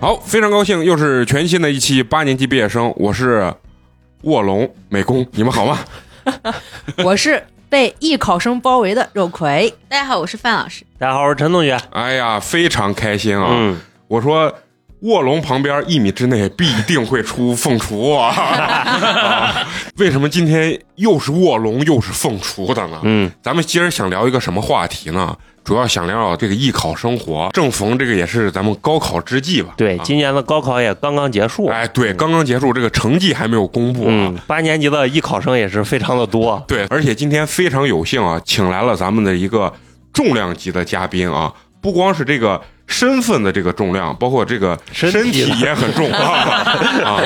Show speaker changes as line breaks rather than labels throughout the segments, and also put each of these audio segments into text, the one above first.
好，非常高兴，又是全新的一期八年级毕业生，我是卧龙美工，你们好 吗？
我是被艺考生包围的肉葵，
大家好，我是范老师。
大家好，我是陈同学。
哎呀，非常开心啊！
嗯，
我说卧龙旁边一米之内必定会出凤雏 啊！啊为什么今天又是卧龙又是凤雏的呢？
嗯，
咱们今儿想聊一个什么话题呢？主要想聊聊这个艺考生活，正逢这个也是咱们高考之际吧？
对，
啊
今年的高考也刚刚结束。
哎，对，刚刚结束，这个成绩还没有公布啊。
嗯，八年级的艺考生也是非常的多。
对，而且今天非常有幸啊，请来了咱们的一个重量级的嘉宾啊，不光是这个身份的这个重量，包括这个
身
身
体
体也很重啊 啊，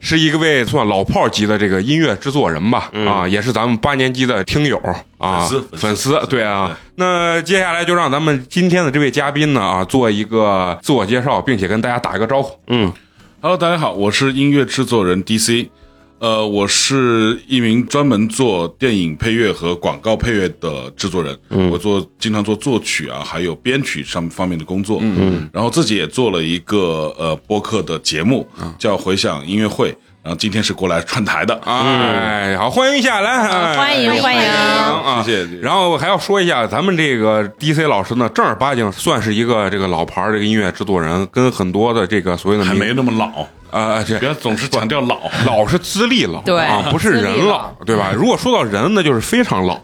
是一个位算老炮儿级的这个音乐制作人吧、啊，也是咱们八年级的听友啊，
嗯粉丝
粉
粉丝
丝对啊。那接下来就让咱们今天的这位嘉宾呢啊，做一个自我介绍，并且跟大家打一个招呼。
嗯，
Hello，大家好，我是音乐制作人 DC，呃，我是一名专门做电影配乐和广告配乐的制作人，我做经常做作曲啊，还有编曲上方面的工作，嗯嗯，然后自己也做了一个呃播客的节目，叫《回响音乐会》，然后今天是过来串台的啊，
哎，好，欢迎一下来，哎
欢迎欢迎
啊！
谢谢谢谢
然后还要说一下，咱们这个 DC 老师呢，正儿八经算是一个这个老牌儿这个音乐制作人，跟很多的这个所谓的
还
名
没那么老，
啊，这
不要总是强调 老，
老是资历老，
对
啊，不是
资
人
历
老
老，
对吧？如果说到人，那就是非常老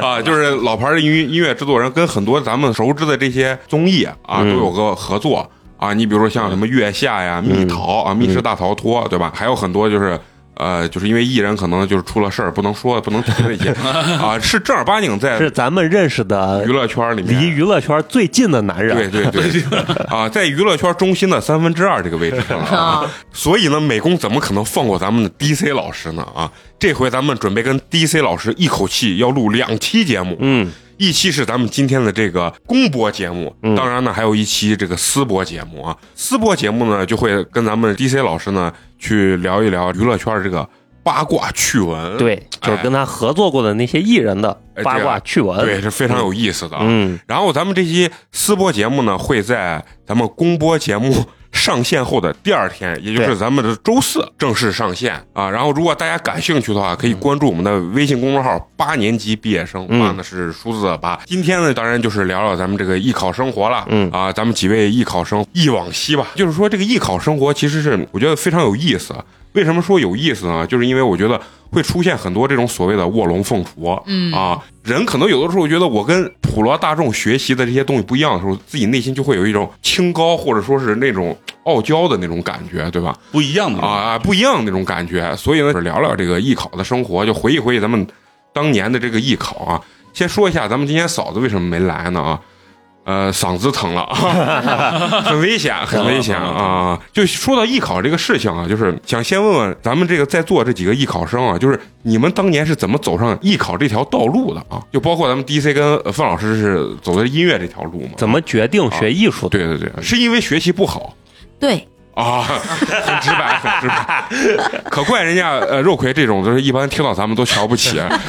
啊，就是老牌儿的音乐音乐制作人，跟很多咱们熟知的这些综艺啊都有个合作啊。你比如说像什么月下呀、蜜桃啊、密室大逃脱，对吧？还有很多就是。呃，就是因为艺人可能就是出了事儿，不能说、不能提这些啊，是正儿八经在
是咱们认识的
娱乐圈里面
离娱乐圈最近的男人。
对，对对， 啊，在娱乐圈中心的三分之二这个位置上啊
啊，
所以呢，美工怎么可能放过咱们的 DC 老师呢？啊，这回咱们准备跟 DC 老师一口气要录两期节目，
嗯，
一期是咱们今天的这个公播节目，当然呢，还有一期这个私播节目啊。私播节目呢，就会跟咱们 DC 老师呢去聊一聊娱乐圈这个八卦趣闻，
对，就是跟他合作过的那些艺人的
嗯哎
八卦趣闻。
对，是非常有意思的啊。
嗯，
然后咱们这期私播节目呢，会在咱们公播节目上线后的第二天，也就是
对
咱们的周四正式上线啊。然后如果大家感兴趣的话，可以关注我们的微信公众号“八年级毕业生”，
嗯
八呢是数字的八。今天呢，当然就是聊聊咱们这个艺考生活了，
嗯
啊，咱们几位艺考生忆往昔吧。就是说这个艺考生活其实是我觉得非常有意思。为什么说有意思呢？就是因为我觉得会出现很多这种所谓的卧龙凤雏，
嗯
啊，人可能有的时候觉得我跟普罗大众学习的这些东西不一样的时候，自己内心就会有一种清高或者说是那种傲娇的那种感觉，对吧？
不一样的
啊，啊，不一样那种感觉。所以呢，聊聊这个艺考的生活，就回忆回忆咱们当年的这个艺考啊。先说一下，咱们今天嫂子为什么没来呢？啊，呃，嗓子疼了，啊 很危险，很危险啊！就说到艺考这个事情啊，就是想先问问咱们这个在座这几个艺考生啊，就是你们当年是怎么走上艺考这条道路的啊？就包括咱们 DC 跟呃范老师是走的音乐这条路嘛？
怎么决定学艺术的？
对对对，是因为学习不好
对，
啊，很直白，很直白。可怪人家呃肉葵这种，就是一般听到咱们都瞧不起，啊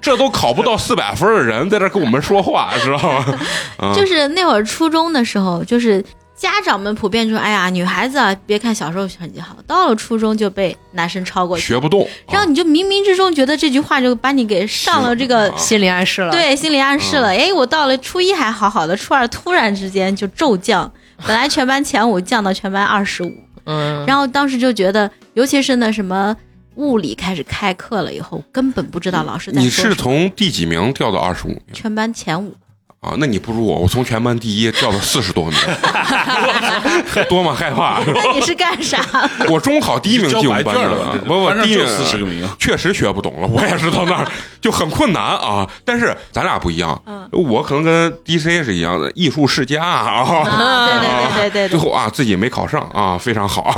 这都考不到四百分的人，在这跟我们说话，知道吗？啊
就是那会儿初中的时候，就是家长们普遍说：“哎呀，女孩子啊，别看小时候成绩好，到了初中就被男生超过去。
学不动，”啊
然后你就冥冥之中觉得这句话就把你给上了这个
啊嗯
心理暗示了，，
对心理暗示了。哎，我到了初一还好好的，初二突然之间就骤 降，本来全班前五降到全班二十五。
嗯，
然后当时就觉得，尤其是那什么物理开始开课了以后，根本不知道老师在
你是
说什么。
从第几名掉到二十五名
全班前五，
啊？那你不如我，我从全班第一掉到四十 多名，多么害怕！
那你是 干啥？
我中考第一名进我们班
交白卷
的
了吧，
不不，
班上
第一
就
名
40个名
确实学不懂了，我也是到那儿就很困难啊。但是咱俩不一样，
嗯
我可能跟 DC 是一样的，艺术世家啊。
啊对对对对
最
对对，
后啊，自己没考上啊，非常好。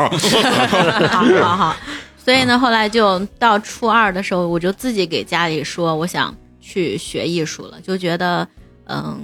好好好。所以呢，后来就到初二的时候，我就自己给家里说，我想去学艺术了，就觉得，嗯，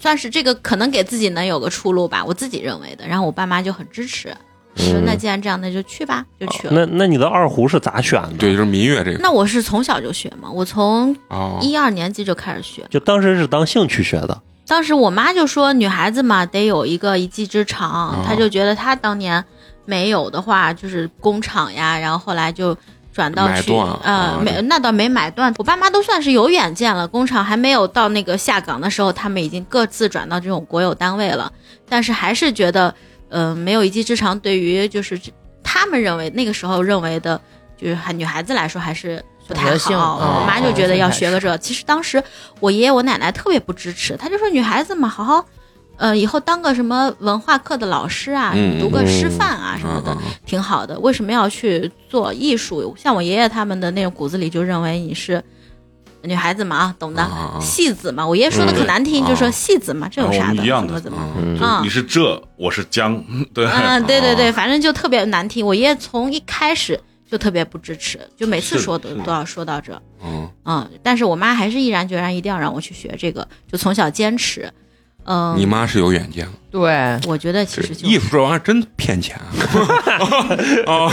算是这个可能给自己能有个出路吧，我自己认为的。然后我爸妈就很支持，说那既然这样，那就去吧，就去了。
那那你的二胡是咋选的？
啊对，就是民乐这个
那我是从小就学嘛，我从
啊，
一二年级就开始学，
就当时是当兴趣学的。
当时我妈就说，女孩子嘛得有一个一技之长，
哦
她就觉得她当年没有的话，就是工厂呀，然后后来就转到
买
去
断
呃
啊
没那倒没买断，我爸妈都算是有远见了，工厂还没有到那个下岗的时候，他们已经各自转到这种国有单位了，但是还是觉得呃没有一技之长，对于就是这他们认为那个时候认为的，就是还女孩子来说还是。不太
选择性
好，
哦
我妈就觉得要学个
哦
这。其实当时我爷爷我奶奶特别不支持，她就说女孩子嘛，好好，呃，以后当个什么文化课的老师啊，
嗯
读个
嗯
师范啊什么
嗯
的，
嗯
挺好的。为什么要去做艺术？像我爷爷他们的那种骨子里就认为你是女孩子嘛，啊，懂的，
啊啊
戏子嘛。我爷爷说的
嗯
可难听，
对
就说
啊
戏子嘛，这有
啊我
啥
们一样
怎么
的
怎么。
嗯
嗯
啊
你是这，我是江，对，
嗯，对对对，反正就特别难听。我爷爷从一开始就特别不支持，就每次
是
说都
是
都要说到这。
嗯
嗯，但是我妈还是毅然决然一定要让我去学这个，就从小坚持。嗯，
你妈是有远见的，
对，
我觉得其
这
实就
艺术这玩意儿真骗钱啊！ 啊，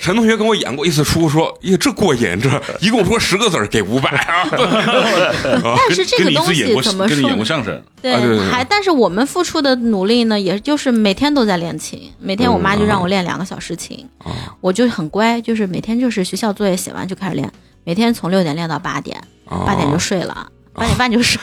陈同学跟我演过一次书，说：“耶，这过瘾，这一共说十个字儿给五百啊！”
啊但是这
跟
个
你一
东
次
西
演过
怎么
跟你
说
演过
呢？
相声，
对
啊对对对
还但是我们付出的努力呢，也就是每天都在练琴。每天我妈就让我练两个小时琴，
啊
我就很乖，就是每天就是学校作业写完就开始练，每天从六点练到八点，
啊！
八点就睡了，八点半就睡。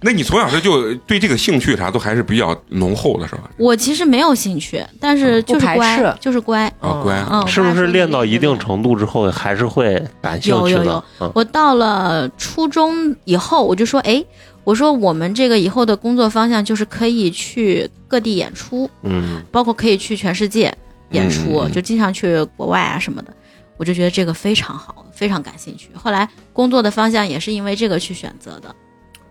那你从小这就对这个兴趣啥都还是比较浓厚的，是吧？
我其实没有兴趣，但是
嗯不
就是
排
乖
斥，
就是乖。
啊，
嗯
乖，
嗯，我
是不
妈说
是练到
这个
一
对
定程度之后还是会感兴趣
嗯有有有
的？嗯，
我到了初中以后，我就说，哎，我说我们这个以后的工作方向就是可以去各地演出，
嗯，
包括可以去全世界演出，
嗯嗯嗯
就经常去国外啊什么的。我就觉得这个非常好，非常感兴趣。后来工作的方向也是因为这个去选择的，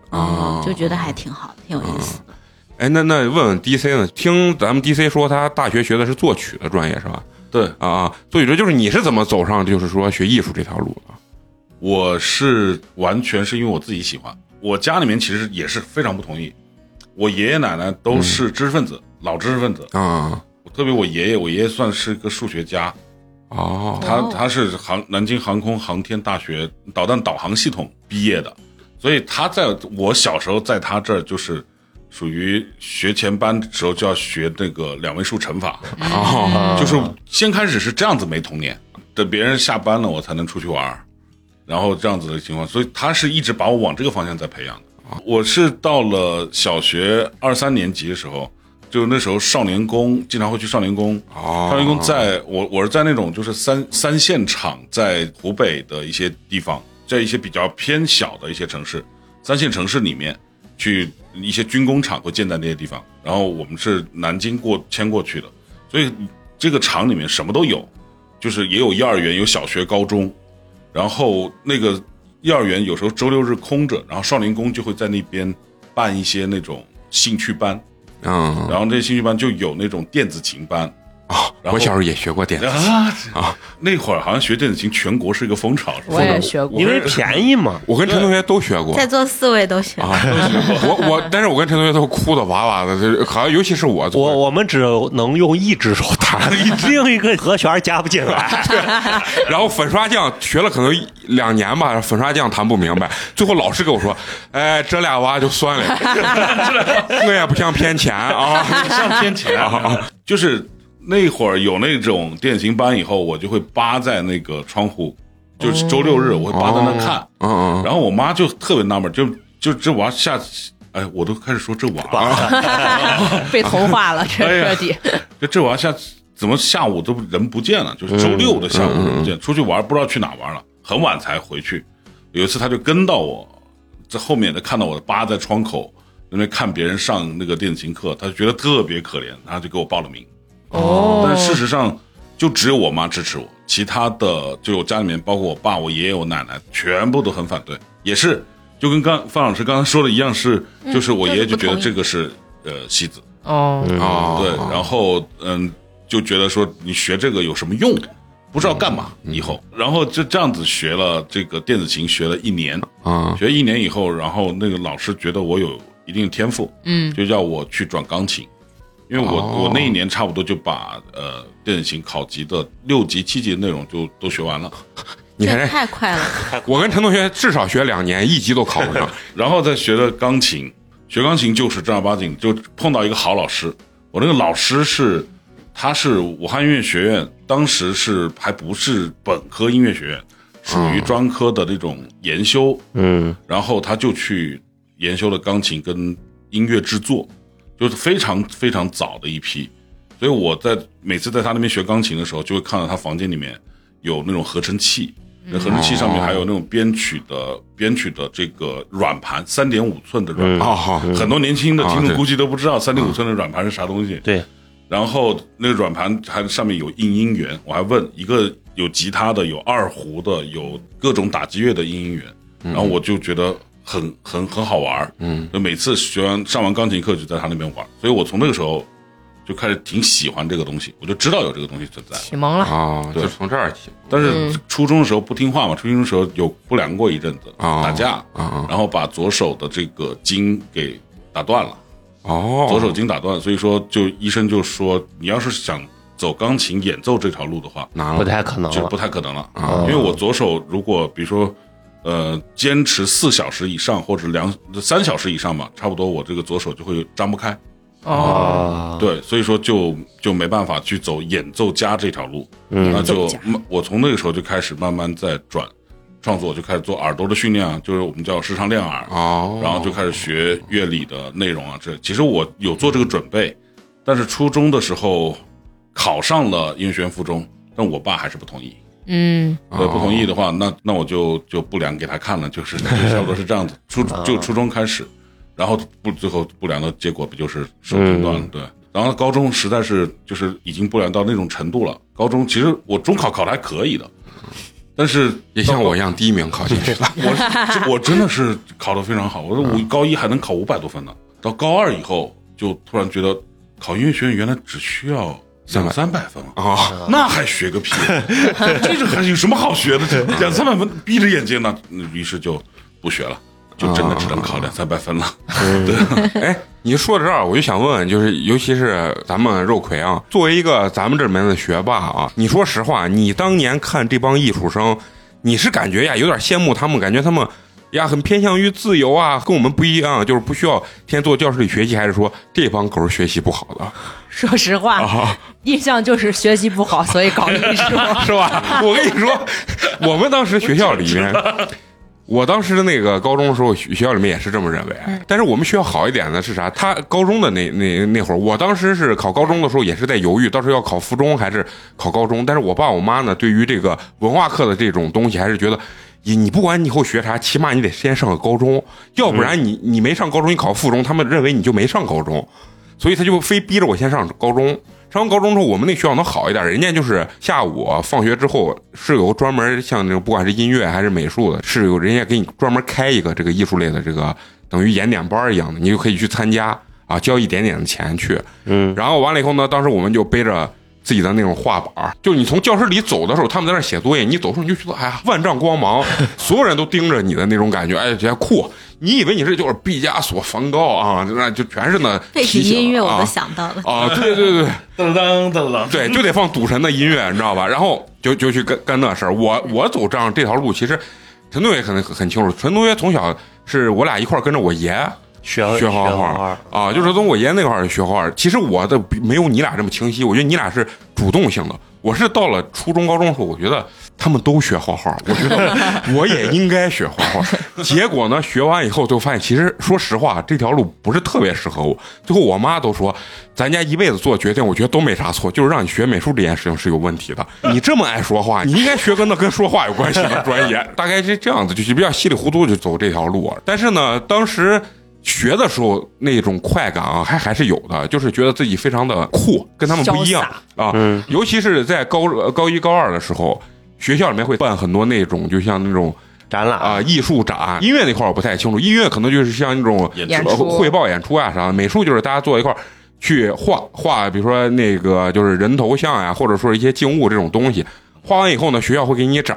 哦
啊
嗯，就觉得还挺好的，挺有意思
哦
的。
哎，那那问问 DC 呢？听咱们 DC 说，他大学学的是作曲的专业，是吧？
对，
啊啊，作曲这就是你是怎么走上就是说学艺术这条路的？
我是完全是因为我自己喜欢。我家里面其实也是非常不同意，我爷爷奶奶都是知识分子，老知识分子。
啊
特别我爷爷，我爷爷算是个数学家，
哦
他
哦
他是航南京航空航天大学导弹导航系统毕业的，所以他在我小时候在他这儿就是属于学前班时候就要学那个两位数乘法，
哦
就是先开始是这样子没童年，等别人下班了我才能出去玩儿，然后这样子的情况，所以他是一直把我往这个方向在培养的。我是到了小学二三年级的时候，就那时候少年宫经常会去少年宫，
哦，
少年宫在我我是在那种就是三三线厂在湖北的一些地方，在一些比较偏小的一些城市，三线城市里面去一些军工厂会建在那些地方，然后我们是南京过迁过去的，所以这个厂里面什么都有，就是也有幼儿园，有小学、高中，然后那个幼儿园有时候周六日空着，然后少年宫就会在那边办一些那种兴趣班，
嗯，
然后这些兴趣班就有那种电子琴班。
哦
然后
我小时候也学过电子 琴，
啊
啊！
那会儿好像学电子琴全国是一个风潮，是吧哦
我也学 过
因为便宜嘛。
我跟陈同学都学过。
在座四位都选，
啊，我我，但是我跟陈同学都哭的哇哇的，就是好像尤其是我，
我我们只能用一只手 弹，另一个和弦加不进来。
然后粉刷匠学了可能一两年吧，粉刷匠弹不明白，最后老师跟我说，哎，这俩娃就算 了，这也不像骗钱啊，
上天前
哦
啊，就是那会儿有那种电子琴班，以后我就会扒在那个窗户，就是周六日我会扒在那看，
嗯嗯
然后我妈就特别纳闷，就就这娃下，哎，我都开始说这娃，
被同化了，这
哎呀
彻底。
就这娃下怎么下午都人不见了，就是周六的下午人不见，出去玩不知道去哪玩了，很晚才回去。有一次他就跟到我，在后面的看到我扒在窗口。因为看别人上那个电子琴课，他就觉得特别可怜，然后就给我报了名。
哦
但事实上，就只有我妈支持我，其他的就我家里面，包括我爸、我爷爷、我奶奶，全部都很反对，也是就跟刚范老师刚刚说的一样，是嗯就是我爷爷就觉得这个是呃戏子，
哦，
嗯，哦，
对，然后嗯就觉得说你学这个有什么用？不知
嗯
道干嘛以后，然后就这样子学了这个电子琴，学了一年，
啊
学一年以后，然后那个老师觉得我有一定的天赋，
嗯，
就叫我去转钢琴，因为我、
哦
我那一年差不多就把呃电子琴考级的六级七级的内容就都学完了，
你
这
看这，
太快了。
我跟陈同学至少学两年，一级都考不上，
然后再学了钢琴，学钢琴就是正儿八经就碰到一个好老师，我那个老师是，他是武汉音乐学院，当时是还不是本科音乐学院，属于专科的那种研修，
嗯
然后他就去研修了钢琴跟音乐制作，就是非常非常早的一批。所以我在每次在他那边学钢琴的时候，就会看到他房间里面有那种合成器，那合成器上面还有那种编曲的编曲的这个软盘，三点五寸的软盘。啊
哦，好，
很多年轻的听
啊
众
对啊
估计都不知道三点五寸的软盘是啥东西。
对，
然后那个软盘还上面有印音源，我还问一个有吉他的，有二胡的，有各种打击乐的印音源，然后我就觉得很很很好玩儿
嗯，
就每次学完上完钢琴课就在他那边玩儿，所以我从那个时候就开始挺喜欢这个东西，我就知道有这个东西存在。
启蒙了，
哦，
对
就从这儿起
但是
嗯
初中的时候不听话嘛，初中的时候有不良过一阵子，
啊，
打架，
啊啊，
然后把左手的这个筋给打断了。
哦，
左手筋打断，所以说就医生就说，你要是想走钢琴演奏这条路的话，
拿
不
了，
太可能
就
了
不。太可能了，
啊
因为我左手如果比如说，呃，坚持四小时以上或者两三小时以上吧，差不多我这个左手就会张不开，
哦，
啊，
对，所以说就就没办法去走演奏家这条路，
嗯
那
演奏
就
家
慢我从那个时候就开始慢慢在转创作，就开始做耳朵的训练啊，就是我们叫时常练耳，
哦，
然后就开始学乐理的内容啊。这其实我有做这个准备，但是初中的时候考上了音乐学院附中，但我爸还是不同意。
嗯，
呃，不同意
哦
的话，那那我就就不良给他看了，就是就是差不多是这样子。 初就
哦
初中开始，然后不最后不良的结果不就是手
嗯
筋断了？对。然后高中实在是就是已经不良到那种程度了。高中其实我中考考的还可以的，但是
也像我一样第一名考进去了，
我这我真的是考得非常好，我说
嗯
我高一还能考五百多分呢，到高二以后就突然觉得考音乐学院原来只需要两三百分啊，
啊，
那还学个屁，这个还有什么好学的？这两三百分闭着眼睛呢，于是就不学了，就真的只能考两三百分了。
哎，你说到这儿，我就想问，就是尤其是咱们肉葵啊，作为一个咱们这门的学霸啊，你说实话，你当年看这帮艺术生，你是感觉呀有点羡慕他们，感觉他们呀很偏向于自由啊，跟我们不一样，就是不需要天天坐教室里学习，还是说这帮狗是学习不好的？
说实话，
啊
印象就是学习 不好，所以搞艺术。
是吧？我跟你说，我们当时学校里面，我当时那个高中的时候，学学校里面也是这么认为。但是我们学校好一点的是啥？他高中的那那那会儿，我当时是考高中的时候也是在犹豫，到时候要考附中还是考高中。但是我爸我妈呢，对于这个文化课的这种东西，还是觉得。你你不管你以后学啥，起码你得先上个高中，要不然你你没上高中，你考附中，他们认为你就没上高中。所以他就非逼着我先上高中。上完高中之后，我们那学校能好一点，人家就是下午啊放学之后是有专门像那种不管是音乐还是美术的，是有人家给你专门开一个这个艺术类的这个等于演点班儿一样的，你就可以去参加啊，交一点点的钱去。
嗯，
然后完了以后呢，当时我们就背着。自己的那种画板儿，就你从教室里走的时候，他们在那儿写作业，你走的时候你就觉得哎呀，万丈光芒，所有人都盯着你的那种感觉，哎，觉得酷。你以为你这就是毕加索、梵高啊，那就全是那
背景
提醒
音乐我
啊
都想到了，
啊，对对对
噔噔噔
对，就得放赌神的音乐，你知道吧？然后就就去干干那事儿。我我走这样这条路，其实陈同学可能很很清楚。陈同学从小是我俩一块儿跟着我爷
学
学画
画
画，啊，就是从我爷那块儿学画画。其实我的比没有你俩这么清晰，我觉得你俩是主动性的。我是到了初中、高中的时候，我觉得他们都学画画，我觉得我也应该学画画。结果呢，学完以后就发现，其实说实话，这条路不是特别适合我。最后我妈都说，咱家一辈子做决定，我觉得都没啥错，就是让你学美术这件事情是有问题的。你这么爱说话，你应该学个那跟说话有关系的专业。大概是这样子，就是比较稀里糊涂就走这条路。但是呢，当时学的时候那种快感啊，还还是有的，就是觉得自己非常的酷，跟他们不一样
潇
啊。
嗯
尤其是在高呃高一高二的时候，学校里面会办很多那种，就像那种
展览
啊、，艺术展，音乐那块儿我不太清楚，音乐可能就是像那种
演
演
呃
出
汇报演出啊啥的，美术就是大家坐一块儿去画画，比如说那个就是人头像呀、或者说一些静物这种东西，画完以后呢，学校会给你展。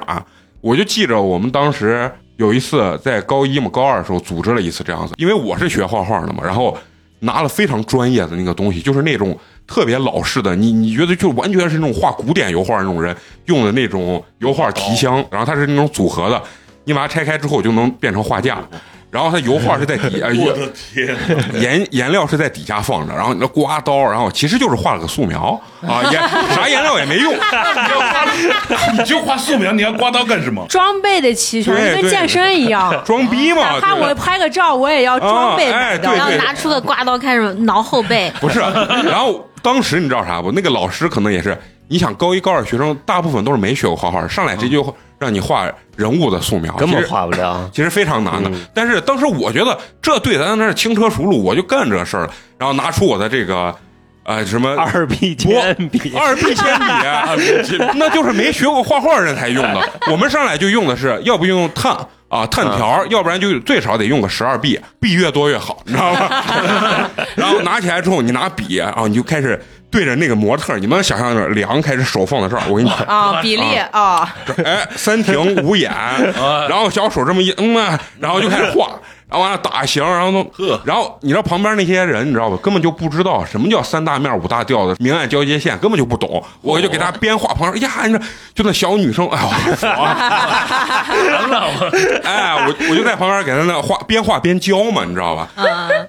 我就记着我们当时有一次在高一嘛高二的时候组织了一次这样子，因为我是学画画的嘛，然后拿了非常专业的那个东西，就是那种特别老式的，你你觉得就完全是那种画古典油画那种人用的那种油画提箱，然后它是那种组合的，你把它拆开之后就能变成画架。然后它油画是在 底，呃，
我的天，啊
颜颜料是在底下放着，然后你这刮刀，然后其实就是画了个素描啊，颜啥颜料也没用，
你就画素描，你要刮刀干什么？
装备得齐全，
对
就跟
对
健身一 样。
装逼嘛，
哪怕
对
我拍个照，我也要装备买
啊哎
到
对
然后
对，
拿出个刮刀开始挠后背
不是，然后当时你知道啥不？那个老师可能也是，你想高一高二学生大部分都是没学过画画，上来直接就让你画人物的素描，
根
其
本
实
画不了。
其实非常难的。
嗯
但是当时我觉得这对咱那是轻车熟路，我就干这事儿了。然后拿出我的这个呃什么
二 B
不
铅笔，
二 B 铅笔，那就是没学过画画人才用 的。我们上来就用的是，要不用碳啊碳条，要不然就最少得用个十二 B，B 越多越好，你知道吗？ 然后拿起来之后，你拿笔啊，你就开始对着那个模特，你们能想象着梁开始手放在这儿，我给你讲，
啊，比例啊，
哎，三庭五眼，然后小手这么一嗯啊，然后就开始画，然后完了打形，然后弄
呵，
然后你知道旁边那些人你知道吧，根本就不知道什么叫三大面五大调的明暗交接线，根本就不懂，我就给他边画旁边，哎呀，你这就那小女生，哎呦，好爽啊， 哎，我我就在旁边给他那画，边画边教嘛，你知道吧？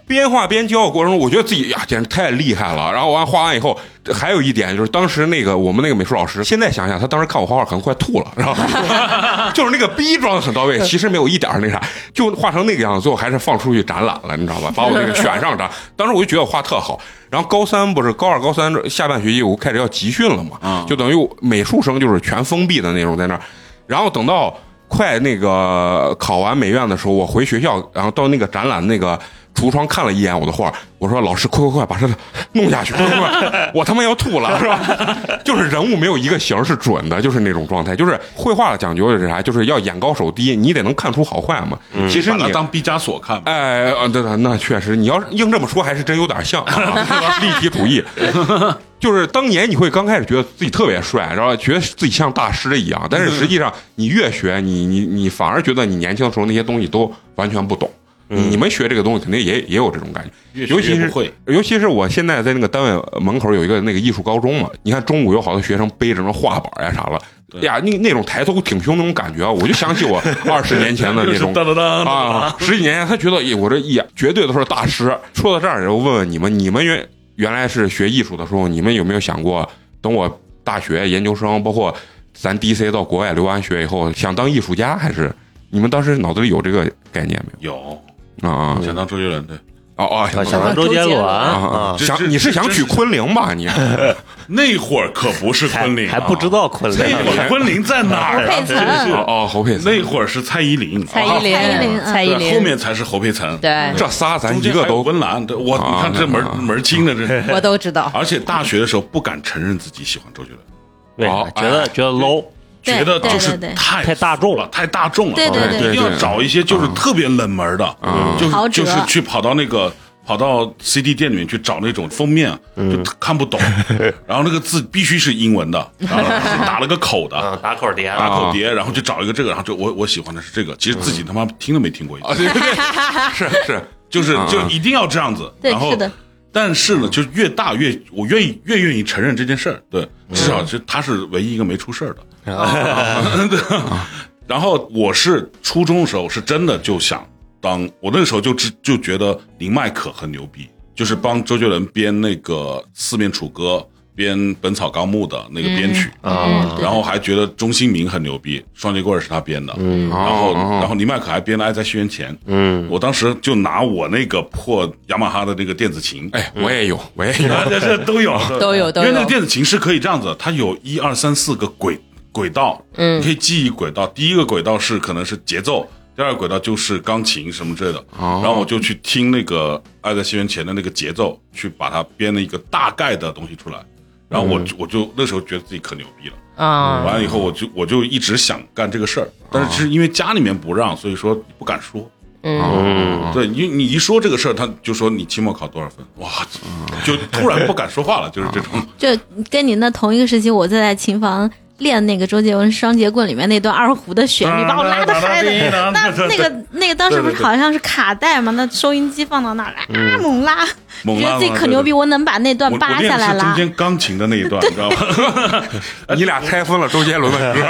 边画边教的过程中，我觉得自己呀，简直太厉害了。然后完画完以后，还有一点就是当时那个我们那个美术老师，现在想想，他当时看我画画可能快吐了，然后 就是那个逼装的很到位，其实没有一点儿那啥，就画成那个样子，最后还是放出去展览了，你知道吧？把我那个选上展，当时我就觉得我画特好。然后高三不是高二、高三下半学期我开始要集训了嘛
嗯，
就等于我美术生就是全封闭的那种在那儿，然后等到。快那个考完美院的时候，我回学校，然后到那个展览那个橱窗看了一眼我的画，我说老师快快快把这弄下去， 快快快，我他妈要吐了，是吧？ 就是人物没有一个形儿是准的，就是那种状态，就是绘画讲究的是啥，就是要眼高手低，你得能看出好坏嘛。其实
把
你
它。当毕加索看吧。
哎，呃对对，那确实，你要是硬这么说，还是真有点像、 啊、立体主义。就是当年你会刚开始觉得自己特别帅，然后觉得自己像大师一样，但是实际上你越学，你你你反而觉得你年轻的时候那些东西都完全不懂。你们学这个东西肯定也也有这种感觉，
嗯越学
尤其
越
是
不会，
尤其是我现在在那个单位门口有一个那个艺术高中嘛，你看中午有好多学生背着那画板呀啥了，哎呀那那种抬头挺胸那种感觉啊，我就想起我 二十年前的那种
当当当
啊，十几年前他觉得哎我这也绝对都是大师。说到这儿，我问问你们，你们原原来是学艺术的时候，你们有没有想过，等我大学研究生，包括咱 DC 到国外留完学以后，想当艺术家，还是你们当时脑子里有这个概念没
有
有？啊
想当周杰伦对，
啊哦
啊
哦！
想当周杰伦啊，
这这
想你是想
这
娶
是
昆凌吧？ 你
那会儿可不是
还
昆凌啊，
还不知道昆
那会
凌，
儿昆凌在哪儿
侯
啊？
佩岑
真是
哦哦，侯佩岑
那会儿是蔡依林，
蔡
啊
依林，
蔡依林嗯
蔡依
对
林，
后面才是侯佩岑，
对，
这仨咱
中
一
间
个
还有
都
温岚，对我
啊
你看这门
那
门儿清的这是。
我都知道。
而且大学的时候不敢承认自己喜欢周杰伦，
为啥
哦
觉得
哎
觉得 low，
对
觉得
对
就是
对对
太
太大众
了，太大众了，
对对对嗯
一定要找一些就是特别冷门的，就是
陶
就
喆
是去跑到那个。跑到 CD 店里面去找那种封面，啊就看不懂，然后那个字必须是英文 的，然后打了个口的，
嗯，打口碟
打口碟，然后就找一个这个，然后就我我喜欢的是这个，其实自己他妈听都没听过一次
啊，，对对 对，是是，
就是
嗯
就一定要这样子。
对
然后
是的
但是呢，就是越大越我愿意越愿意承认这件事儿，对，
嗯
至少是他是唯一一个没出事儿的。
嗯
然后我是初中的时候是真的就想当，我那时候就只就觉得林迈可很牛逼，就是帮周杰伦编那个四面楚歌、编《本草纲目》的那个编曲，
嗯
嗯
啊，
然后还觉得钟兴民很牛逼，双截棍儿是他编的，嗯，然后
哦
然后林迈可还编了《爱在西元前》，嗯，我当时就拿我那个破雅马哈的那个电子琴，
哎，我也有，我也有，
啊，这这都有
都有都有
因为那个电子琴是可以这样子的，它有一二三四个轨轨道，嗯，你可以记忆轨道，第一个轨道是可能是节奏。第二个轨道就是钢琴什么之类的，
哦
然后我就去听那个《爱在西元前》的那个节奏，去把它编了一个大概的东西出来，然后我
嗯
就、我就那时候觉得自己可牛逼了，
嗯
啊，
完了以后，我就我就一直想干这个事儿，
哦
但是是因为家里面不让，所以说不敢说。啊
嗯，
对你，你一说这个事儿，他就说你期末考多少分，哇，就突然不敢说话了，就是这种。
就跟你那同一个时期，我就在琴房练那个周杰伦《双截棍》里面那段二胡的旋律，把我拉的嗨的。那那个那个当时不是好像是卡带嘛，那收音机放到那儿啊，猛拉，
嗯猛
觉
拉
得自己
嘛
可牛逼，。我能把那
对
段
对我
扒
我练
下
的
来
是中
啦。
间钢琴的那一段，你知道吗？
你俩拆分了周杰伦的歌。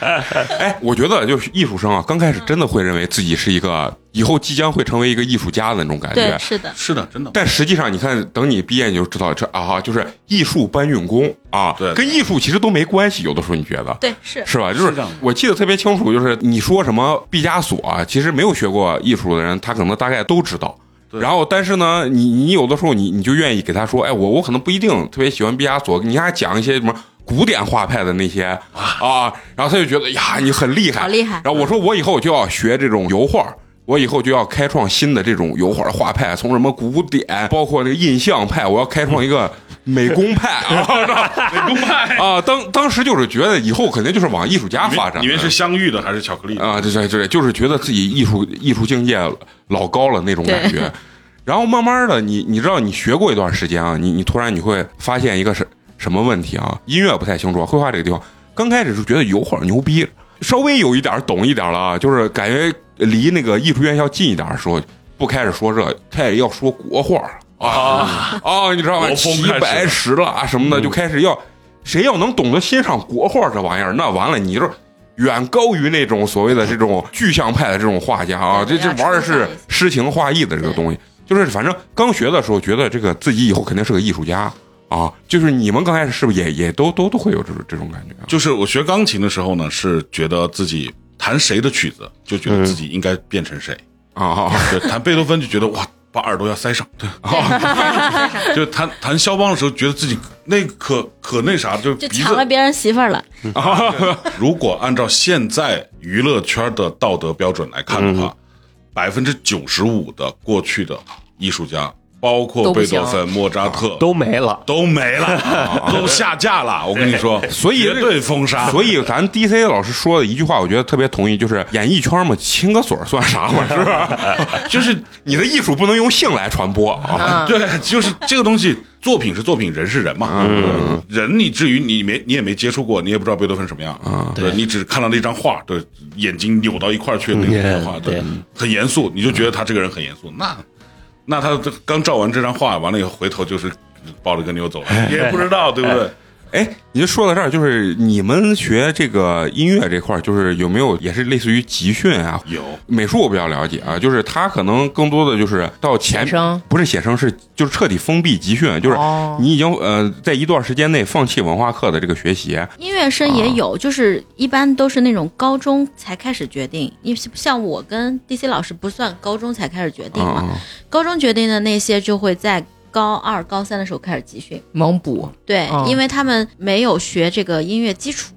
哎，我觉得就是艺术生啊，刚开始真的会认为自己是一个以后即将会成为一个艺术家的那种感
对
觉，。
是的，
是的，真的。
但实际上，你看，等你毕业你就知道这啊，就是艺术搬运工啊，
对
跟艺术其实都没关系。有的时候你觉得，
对是
是吧？就是
是这样的
我记得特别清楚，就是你说什么毕加索啊，其实没有学过艺术的人，他可能大概都知道。
对
然后，但是呢，你你有的时候你你就愿意给他说，哎，我我可能不一定特别喜欢毕加索，你给他讲一些什么古典画派的那些啊，然后他就觉得呀，你很厉害，
好 厉害
然后我说我以后就要学这种油画。我以后就要开创新的这种油画画派，从什么古典，包括那个印象派，我要开创一个美工派 啊！美工派 啊，当当时就是觉得以后肯定就是往艺术家
里
发展
面
的。
里面是香芋的还是巧克力的？
啊，对对对，就是觉得自己艺术艺术境界老高了那种感觉。然后慢慢的，你你知道，你学过一段时间啊，你你突然你会发现一个什什么问题啊？音乐不太清楚，绘画这个地方，刚开始是觉得油画牛逼，稍微有一点儿懂一点儿了啊，就是感觉离那个艺术院校近一点儿的时候，不开始说这，开始要说国画了啊啊，你知道吗？
国风
齐
开始嗯
白石了啊什么的，就开始要谁要能懂得欣赏国画这玩意儿，那完了，你就远高于那种所谓的这种具象派的这种画家啊，这
对
这
要
玩意儿
崇
是
拜一下
诗情画意的这个东西。就是反正刚学的时候，觉得这个自己以后肯定是个艺术家啊。就是你们刚开始是不是也也都都都会有这种这种感觉啊？
就是我学钢琴的时候呢，是觉得自己弹谁的曲子，就觉得自己应该变成谁。
啊，
对，弹贝多芬就觉得哇，把耳朵要塞上。对， 就弹弹肖邦的时候，觉得自己那个可可那啥，就
就
鼻
抢了
子。
别人媳妇儿了。
如果按照现在娱乐圈的道德标准来看
嗯
的话，百分之九十五的过去的艺术家，包括
都不
贝
行
多芬、莫
啊
扎特，
都没了。
都没 了，都下架了。我跟你说，
所以
绝对封 杀。
啊所以咱 DC 老师说的一句话，我觉得特别同意，就是演艺圈嘛，亲个嘴儿算啥嘛，是 吧？ 就是你的艺术不能用性来传播啊。
嗯，
对，就是这个东西，作品是作品，人是人嘛。嗯，人你至于你没你也没接触过，你也不知道贝多芬什么样啊。对，你只看到那张画，对，眼睛扭到一块儿去那
嗯
种画，对
对，
很严肃，你就觉得他这个人很严肃。那那他这刚照完这张画，完了以后回头就是抱着个妞走了，也不知道对不对？
哎，您说到这儿，就是你们学这个音乐这块儿，就是有没有也是类似于集训啊？
有
美术我比较了解啊，就是他可能更多的就是到前
写生
不是写生，是就是彻底封闭集训，就是
哦
你已经呃在一段时间内放弃文化课的这个学习，
音乐生
啊
也有，就是一般都是那种高中才开始决定，因为像我跟 DC 老师不算高中才开始决定嘛，
啊
嗯
高中决定的那些就会在高二、高三的时候开始集训。
猛补，
对，
嗯
因为他们没有学这个音乐基础，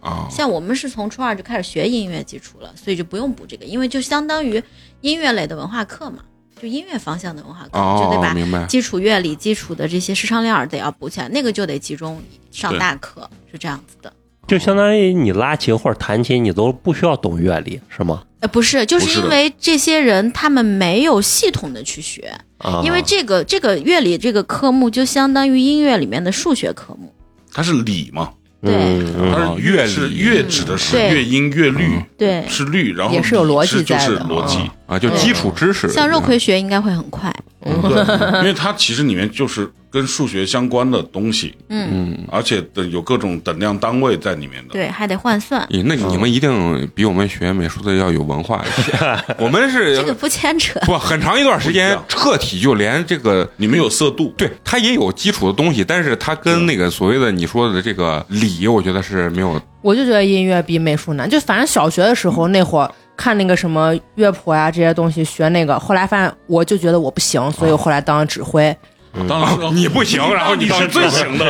啊
像我们是从初二就开始学音乐基础了，所以就不用补这个，因为就相当于音乐类的文化课嘛，就音乐方向的文化课，就得
哦，
把
明白。
基础乐理、基础的这些视唱练耳得要补起来，那个就得集中上大课，是这样子的。
就相当于你拉琴或者弹琴，你都不需要懂乐理，是吗？
呃，不是，就
不
是
是的
因为这些人他们没有系统的去学，
啊，
因为这个这个乐理这个科目就相当于音乐里面的数学科目，
他是理嘛，
对、
嗯嗯
它是乐是乐指的是
对
乐音乐律，
对
是律，然后
也是有逻辑
理是就
在
是
的嗯
逻辑，
啊，就基础知识，
嗯像肉葵学应该会很快，
嗯对，因为它其实里面就是跟数学相关的东西，
嗯，
而且的有各种等量单位在里面的。
对，还得换算，
嗯咦，那你们一定比我们学美术的要有文化一 些。我们
这个
是
不牵扯。
不很长一段时
不一
间
样
彻底就连这个。
你们有色度，
对，它也有基础的东西，但是它跟那个所谓的你说的这个理，我觉得是没有
我就觉得音乐比美术难，就反正小学的时候那会儿看那个什么乐谱呀、这些东西学那个，后来发现我就觉得我不行，所以我后来当了指挥。
当然 了
哦你不行，然后你是最行的。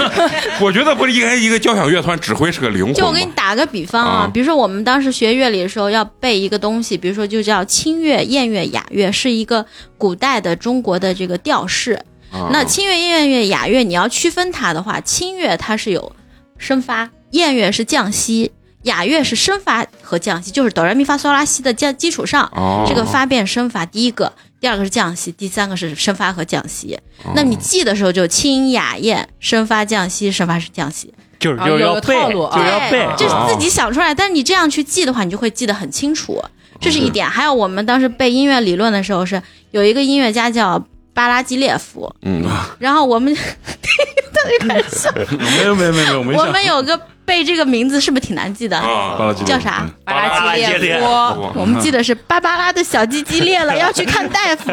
我觉得不是应该一个交响乐团指挥是个灵魂
就我
吗
给你？打个比方
啊
啊，比如说我们当时学乐理的时候要背一个东西，比如说就叫清乐、燕乐、雅乐，是一个古代的中国的这个调式。
啊
那清乐、燕乐、雅乐，你要区分它的话，清乐它是有升发，燕乐是降息，雅乐是升发和降息，就是哆来咪发嗦拉西的基基础上，
哦，
这个发变升发，第一个，第二个是降息，第三个是升发和降息。
哦
那你记的时候就清雅燕升发降息，升发是降息。
就是
啊
就是
有
要
个
背，
套路啊
哎就是要背
对，这是自己想出来，但是你这样去记的话，你就会记得很清楚，这是一点。还有我们当时背音乐理论的时候是，有一个音乐家叫巴拉基列夫，
嗯，
然后我们
没有没有没有没有，我没
我
想
们有个背这个名字是不是挺难记的？
巴
啊，
拉基
叫啥？
巴拉基列夫
列夫
哇
我们记得是芭芭拉的小鸡鸡裂了，要去看大夫。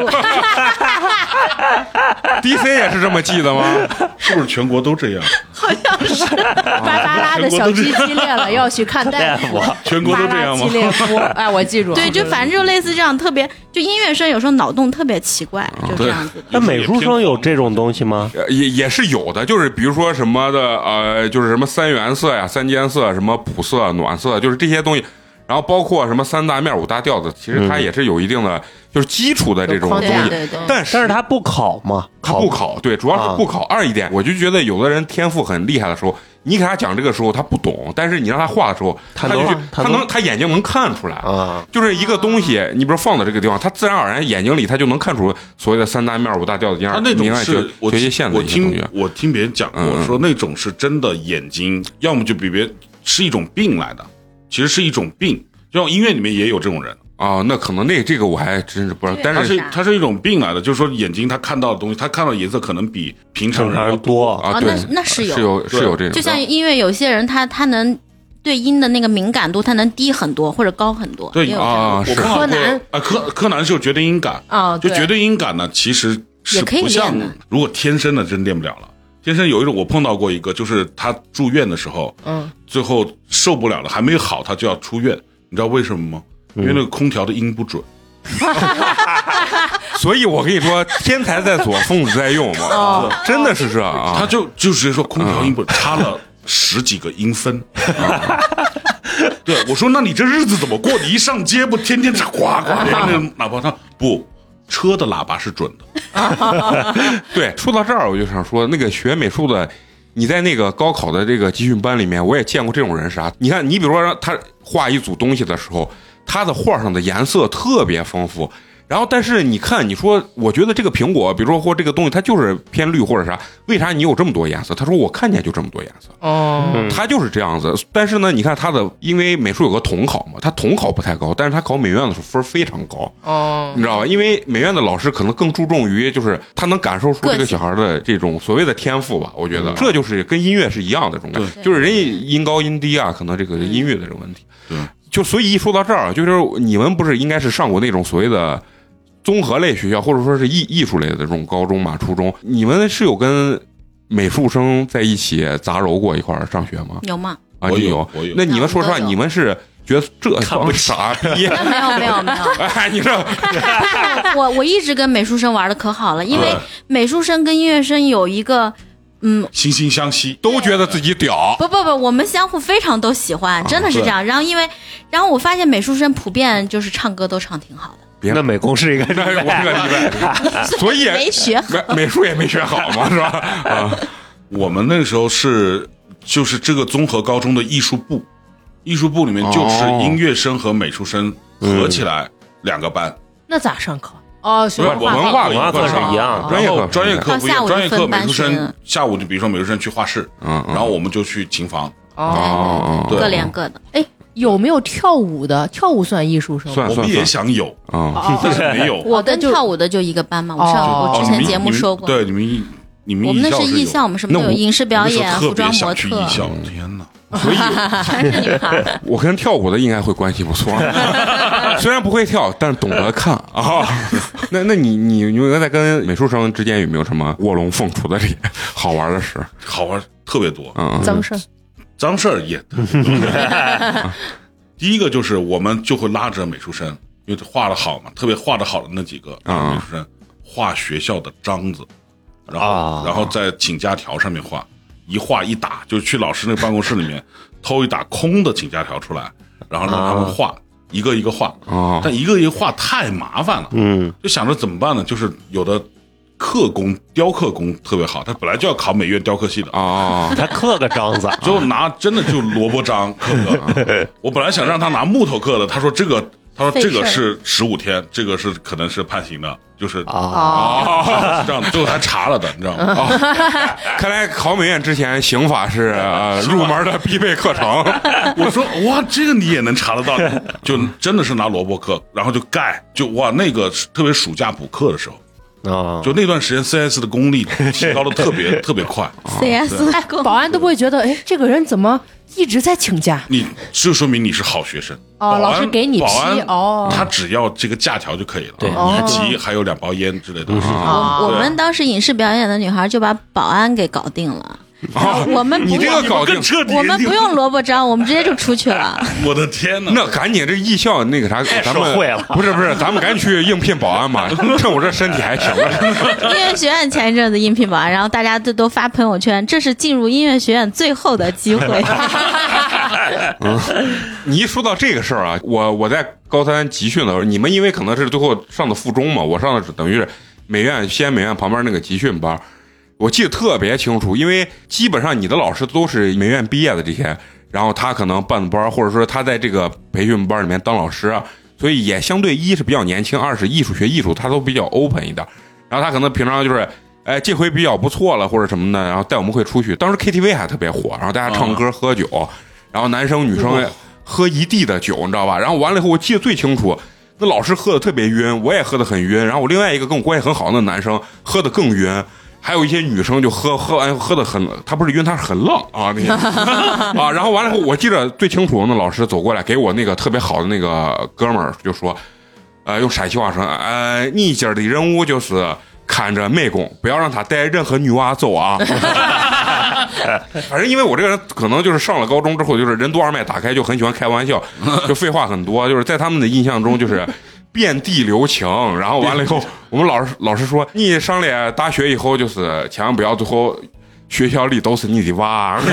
DC 也是这么记的吗？
是不是全国都这样？
芭芭拉的小鸡鸡裂了，要去看大夫。
全国都这样
芭
吗
拉基列夫，哎，我记住。
对，就反正就类似这样，特别就音乐生有时候脑洞特别奇怪， 就这样子的。
那美术生有这种东西吗？
呃也也是有的，就是比如说什么的，呃，就是什么三原色呀、三间色、什么普色、暖色，就是这些东西。然后包括什么三大面、五大调子，其实它也是有一定的，就是基础的这种
嗯有
东
框
对
架
西。
对对，
但是
但是他不考嘛，
他不考，啊对，主要是不考。二一点，我就觉得有的人天赋很厉害的时候，你给他讲这个时候他不懂，但是你让他画的时候，
他
他
能
就去
他
他
能
能他眼睛能看出来。
啊，
就是一个东西，你比如放到这个地方，他自然而然眼睛里他就能看出所谓的三大面五大调子一
他
样，
那
明
种
白
是我
学习线
我
的一些东
听
西。啊
我听别人讲过，
嗯嗯
说那种是真的眼睛，要么就比别是一种病来的，其实是一种病。就像音乐里面也有这种人，
啊，那可能那这个我还真是不知道，但
他
是
是他是一种病来的，就是说眼睛他看到的东西，他看到的颜色可能比平常
正
人
常
要
人多，
啊，
哦
对
那，那是有
是有
对
是有这种，
就像音乐，有些人他他能对音的那个敏感度，他能低很多或者高很多。
对
也有这样
啊
我
是
碰到过
柯南
啊，柯柯南是有绝对音感，
啊，
就
对
绝对音感呢，其实是
也可以
不像
练的
如果天生的真练不了了。天生有一种，我碰到过一个，就是他住院的时候，
嗯，
最后受不了了，还没好，他就要出院。你知道为什么吗？因为那个空调的音不准。
所以我跟你说，天才在左，疯子在右嘛，
哦
真的是这
他
啊，
就就直接说空调音不差了十几个音分。啊对，我说那你这日子怎么过？你一上街不天天是呱呱的，那哪怕他不车的喇叭是准的，
对。说到这儿，我就想说，那个学美术的，你在那个高考的这个集训班里面，我也见过这种人是啥？你看，你比如说让他画一组东西的时候，他的画上的颜色特别丰富。然后，但是你看，你说，我觉得这个苹果，比如说或这个东西，它就是偏绿或者啥，为啥你有这么多颜色？他说我看见就这么多颜色。
哦，
他就是这样子。但是呢，你看他的，因为美术有个统考嘛，他统考不太高，但是他考美院的时候分儿非常高，
哦，
你知道吧？因为美院的老师可能更注重于就是他能感受出这
个
个
性
小孩的这种所谓的天赋吧。我觉得这就是跟音乐是一样的这种感觉，
对
就是人家音高音低啊，可能这个音乐的这种问题。
对，
就所以一说到这儿，就是你们不是应该是上过那种所谓的。综合类学校，或者说是艺艺术类的这种高中嘛、初中，你们是有跟美术生在一起杂糅过一块儿上学吗？
有吗？
啊，
我
你
有我有
那你们说实话，
嗯都有
你们是觉得这
看
帮
不起
傻逼？
那啊没有没有没有，
哎，你这
我我一直跟美术生玩的可好了，因为
对
美术生跟音乐生有一个，嗯，
惺惺相惜。
都觉得自己 屌，
不不不，我们相互非常都喜欢，真的是
啊对
这样。然后因为，然后我发现美术生普遍就是唱歌都唱挺好的，
别
那美工是 一个
那我这个例外， 所以
没学好。
美美术也没学好嘛，是吧？啊，
我们那个时候是就是这个综合高中的艺术部，艺术部里面就是
哦
音乐生和美术生合起来两个班，
那咋上课？哦，学
不是
文化
文
课哦
化
文化课是一样的，
专业
然后
课
专业课不一
哦下
样，
午
专业
就
课
分
美
班
术
学
生
了
下午就比如说美术生去画室，
嗯，
然后我们就去琴房，
哦，
哦
啊对
各练各的。
哎，有没有跳舞的？跳舞算艺术生吗？
嗯算
我们也想有，
啊，
哦
但是没有。
我
但
跟
就
跳舞的就一个班嘛，我上
哦
我
哦
之
你
前
们
节目
你们
说过，
对你们艺你们
我们那是艺
艺
校，
校
我们什么
那
都有，
我
影视
有
表演、啊
我那时候
服
特别想去
装模特，
艺校，
嗯
天哪！
所以
全是女孩。
我跟跳舞的应该会关系不错，啊 虽然不会跳，但是懂得看啊。那那你你你们在跟美术生之间有没有什么卧龙凤雏的这好玩的事？
好玩特别多，
嗯，
脏事儿
脏事儿也 特别多。第一个就是我们就会拉着美术生，因为他画的好嘛，特别画的好的那几个
啊
美术生画学校的章子，然后、
啊
然后在请假条上面画，一画一打，就去老师那办公室 里面偷一打空的请假条出来，然后让他们画、
啊
一个一个画，
哦
但一个一个画太麻烦了，
嗯，
就想着怎么办呢？就是有的刻工、雕刻工特别好，他本来就要考美院雕刻系的，
哦，
他刻个章子，
最后拿真的就萝卜章刻的。啊我本来想让他拿木头刻的，他说这个，他说这个
费事
是十五天，这个是可能是判刑的，就是
啊，
哦，
啊，这样的。最后他查了的，你知道吗？
啊
看来考美院之前，刑法是呃入门的必备课程。
我说哇，这个你也能查得到，
哦
就真的是拿萝卜刻，然后就盖，就哇那个是特别暑假补课的时候，
啊，
就那段时间 CS 的功力提高的特别 特别快，啊
CS 哎
保安都不会觉得，哎，这个人怎么一直在请假？
你这说明你是好学生。
哦
保安
老师给你批
保安
哦
他只要这个假条就可以了，
对
以
哦
及还有两包烟之类的。啊
我我们当时影视表演的女孩就把保安给搞定了，
啊，
我们不
你这
用
个搞定
更，彻底，
我们不用萝卜章，我们直接就出去 了。
我的天哪！
那赶紧这艺校那个啥，咱们
社会了
不是不是，咱们赶紧去应聘保安 吧，趁我这身体还行了。
音乐学院前一阵子应聘保安，然后大家都都发朋友圈，这是进入音乐学院最后的 机会。
你一说到这个事儿啊，我我在高三集训的时候，你们因为可能是最后上的附中嘛，我上的是等于是美院西安美院旁边那个集训班，我记得特别清楚，因为基本上你的老师都是美院毕业的这些，然后他可能办的班，或者说他在这个培训班里面当老师，啊所以也相对一是比较年轻，二是艺术学艺术他都比较 open 一点，然后他可能平常就是。哎，这回比较不错了，或者什么的，然后带我们会出去。当时 KTV 还特别火，然后大家唱歌、喝酒，然后男生女生喝一地的酒，你知道吧？然后完了以后，我记得最清楚，那老师喝的特别晕，我也喝的很晕。然后我另外一个跟我关系很好的那男生喝的更晕，还有一些女生就喝喝完喝的很，他不是晕，他是很浪啊那啊。然后完了以后，我记得最清楚，那老师走过来给我那个特别好的那个哥们儿就说，呃，用陕西话说，呃，你今儿的任务就是看着妹工，不要让她带任何女娃走啊。 反正因为我这个人可能就是上了高中之后，就是人多二脉打开，就很喜欢开玩笑，就废话很多，就是在他们的印象中就是。遍地留情，然后完了以后，我们老师老师说，你上了大学以后，就是千万不要最后学校里都是你的娃。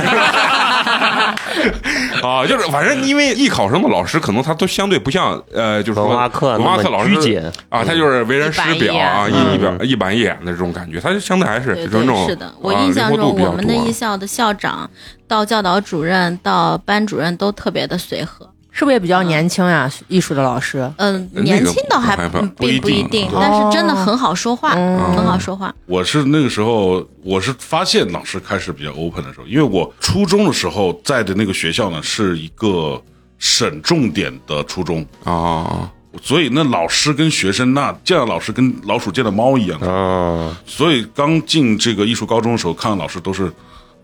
啊，就是反正
嗯
因为艺考生的老师，可能他都相对不像呃，就是说
文化课
文化课
那么
老
拘
师
谨嗯
啊，他就是为人师表啊，
一
一一表一板一眼的这种感觉，他就相对还是
对
这种啊
对，是的，我印象中我们的艺
一
校的校长到教导主任到班主任都特别的随和。
是不是也比较年轻呀？艺术的老师，
嗯，
那个
年轻倒还
不
嗯
不
并不
不一
一
定
定，
哦
但是真的很好说话，很好说话。
我是那个时候，我是发现老师开始比较 open 的时候，因为我初中的时候在的那个学校呢是一个省重点的初中，
啊，
所以那老师跟学生那见到老师跟老鼠见到猫一样，
嗯，
所以刚进这个艺术高中的时候，看到老师都是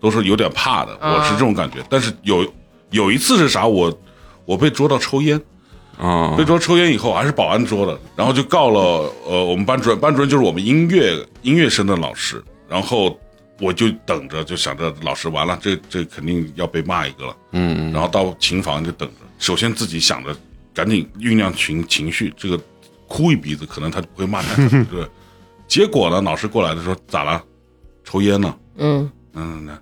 都是有点怕的，我是这种感觉。但是有有一次是啥，我我被捉到抽烟，
啊
被捉抽烟以后还是保安捉的，然后就告了呃我们班主任，班主任就是我们音乐音乐生的老师，然后我就等着，就想着老师完了，这这肯定要被骂一个了，嗯，然后到琴房就等着，首先自己想着赶紧酝酿情情绪，这个哭一鼻子，可能他就不会骂他，对。结果呢，老师过来的时候咋了？抽烟呢？
嗯，
嗯，那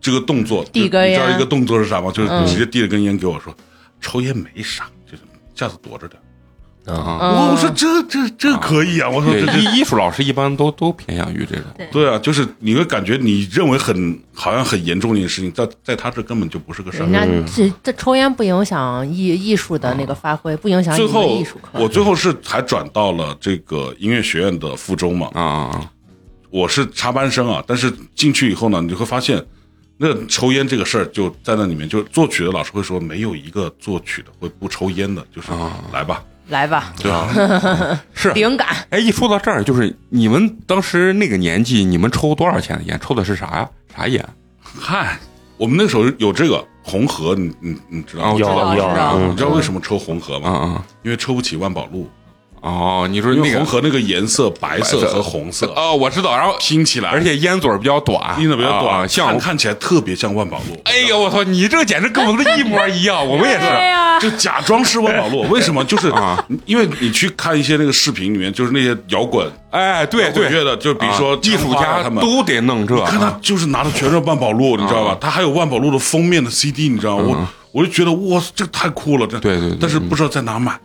这个动作，
递根
你知道
烟嗯
一个动作是啥吗？就是直接递了根烟给我说，抽烟没啥，就是下次躲着点。
啊，
我我说这这这可以啊！我说
对
这这
艺艺术老师一般都都偏向于这种，
对啊，就是你会感觉你认为很好像很严重的一件事情，在在他这根本就不是个事
人家
儿。
这这抽烟不影响艺艺术的那个发挥，不影响
最
你们
后
艺术课
我最后是还转到了这个音乐学院的附中嘛，
啊
我是插班生啊，但是进去以后呢，你就会发现，那抽烟这个事儿就在那里面，就是作曲的老师会说，没有一个作曲的会不抽烟的，就是来吧，
来吧，
对吧？
是。
灵感
哎，一说到这儿，就是你们当时那个年纪，你们抽多少钱的烟？抽的是啥呀？啥烟？
嗨，我们那时候有这个红河，你你你知道
哦
吗？
知道
有
知
有
道
道
你
嗯
知道为什么抽红河
啊
吗？
啊！
因为抽不起万宝路。
哦，你说
因
那
为
个
红河那个颜色，白色和红色
哦，我知道。然后
拼起来，
而且烟嘴儿比较短，
拼的比较
啊
短，
像
看看起来特别像万宝路。
哎呦，我操！你这简直跟我们的一模一样， 我们
哎
也是。
呀，
就假装是万宝路，为什么？就是
啊
因为你去看一些那个视频里面，就是那些摇滚
哎，对
摇滚乐
对，
的，就比如说
啊艺术
枪花啊
家
他们，
都啊得弄这
看他
啊
就是拿的全是万宝路，你知道吧？他还有万宝路的封面的 CD，你知道吗？我我就觉得哇，这个太酷了，这
嗯对对对嗯
但是不知道在哪买。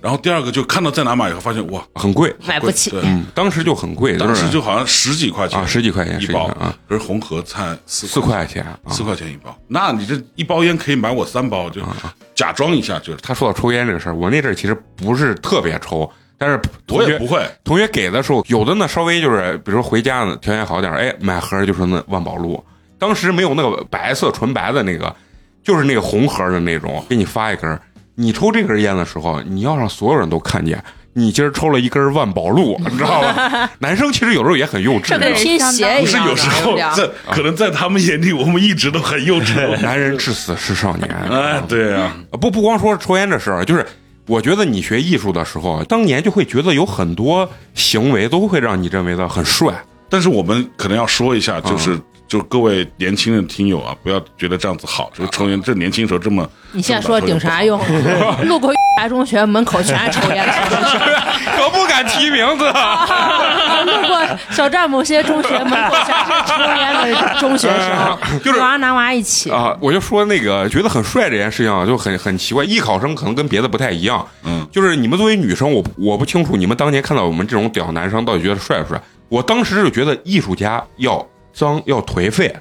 然后第二个就看到在哪买以后，发现哇，
很贵，
买不
贵
起
对，
嗯，当时就很贵，
当时
就是
就好像十几块钱
啊十几块钱
一
十几
包
块啊，
而红河菜四
四块钱啊。
四块钱一包，那你这一包烟可以买我三包，就
啊
假装一下，就是
他说到抽烟这个事儿，我那阵儿其实不是特别抽，但是同
我
学
也不会。
同学给的时候，有的呢稍微就是，比如说回家呢条件好点儿，哎，买盒儿就是那万宝路，当时没有那个白色纯白的那个，就是那个红盒儿的那种，给你发一根儿。你抽这根烟的时候，你要让所有人都看见，你今儿抽了一根万宝路， 你知道吧？男生其实有时候也很幼稚
这
的
跟，
拼
拼
鞋
鞋啊
一
不是
样
有时候在可能在他们眼里，我们一直都很幼 稚。
男人至死是少年。呃
哎，对啊，
不不光说抽烟这事儿，就是我觉得你学艺术的时候，当年就会觉得有很多行为都会让你认为的很帅。
但是我们可能要说一
嗯
下，就是就各位年轻的听友啊，不要觉得这样子好，就是抽烟，这年轻时候这么
你现在说顶啥 用？路过啥中学门口全是抽烟的，
可不敢提名字，
啊路过小站某些中学门口全是抽烟的中学生，
就是
娃男娃一起。
啊，我就说那个觉得很帅这件事情啊，就很很奇怪。艺考生可能跟别的不太一样，
嗯，
就是你们作为女生，我我不清楚你们当年看到我们这种屌男生到底觉得帅不帅。我当时就觉得艺术家要脏要颓废，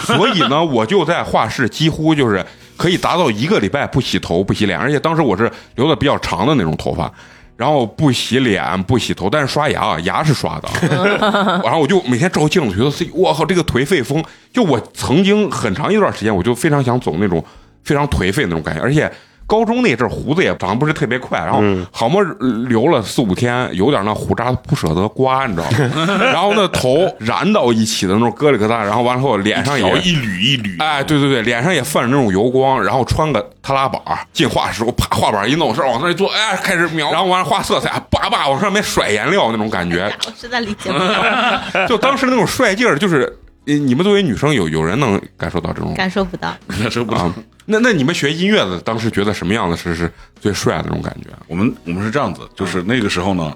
所以呢，我就在画室几乎就是可以达到一个礼拜不洗头不洗脸，而且当时我是留的比较长的那种头发。然后不洗脸不洗头，但是刷牙，啊牙是刷的。啊然后我就每天照镜子，觉得自己我靠这个颓废风。就我曾经很长一段时间，我就非常想走那种非常颓废那种感觉，而且高中那阵儿胡子也长得不是特别快，然后好么留了四五天，有点那胡渣不舍得刮，你知道吗？ 然后那头染到一起的那种疙里疙瘩，然后完了后脸上
条
也
一缕一缕，
哎，对对对，脸上也泛着那种油光，然后穿个踏拉板儿进画室，我啪画板一弄，我是往那儿一坐，哎，开始描，然后完了画色彩，叭叭往上面甩颜料那种感觉，
我哦实在理解不了，
就当时那种帅劲儿，就是呃你们作为女生有有人能感受到这种
感受不到。
那时候不
啊？那那你们学音乐的，当时觉得什么样的是是最帅的那种感觉？
我们我们是这样子，就是那个时候呢，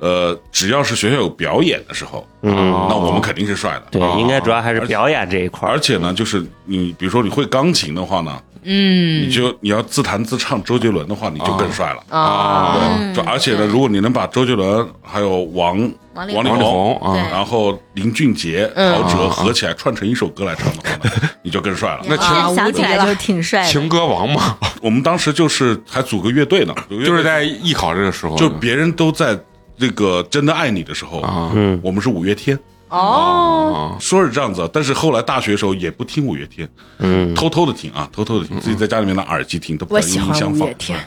呃，只要是学校有表演的时候，
嗯
哦
那我们肯定是帅的。
对，
啊
应该主要还是表演这一块
而
儿。
且呢，就是你比如说你会钢琴的话呢，
嗯哦
你就你要自弹自唱周杰伦的话，你就更帅了。
啊，
啊，
对，就而且呢，如果你能把周杰伦还有王
王力
力
王力宏啊，
对
然后林俊杰、
嗯
陶喆合起来串成一首歌来唱的话呢，你就更帅了。
那
现在想起来就挺帅的。
情歌王嘛，
我们当时就是还组个乐队呢，有乐队
就是在艺考这个时候，
就别人都在这个真的爱你的时候
啊，
嗯，
我们是五月天。
哦，
啊，
说是这样子啊，但是后来大学的时候也不听五月天，
嗯，
偷偷的听啊，偷偷的听，自己在家里面拿耳机听，都不
我
敢
喜
用音
欢
箱
五
放
月。天，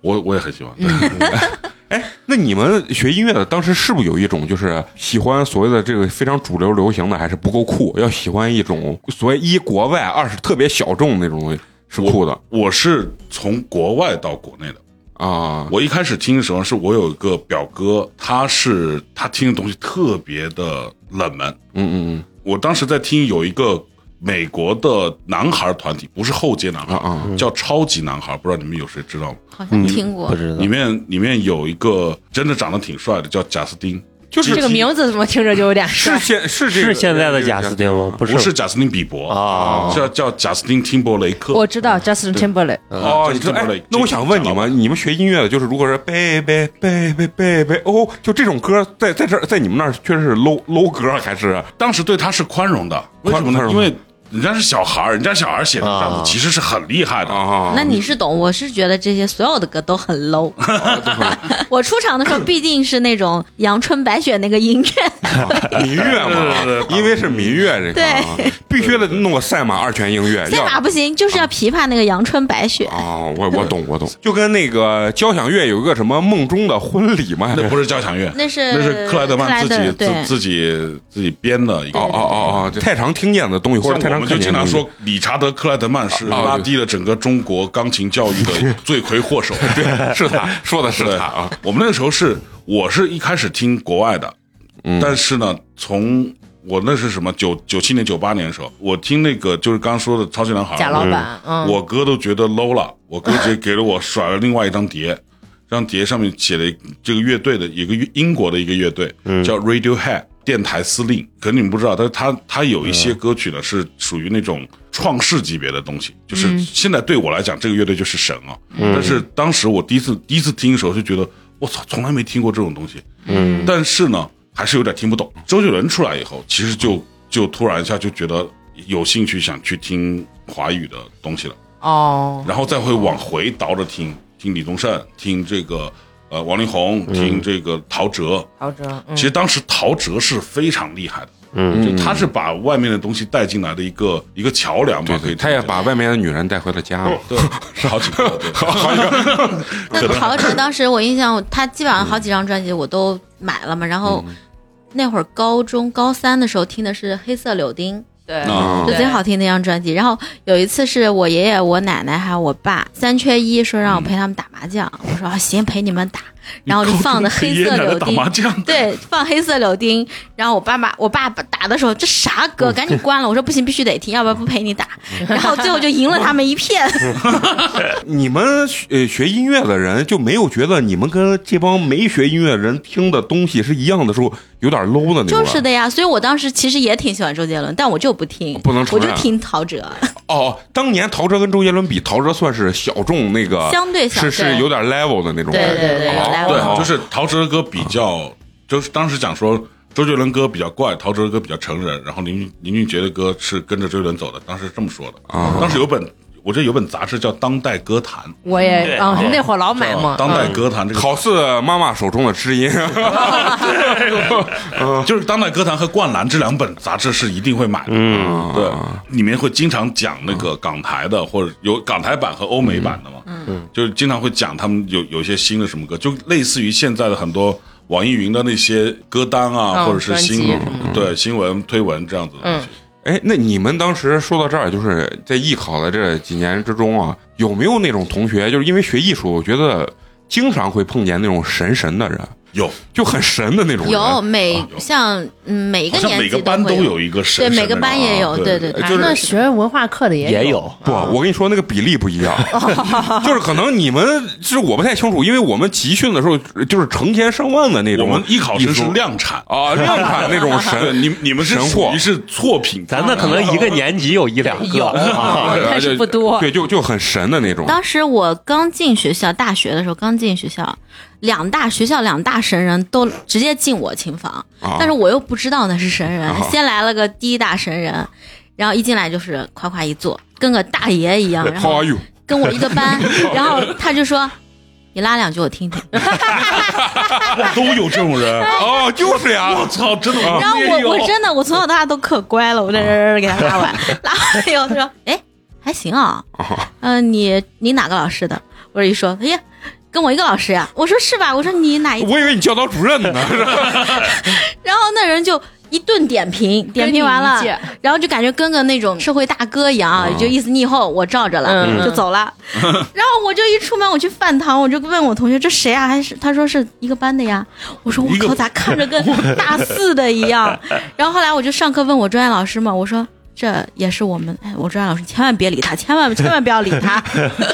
我我也很喜欢，对
哎，那你们学音乐的当时是不是有一种就是喜欢所谓的这个非常主流流行的，还是不够酷？要喜欢一种所谓一国外，二是特别小众那种东西是酷的
我是从国外到国内的。
啊
我一开始听的时候，是我有一个表哥，他是他听的东西特别的冷门。
嗯嗯
我当时在听有一个美国的男孩团体，不是后街男
嗯啊
孩，
啊
叫超级男孩，不知道你们有谁知道吗？
好
嗯
像听过
不，知道
里。面里面有一个真的长得挺帅的，叫贾斯汀，
就是
这个名字怎么听着就有点
是
帅？
现是这个
是现在的贾斯汀吗？不
不是贾斯汀比伯
啊
叫叫贾斯汀汀伯雷克。
我知道 Justin Timberlake，
哦，
嗯
你说
这么
哎
来，
那我想问你们，你们学音乐的，就是如果是贝贝贝贝贝贝哦，就这种歌在在这儿在你们那儿确实是 low low 歌还是
当时对他是宽容的，为
宽
什么
宽容
呢？因为人家是小孩儿，人家小孩儿写的这样子
啊
其实是很厉害的。
啊？
那你是懂，我是觉得这些所有的歌都很 low。我
哦
出场的时候必定是那种《阳春白雪》那个音乐，
民乐
对对
嘛，
对
因为是民乐这个啊，必须得弄个赛马二泉映月，
赛
要啊
马不行，就是要琵琶那个《阳春白雪》。
哦，我我懂我懂，就跟那个交响乐有一个什么梦中的婚礼嘛，还
那
是
不是交响乐，
那是
那是克莱德曼自
克莱
己
德对
自自己自己编的一个。啊
哦哦哦哦，这太常听见的东西，或
像
者太
我
常
们
看
就
见
经
的
常
东西
说，理查德·克莱德曼是
啊
拉低了整个中国钢琴教育的罪魁祸首。
对， 是他说的是
对
他啊，
我们那时候是，我是一开始听国外的，
嗯
但是呢，从我那是什么九九七年、九八年的时候，我听那个就是刚刚说的《超级男孩》，
贾老板，嗯，
我哥都觉得 low 了，我哥直接给了我甩了另外一张碟，这张碟上面写了一这个乐队的一个乐英国的一个乐队、叫 Radiohead 电台司令，可能你们不知道，但是他他有一些歌曲呢是属于那种创世级别的东
嗯
西，就是现在对我来讲这个乐队就是神啊，但是当时我第一次第一次听的时候就觉得我操，从来没听过这种东西，嗯，但是呢还是有点听不懂。周杰伦出来以后，其实就就突然一下就觉得。有兴趣想去听华语的东西了，
哦，
然后再会往回倒着听，听李宗盛，听这个呃王力宏，听这个陶喆。
陶喆，嗯
其实当时陶喆是非常厉害的，嗯，就他是把外面的东西带进来的一个一个桥梁嘛，
对
可以
对，
这么
他也
讲
把外面的女人带回了家嘛。
对，是好几个，对好几个，
那陶喆当时我印象，他基本上好几张专辑我都买了嘛。然后
嗯
那会儿高中高三的时候听的是《黑色柳丁》，
对，
啊
嗯
就
对
贼好听那张专辑。然后有一次是我爷爷、我奶奶还有我爸三缺一，说让我陪他们打 麻将。我说啊行，陪你们打。然后就放的《黑色柳
打
丁
麻》，将，
对，放《黑色柳丁》。然后我爸妈，我爸打的时候，这啥
嗯
歌？赶紧关了！我说不行，必须得听，要不然不陪 你打。然后最后就赢了他们一片。
你们学呃学音乐的人就没有觉得你们跟这帮没学音乐的人听的东西是一样的时候有点 low 的那种
就
啊？
是的呀，所以我当时其实也挺喜欢周杰伦，但我就不听，
不能
我
承
啊
就
认
听陶喆，
哦，当年陶喆跟周杰伦比，陶喆算是小众那个，
相对小
是是
对
有点 level 的那种
对
感觉。
对对有
哦
level
哦
对，就是陶喆的歌比
嗯
较，就是当时讲说周杰伦歌比较怪，陶喆的歌比较成人，然后林林俊杰的歌是跟着周杰伦走的，当时这么说的。
啊
当时有本，我记得有本杂志叫《当代歌坛》，
我也
对
嗯
对
那会儿老买
叫
嘛
《当代
嗯
歌坛》这个
好似妈妈手中的知音，
就是《当代歌坛》和《灌篮》这两本杂志是一定会买的，嗯，对，里面会经常讲那个港台的，或者有港台版和欧美版的嘛，嗯，就是经常会讲他们有有一些新的什么歌，就类似于现在的很多网易云的那些歌单啊，
哦
嗯
或者是新闻
专辑
嗯
什
对新闻推文这样子的东西。
哎，那你们当时说到这儿，就是在艺考的这几年之中啊，有没有那种同学，就是因为学艺术，我觉得经常会碰见那种神神的人，
有，
就很神的那种人，
有每
啊有
像嗯每一
好
个
像
年
每
级
个班
会
都有一个神神
对
的人啊，
每个班也有，对
对哎
对
呃就是
那学文化课的也
也有
有，
不，
啊
我跟你说那个比例不一 样，就是可能你们是我不太清楚，因为我们集训的时候就是成千上万的那
我
种，
们艺考生是
艺术
量产，
啊量产那种
啊
对，
神，
你你们是
神
属
货
于是错品，
咱那可能一个年级有一两个，
有
啊
但是不多。
对，就就很神的那种。
当时我刚进学校，大学的时候刚进学校，两大学校两大神人都直接进我琴房，
啊
但是我又不知道那是神人，
啊
先来了个第一大神人，然后一进来就是夸夸一坐，跟个大 爷一样，然后
How are you？
跟我一个班，然后他就说。你拉两句我听听，
都有这种人。
哦，就是呀
我，操， 真的！
然后
也有
我我真的我从小到大都可乖了，我这这给他拉完，拉完以后他说，哎，还行啊，嗯、你你哪个老师的？我一说，哎呀，跟我一个老师呀、我说是吧？我说你哪一届？
我以为你教导主任 呢。
然后那人就一顿点评，点评完了，然后就感觉跟个那种社会大哥一样啊，就意思你以后我罩着了，
嗯
就走了。 然后我就一出门，我去饭堂，我就问我同学这谁啊？还是他说是一个班的呀。我说我
一个
靠，咋看着跟大四的一样？ 然后后来我就上课问我专业老师嘛，我说。这也是我们，哎，我专业老师千万别理他，千万千万不要理他，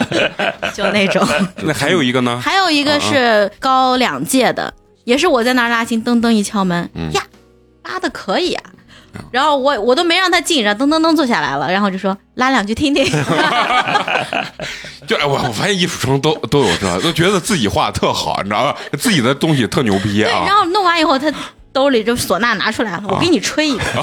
就那种。
那还有一个呢，
还有一个是高两届的，也是我在那儿拉琴，噔噔一敲门，呀，拉的可以啊。然后我我都没让他进，然后噔噔噔坐下来了，然后就说拉两句听听。
就哎我我发现艺术生都都有这，都觉得自己画得特好，你知道吧？自己的东西特牛逼
对，
啊
然，后弄完以后，他兜里就唢呐拿出来了，我给你吹一个，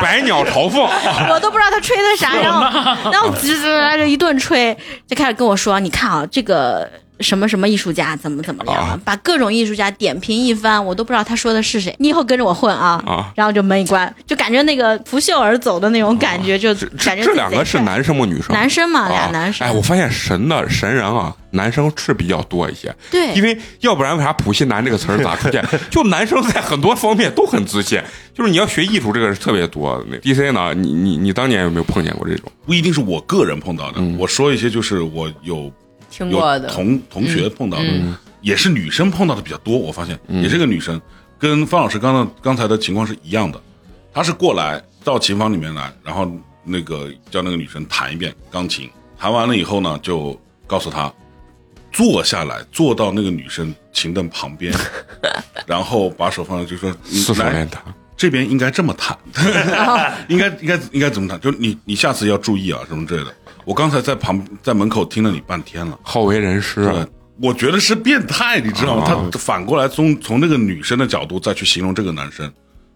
百鸟朝凤。
我都不知道他吹的啥，然后 然后吱吱吱就一顿吹，就开始跟我说，你看啊，这个什么什么艺术家怎么怎么样，
啊
把各种艺术家点评一番，我都不知道他说的是谁，你以后跟着我混啊，
啊
然后就门一关，就感觉那个拂袖而走的那种感觉，就感觉
啊这两个是
自己在
男生吗？女生？
男生嘛，
啊
俩男生，
哎，我发现神的神人啊，男生是比较多一些，
对
因为要不然为啥“普信男”这个词儿咋出 现？就男生在很多方面都很自信，就是你要学艺术这个是特别多的。那 D C 呢？你你你当年有没有碰见过这种？
不一定是我个人碰到的，我说一些就是我有
听过
有
的，嗯
同同学碰到的，也是女生碰到的比较多。我发现、也是个女生，跟方老师刚刚刚才的情况是一样的，她是过来到琴房里面来，然后那个叫那个女生弹一遍钢琴，弹完了以后呢，就告诉她坐下来，坐到那个女生琴凳旁边，然后把手放上去说：“你
四手
来
联弹，
这边应该这么弹，应该应该应该怎么弹？就你你下次要注意啊，什么之类的。我刚才在旁在门口听了你半天了，
好为人师啊
对，我觉得是变态，你知道吗？
啊
他反过来从从那个女生的角度再去形容这个男生，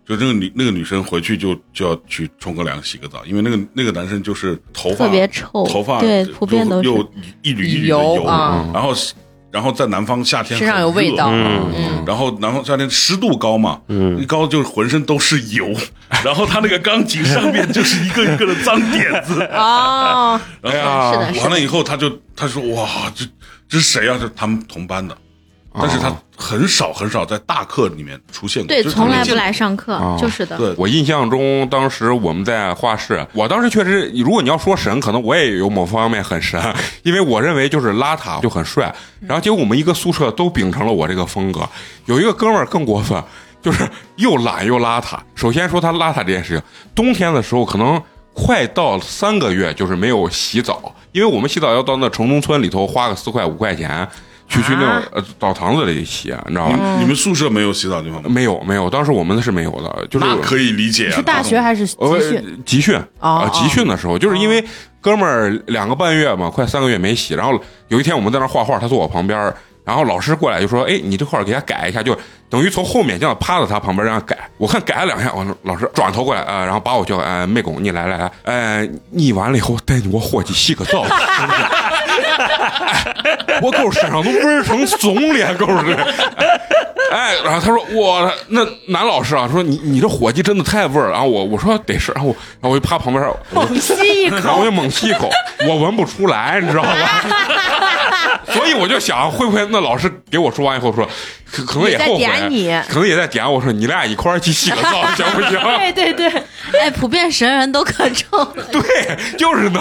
就这个女那个女生回去就就要去冲个凉、洗个澡，因为那个那个男生就是头发
特别臭
头发
对
就
普遍都是
又一缕一缕的
油
油，
啊
然后。然后在南方夏天
身上有
很热
味道
嗯
嗯
然后南方夏天湿度高嘛，嗯，高就是浑身都是油，然后他那个钢琴上面就是一个一个的脏点子，
哦，
哎
呀
是的，是
完
的，
了以后他就他说哇，这这是谁啊？这他们同班的，但是他
啊很
很少很少在大课里面出现过，
对，
就是
从
没
来不
见过
来上课
哦，
就是的，
对
我印象中，当时我们在画室，我当时确实，如果你要说神，可能我也有某方面很神，因为我认为就是邋遢就很帅。然后结果我们一个宿舍都秉承了我这个风格，有一个哥们儿更过分，就是又懒又邋遢。首先说他邋遢这件事情，冬天的时候可能快到三个月就是没有洗澡，因为我们洗澡要到那城中村里头花个四块五块钱去去那种、
啊
呃澡堂子里洗，你知道
你
吧？
们你们宿舍没有洗澡地方吗？
哦没有没有，当时我们是没有的，就是
那可以理解、啊。
是大学还是集
呃
训？，
集训啊
哦，
集训的时候，就是因为哥们儿两个半月嘛，快三个月没洗，然后有一天我们在那儿画画，他坐我旁边儿，然后老师过来就说：“哎，你这块儿给他改一下。”就等于从后面这样趴在他旁边这样改。我看改了两下，我说老师转头过来啊、呃然后把我叫：“哎、妹拱，你来来来，哎，你完了以后带你给我伙计洗个澡。” 哎我狗身上都味儿成怂了，狗是。哎，然后他说我那男老师啊，说你你这伙计真的太味儿了。然后我我说得是，然后我然后我就趴旁边，我就
猛吸 一
然后我
口
就猛吸一口，我闻不出来，你知道吧？ 所以我就想，会不会那老师给我说完以后说，可可能也
也在
后悔
点你，
可能也在点我说你俩一块儿去洗个澡行不行？
对对对，
哎，普遍神人都可臭了，
对，就是呢。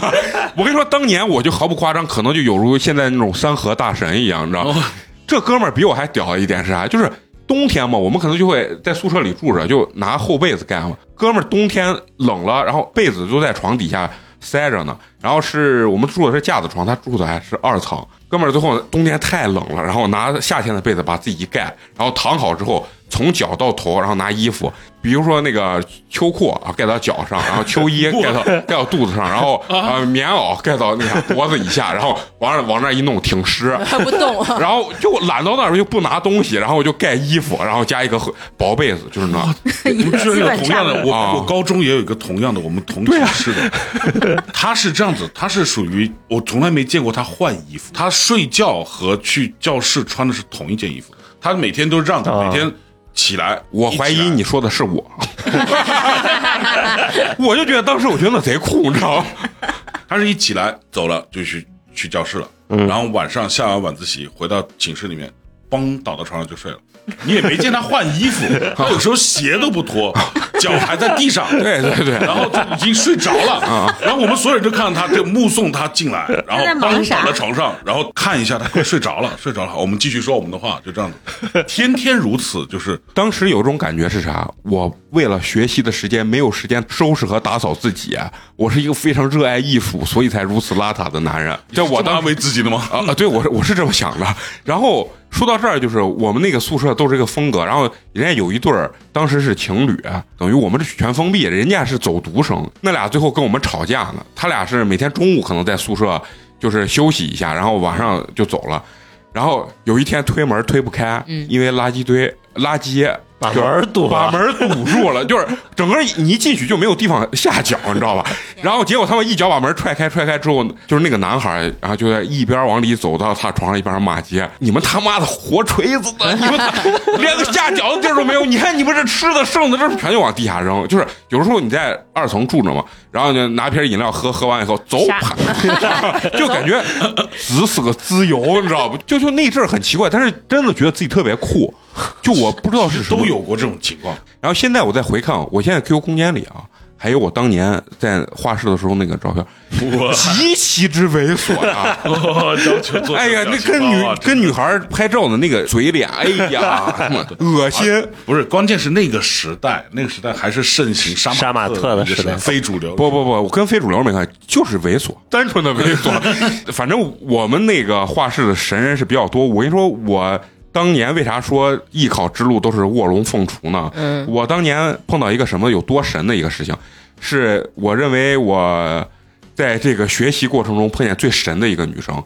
我跟你说，当年我就毫不夸张，可能就有如现在那种三和大神一样，你知道吗？这哥们儿比我还屌一点是啥？就是冬天嘛，我们可能就会在宿舍里住着，就拿厚被子盖嘛。哥们儿冬天冷了，然后被子就在床底下塞着呢。然后是我们住的是架子床，他住的还是二层。哥们儿最后冬天太冷了，然后拿夏天的被子把自己一盖，然后躺好之后从脚到头，然后拿衣服，比如说那个秋裤啊盖到脚上，然后秋衣 盖到盖到肚子上，然后啊、呃棉袄盖到那啥脖子以下，然后往那往那一弄挺湿，
还不动。
然后就懒到那儿就不拿东西，然后我就盖衣服，然后加一个厚薄被子，就是那。
你们居然 有同样
基
的，
本
我、
啊
我高中也有一个同样的，我们同寝室的，
啊
他是这样子，他是属于我从来没见过他换衣服，他睡觉和去教室穿的是同一件衣服，他每天都让着，
啊
每天起来，
我怀
一起
疑
来
你说的是我， 我就觉得当时我觉得那贼酷，你知道吗？
他是一起来走了就去去教室了，
嗯
然后晚上下完晚自习回到寝室里面，嘣倒到床上就睡了。你也没见他换衣 服，他有时候鞋都不脱，脚还在地上，
对对对，
然后就已经睡着了啊。然后我们所有人就看到他，就目送他进来，然后
他在忙
刚
啥
倒在床上，然后看一下他快睡着了，睡着了。我们继续说我们的话，就这样子，天天如此，就是
当时有种感觉是啥？我为了学习的时间没有时间收拾和打扫自己，啊我是一个非常热爱艺术，所以才如此邋遢的男人。这我
这么
当
安慰自己的吗？
啊啊，对 我是我是这么想的。然后说到这儿，就是我们那个宿舍都是这个风格，然后人家有一对儿当时是情侣，等于我们是全封闭，人家是走读生，那俩最后跟我们吵架呢。他俩是每天中午可能在宿舍就是休息一下，然后晚上就走了。然后有一天推门推不开，因为垃圾堆垃圾
把
就是
门堵了
把门堵住了，就是整个你一进去就没有地方下脚，你知道吧？然后结果他们一脚把门踹开，踹开之后，就是那个男孩儿，然后就在一边往里走到他床上，一边骂街：“你们他妈的活锤子的，你们连个下脚的地儿都没有！你看你们这吃的剩的，这全就往地下扔。就是有时候你在二层住着嘛，然后呢拿瓶饮料喝，喝完以后走，
啥
啪 就感觉死死个滋油，你知道不？就就那阵儿很奇怪，但是真的觉得自己特别酷。就我不知道是什么
都有过这种情 况，
然后现在我再回看，啊我现在 QQ 空间里啊，还有我当年在画室的时候那个照片，
我
极其之猥琐啊！
要求做
哎 呀，那跟女跟女孩拍照的那个嘴脸，哎呀，他妈恶心！
不是，关键是那个时代，那个时代还是盛行杀
杀马特的
时
时代
非主流。
不不不，我跟非主流没关系，就是猥琐， 单纯的猥琐。反正我们那个画室的神人是比较多。我跟你说，我当年为啥说艺考之路都是卧龙凤雏呢？
嗯，
我当年碰到一个什么有多神的一个事情，是我认为我在这个学习过程中碰见最神的一个女生。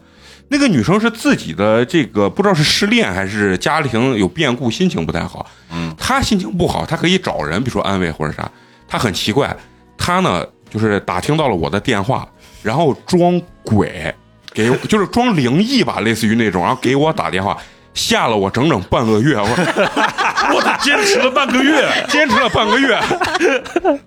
那个女生是自己的这个不知道是失恋还是家庭有变故，心情不太好。
嗯，
她心情不好，她可以找人，比如说安慰或者啥。她很奇怪，她呢就是打听到了我的电话，然后装鬼，给我就是装灵异吧，类似于那种，然后给我打电话，吓了我整整半个月，我
我他坚持了半个月，
坚持了半个月。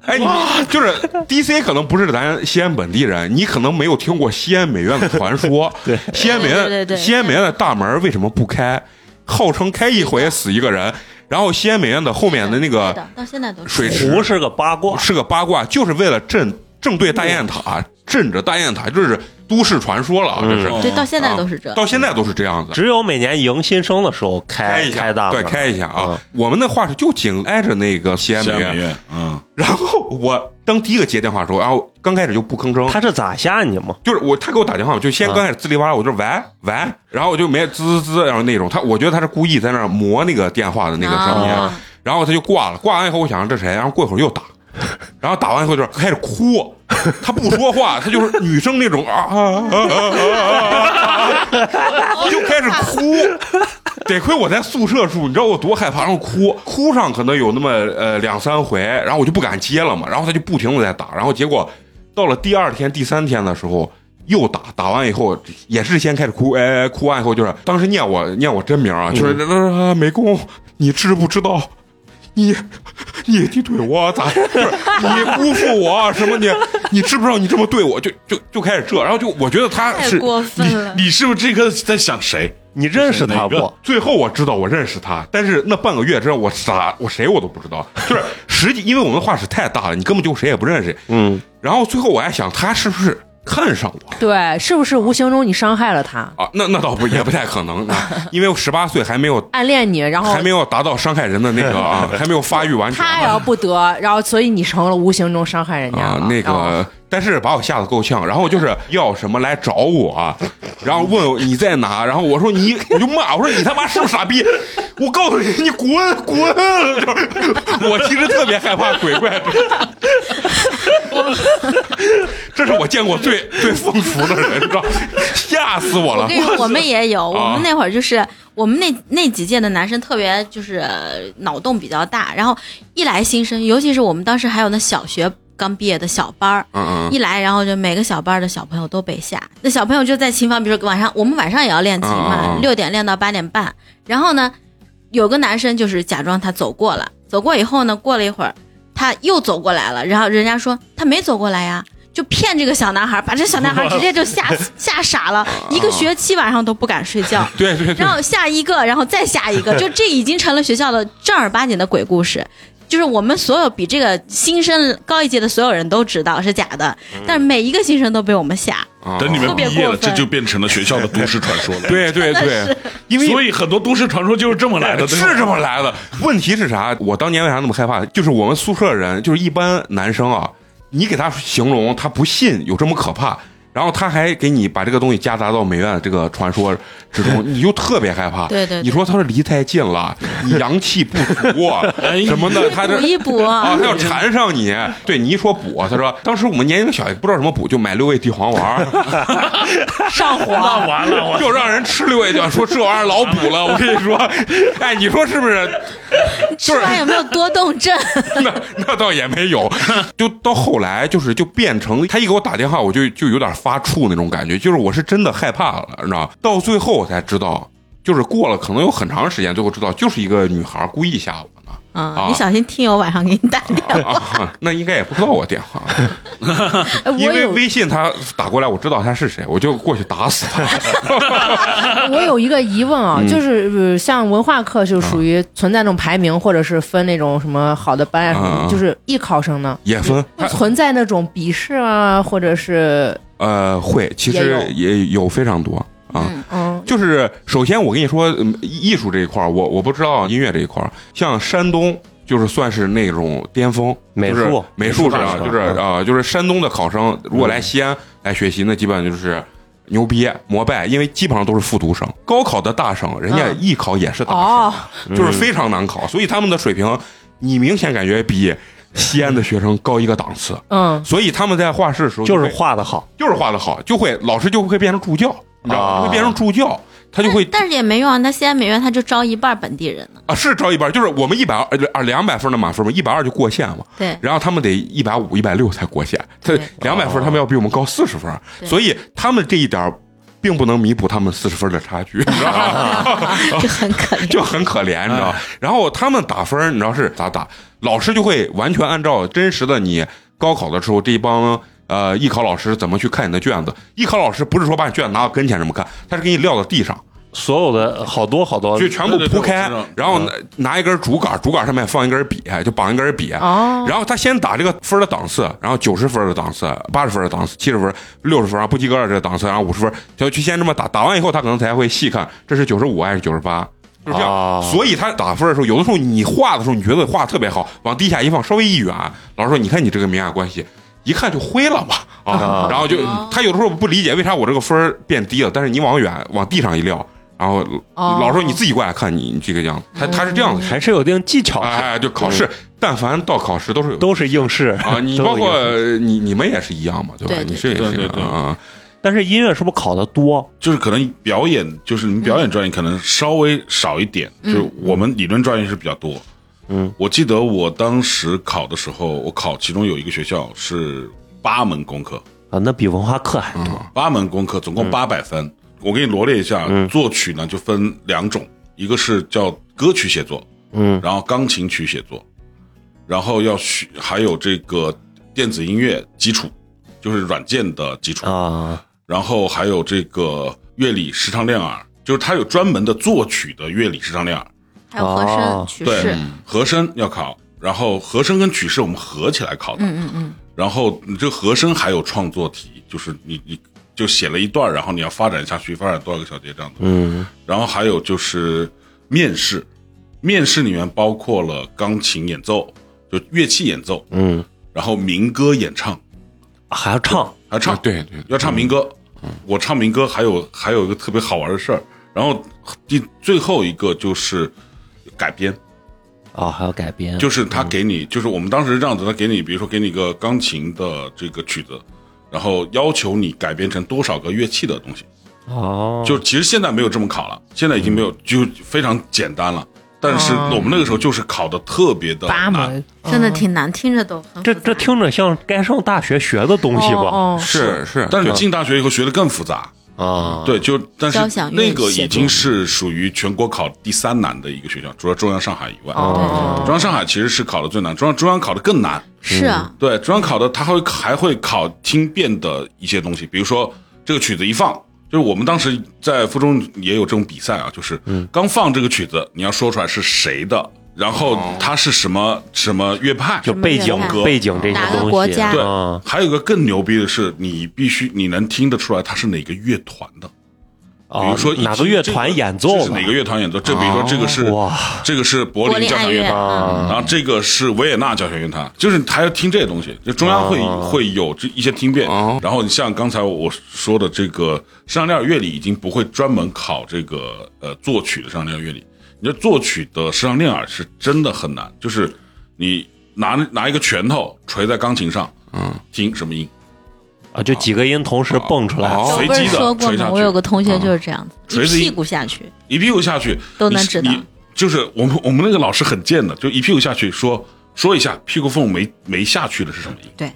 哎，你就是 DC 可能不是咱西安本地人，你可能没有听过西安美院的传说。对，西安美院，
对对对对
西安美院的大门为什么不开？号称开一回死一个人，然后西安美院的后面的那
是
个
的到现在都是
水池
胡是个八卦，嗯
是个八卦，就是为了镇正对大雁塔，镇着大雁塔，这是都市传说了啊，这是。
嗯
对，到现在都是这
啊。到现在都是这样子。
只有每年迎新生的时候开
一下，
大
对，
门，嗯
开一下啊！我们那画室就紧挨着那个西安美
西安
院
美，院，嗯，
然后我当第一个接电话的时候，然后刚开始就不吭声
嗯。，他是咋吓你嘛？
就是我，他给我打电话，我就先刚开始滋里哇啦，我就喂喂，然后我就没滋滋滋，然后那种他，我觉得他是故意在那儿磨那个电话的那个声音，
啊
然后他就挂了。挂完以后，我想这谁？然后过一会儿又打，然后打完以后就是开始哭，他不说话，他就是女生那种啊啊啊啊啊，就开始哭。 得亏我在宿舍住，你知道我多害怕，然后哭，哭上可能有那么呃两三回，然后我就不敢接了嘛，然后他就不停的在打，然后结果到了第二天、第三天的时候。又打，打完以后也是先开始哭，哎，哭完以后就是当时念我念我真名啊，就是、呃、美工，你知不知道？你你你对我咋？不是你辜负我啊什么你？你知不知道你这么对我就就就开始这，然后就我觉得他
太
是
过分了，
你是不是这个在想谁？
你认识他
哪个
不？
最后我知道我认识他，但是那半个月之后我啥我谁我都不知 道，就是实际因为我们画室太大了，你根本就谁也不认识。
嗯，
然后最后我还想他是不是看上我
对，是不是无形中你伤害了他，
啊？那那倒不也不太可能， 啊、因为我十八岁还没有
暗恋你，然后
还没有达到伤害人的那个 啊，还没有发育完全
他要不得，然后所以你成了无形中伤害人家
啊
了。哦
那
然后
个，但是把我吓得够呛。然后就是要什么来找我啊，然后问我你在哪，然后我说你，我就骂我说你他妈是不是傻逼？我告诉你，你滚滚！就是我其实特别害怕鬼怪，这是我见过最最风俗的人，你知道，吓死我了
我跟你说，我们也有，
啊
我们那会儿就是我们那那几届的男生特别就是呃脑洞比较大，然后一来新生，尤其是我们当时还有那小学刚毕业的小班儿。
嗯嗯
一来，然后就每个小班儿的小朋友都被吓。那小朋友就在琴房，比如说晚上，我们晚上也要练琴
嗯嗯
嘛，
嗯
六点练到八点半。然后呢，有个男生就是假装他走过了，走过以后呢，过了一会儿他又走过来了，然后人家说他没走过来呀，就骗这个小男孩儿，把这小男孩儿直接就吓 吓傻了，一个学期晚上都不敢睡觉。
啊对对对
然，后下一个，然后再下一个，就这已经成了学校的正儿八经的鬼故事。就是我们所有比这个新生高一届的所有人都知道是假的，
嗯
但是每一个新生都被我们吓。
啊
等你们
特
毕
别
业了，
过分
这就变成了学校的都市传说了。，
对对对，因为
所以很多都市传说就是这么来的，对吧
是这么来的。问题是啥？我当年为啥那么害怕？就是我们宿舍人，就是一般男生啊，你给他形容，他不信有这么可怕，然后他还给你把这个东西夹杂到美院这个传说之中，你就特别害怕。
对对对
你说他说离太近了，你阳气不足 啊
哎
什么的，他这
补一补，
啊，他要缠上你。对你一说补，他说当时我们年龄小，也不知道什么补，就买六味地黄丸儿，
上火，
那完 了，我
就让人吃六味地黄，说这玩意儿老补了。我跟你说，哎，你说是不是？
吃完有没有多动 症？
那那倒也没有，就到后来就是就变成他一给我打电话，我就就有点发怵那种感觉，就是我是真的害怕了，你知道吗？到最后我才知道，就是过了可能有很长时间，最后知道就是一个女孩故意吓我呢。
啊，你小心听友晚上给你打电话。
啊，那应该也不知道我电话，
哎我
因为
有
微信他打过来，我知道他是谁，我就过去打死他。
我有一个疑问
嗯
啊，就是呃像文化课就属于存在那种排名，或者是分那种什么好的班啊什
嗯嗯
么，就是艺考生呢，
也分
会存在那种鄙视啊，或者是
呃会，其实也有非常多啊。
嗯
嗯，
就是首先我跟你说，嗯艺术这一块儿，我我不知道音乐这一块儿，像山东就是算是那种巅峰，
美
就是
术
美术是啊
美，术大师嗯
就是啊、呃就是山东的考生如果来西安来学习，那基本就是。牛逼膜拜，因为基本上都是复读生，高考的大生，人家
嗯
艺考也是大生，
哦，
就是非常难
嗯
考，所以他们的水平，你明显感觉比西安的学生高一个档次，
嗯，
所以他们在画室的时候
就是
会
画的好，
就是画的好，就会老师就会变成助教，你知道吗？
啊
会变成助教，他就会
但是也没用啊，那西安美院他就招一半本地人呢。
啊，是招一半，就是我们一百二啊两百分的满分嘛，一百二就过线嘛，
对，
然后他们得一百五、一百六才过线，他
对
两百分，他们要比我们高四十分，
对
所以他们这一点儿并不能弥补他们四十分的差距，你知道 吗？
就很可怜。
就很可怜，你知道。
哎
然后他们打分儿，你知道是咋打？老师就会完全按照真实的你高考的时候，这帮呃艺考老师怎么去看你的卷子。艺考老师不是说把你卷子拿到跟前这么看，他是给你撂到地上，
所有的好多好多
就全部
对对哦对
铺开
我知道，
然后拿拿一根竹竿，竹竿上面放一根笔，就绑一根笔。
哦
然后他先打这个分儿的档次，然后九十分儿的档次，八十分儿的档次，七十分儿、六十分儿啊不及格的这个档次，然后五十分儿，他就去先这么打，打完以后他可能才会细看这是九十五还是九十八，就是这样。
哦
啊
所以他打分儿的时候，有的时候你画的时候你觉得画得特别好，往地下一放稍微一远，啊老师说你看你这个明暗关系。一看就灰了吧啊
啊，
然后就
哦
他有的时候不理解为啥我这个分儿变低了，但是你往远往地上一撂，然后
哦
老师说你自己过来看你你这个样子，他他是这样子，
还是有一定技 巧的，
哎，就考试，但凡到考试都是有
都是应试
啊，你
都有
包括
应试
你你们也是一样嘛，对吧
对？对
你是也是
对对
一
对
样啊，
但是音乐是不是考的多？
就是可能表演，就是你表演专业可能稍微少一点，
嗯
就是我们理论专业是比较多。
嗯，
我记得我当时考的时候，我考其中有一个学校是八门功课，
啊，那比文化课还多。
八门功课总共八百分。我给你罗列一下，作曲呢就分两种，一个是叫歌曲写作，
嗯，
然后钢琴曲写作，然后要学还有这个电子音乐基础，就是软件的基础
啊，
然后还有这个乐理视唱练耳，就是它有专门的作曲的乐理视唱练耳，
还有和声
哦
曲
对
式，，
和声要考，然后和声跟曲式我们合起来考的，
嗯嗯嗯，
然后你这和声还有创作题，就是你你就写了一段，然后你要发展下去，发展多少个小节这样子，
嗯，
然后还有就是面试，面试里面包括了钢琴演奏，就乐器演奏，
嗯，
然后民歌演唱，
还要唱，
还唱
啊对对，
要唱民歌。我唱民歌还有还有一个特别好玩的事儿，然后第最后一个就是改编，
哦，还要改编，
就是他给你，就是我们当时这样子，他给你，比如说给你一个钢琴的这个曲子，然后要求你改编成多少个乐器的东西。
哦，
就其实现在没有这么考了，现在已经没有，就非常简单了。但是
哦
我们那个时候就是考的特别的
八
难，
门，
真的挺难，听着都很
这
复杂
这听着像该上大学学的东西吧？
哦哦
是是，哦
但是进大学以后学的更复杂。
哦
啊，
对，就但是
交响乐
那个
写
已
作
经是属于全国考第三难的一个学校，除了中央上海以外，
哦
中央上海其实是考的最难，中央中央考的更难。
是啊，
对，中央考的他会还会考听辨的一些东西，比如说这个曲子一放，就是我们当时在附中也有这种比赛啊，就是
嗯
刚放这个曲子，你要说出来是谁的，然后它是什么什么乐派，
就背景
什么乐派
背景这些
哪
东
个
西，
国家
对
啊，，
还有一个更牛逼的是，你必须你能听得出来它是哪个乐团的。
啊
比如说以及
哪个乐团演奏啊
这
了
是哪个乐团演奏？这比如说这个是
哇
这个是柏
柏
林
林
交
爱
响乐
乐，
啊
团，
嗯
然后这个是维也纳交响乐团，就是还要听这些东西。就中央会会有这一些听辨
哦，
然后你像刚才我说的这个上料乐理已经不会专门考这个呃作曲的上料乐理，你这作曲的视唱练耳是真的很难，就是你拿拿一个拳头捶在钢琴上，嗯，听什么音，
啊，就几个音同时蹦出来，
哦
随
不是
机的
说过
垂下
吗？
去
我有个同学就是这样子，
垂
一
直一
屁股下去，
一屁股下去
都能
你
知道
你就是我们我们那个老师很贱的，就一屁股下去说说一下屁股缝没没下去的是什么音，
对，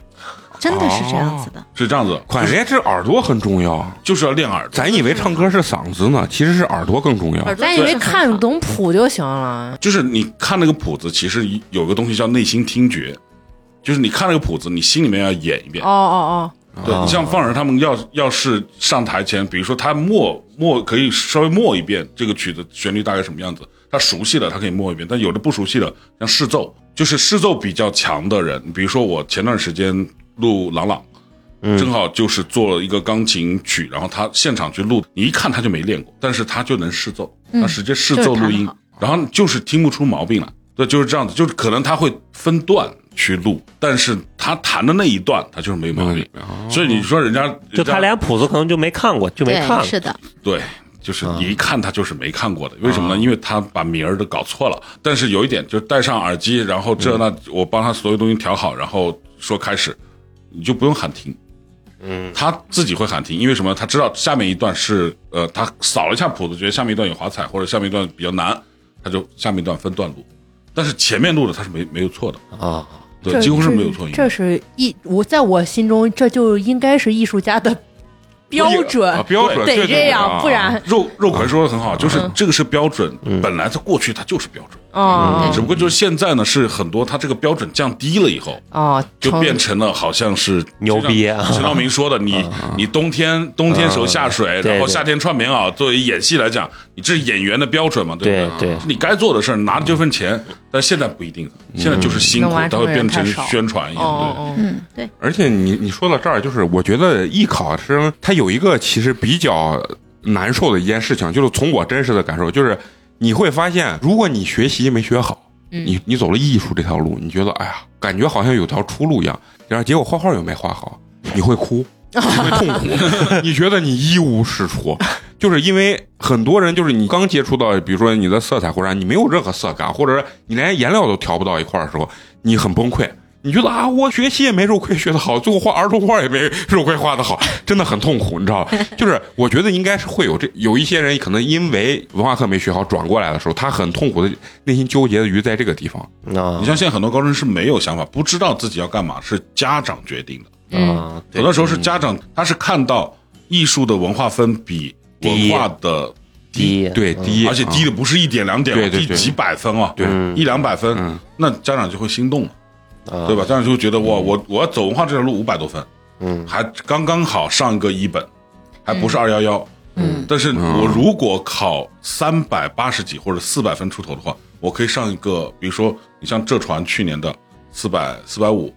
真的是这样子的。
是这样子，
管人家这耳朵很重要，
就是要练耳朵。
咱以为唱歌是嗓子呢，其实是耳朵更重要。
耳朵
咱以为看懂谱就行了，
就是你看那个谱子，其实有个东西叫内心听觉，就是你看那个谱子，你心里面要演一遍
哦。哦
对你像放人他们要要是上台前，比如说他默默可以稍微默一遍这个曲子旋律大概什么样子，他熟悉了他可以默一遍，但有的不熟悉的，像试奏，就是试奏比较强的人，比如说我前段时间录朗朗，
嗯
正好就是做了一个钢琴曲，然后他现场去录，你一看他就没练过，但是他就能试奏，他直接试奏录
嗯就是弹
音
得好，
然后就是听不出毛病来。对，就是这样子，就是可能他会分段去录，但是他弹的那一段他就是没毛病。所以你说人家，
哦就他
人家
连谱子可能就没看过，就没看
对，
过
是的，
对，就是
啊
你一看他就是没看过的，为什么呢？因为他把名儿都搞错了。但是有一点，就是戴上耳机，然后这那我帮他所有东西调好，然后说开始，你就不用喊停。嗯，他自己会喊停，因为什么？他知道下面一段是呃，他扫了一下谱子，觉得下面一段有华彩，或者下面一段比较难，他就下面一段分段录。但是前面录的他是没没有错的，
啊。
对，几乎是没有错音的。
这是艺，我在我心中这就应该是艺术家的标准
啊，标准嗯
得
对对
这
对
样，
啊嗯
不然
肉肉葵说的很好，就是这个是标准，本来它过去它就是标准，
哦
只不过就是现在呢是很多它这个标准降低了以后，
哦，
就
成
变成了好像是
牛逼啊
陈道明说的，你
嗯
你冬天冬天时候下水，
嗯对
然后
对
夏天穿棉袄，作为演戏来讲，你这是演员的标准嘛，对不
对嗯对
是你该做的事儿，拿这份钱，但现在不一定，现在就是辛
嗯
苦
弄完，
它会变成
成本太少
宣传一
哦
样。
哦
对
哦，
嗯，对，
而且你你说到这儿，就是我觉得艺考生他有一个其实比较难受的一件事情，就是从我真实的感受，就是你会发现，如果你学习没学好，你你走了艺术这条路，你觉得哎呀，感觉好像有条出路一样，然后结果画画又没画好，你会哭，你会痛苦，你觉得你一无是处。就是因为很多人，就是你刚接触到，比如说你的色彩，或者你没有任何色感，或者你连颜料都调不到一块儿的时候，你很崩溃。你觉得啊，我学习也没肉葵学得好，最后画儿童画也没肉葵画得好，真的很痛苦，你知道吧？ 就是我觉得应该是会有这有一些人可能因为文化课没学好转过来的时候，他很痛苦的内心纠结的于在这个地方。
啊
你像现在很多高中生是没有想法，不知道自己要干嘛，是家长决定的。
啊，对
有的时候是家长，他是看到艺术的文化分比文
低
化的
低
对，第一，
而且低
啊
的不是一点两点，
对对
低
对
几百分啊，
对
一两百分
嗯，
那家长就会心动了，
啊
对吧？家长就会觉得哇，我我要走文化这条路五百多分，嗯，还刚刚好上一个一本，还不是二幺幺，嗯，但是我如果考三百八十几或者四百分出头的话，我可以上一个，比如说你像浙传去年的四百四百五，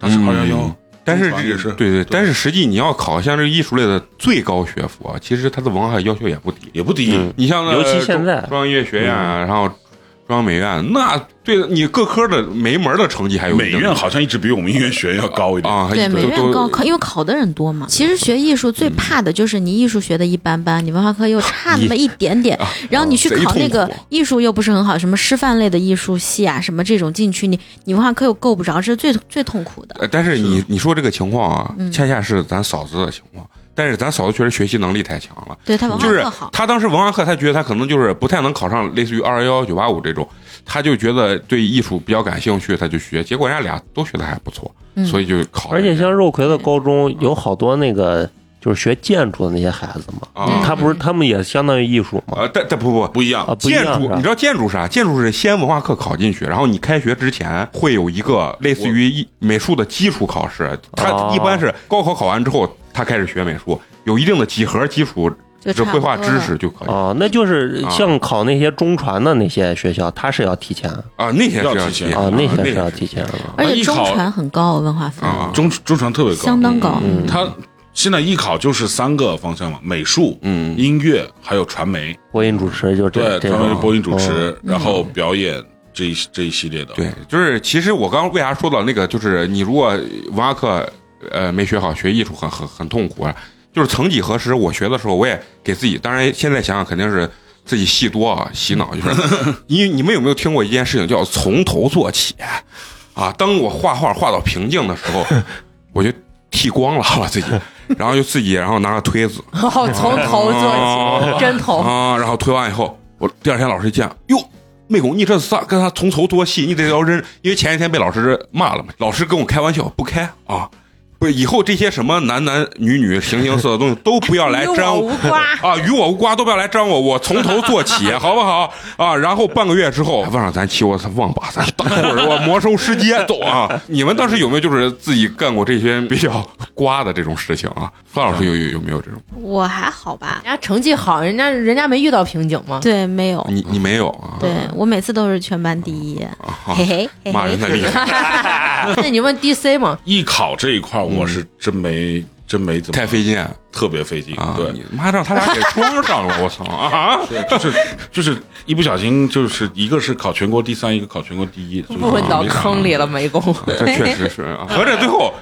它是二幺幺，
嗯但是
中传也是
对对，但是实际你要考像这艺术类的最高学府啊，其实它的文化要求也不低。
也不低，
你像那
尤其现
中
在嗯
中央音乐学院啊，然后中央美院，那对你各科的每一门的成绩还有
美
一定
院好像一直比我们音乐学院要高一点，
啊，还
对，
都
美院
都
高考，因为考的人多嘛。其实学艺术最怕的就是你艺术学的一般般，你文化课又差那么 一啊哦点点，然后你去
贼
考
痛
那
苦
个艺术又不是很好，什么师范类的艺术系啊，什么这种进去，你你文化课又够不着，这是最最痛苦的。
呃，但是你你说这个情况啊，
嗯
恰恰是咱嫂子的情况。但是咱嫂子确实学习能力太强了，
对他文化
就是
课好，
她当时文化课，她觉得她可能就是不太能考上类似于二幺幺、九八五这种，她就觉得对艺术比较感兴趣，她就学。结果人家俩都学的还不错，
嗯
所以就考了
而
人家。
且像肉葵的高中有好多那个就是学建筑的那些孩子嘛，
啊
他不是他们也相当于艺术嘛
呃，但但不不
不一样
啊，，不一
建
样
筑
是吧
你知道建筑啥？建筑是先文化课考进去，然后你开学之前会有一个类似于一美术的基础考试，
哦
他一般是高考考完之后，他开始学美术，有一定的几何基础。
就
这
差
绘
不
画
多
知
了
识就可以
啊，那就是像考那些中传的那些学校，他是要提前啊，
啊，那些是
要
要
提
提
前
那些
那
是要
个
提前啊的。
而且
艺
中
考
传很高，文化分
啊，
中中传特别高，
相当高。嗯
他现在艺考就是三个方向嘛，美术、
嗯
音乐还有传媒，
播音主持就是这
对，
这
传媒
种
播音主持，然后表演这一这一系列的。
哦对，就是其实我刚刚为啥说到那个，就是你如果文化课呃没学好，学艺术很很很痛苦啊。就是曾几何时，我学的时候，我也给自己，当然现在想想肯定是自己戏多啊，洗脑。就是你你们有没有听过一件事情叫从头做起啊？当我画画画到瓶颈的时候，我就剃光了我自己，然后就自己然后拿个推子
好哦从头做
哦
起，针头
啊，然后推完以后，我第二天老师一见，哟，妹狗，你这仨跟他从头做戏，你得要认，因为前一天被老师骂了嘛，老师跟我开玩笑，不开啊。不，以后这些什么男男女女、形形色色的东西都不要来
与我
沾
无瓜
啊，与我无瓜都不要来沾我，我从头做起，好不好啊？然后半个月之后，忘了咱骑我他忘吧，咱大伙儿我魔兽世界走啊！你们当时有没有就是自己干过这些比较瓜的这种事情啊？范老师有有有没有这种？
我还好吧
人，家成绩好，人家人家没遇到瓶颈吗？
对，没有，
你你没有啊？
对我每次都是全班第一，嘿嘿嘿
骂
嘿
人的厉害，
那你问 DC 嘛，
艺考这一块，我是真没真没怎么
太费劲啊！
特别费劲，对
你。妈让他俩给装上了，我操啊！
对就是就是一不小心就是一个是考全国第三，一个考全国第一，就是
不滚到
嗯没啥
坑里了，美工。
这确实是啊，合着最后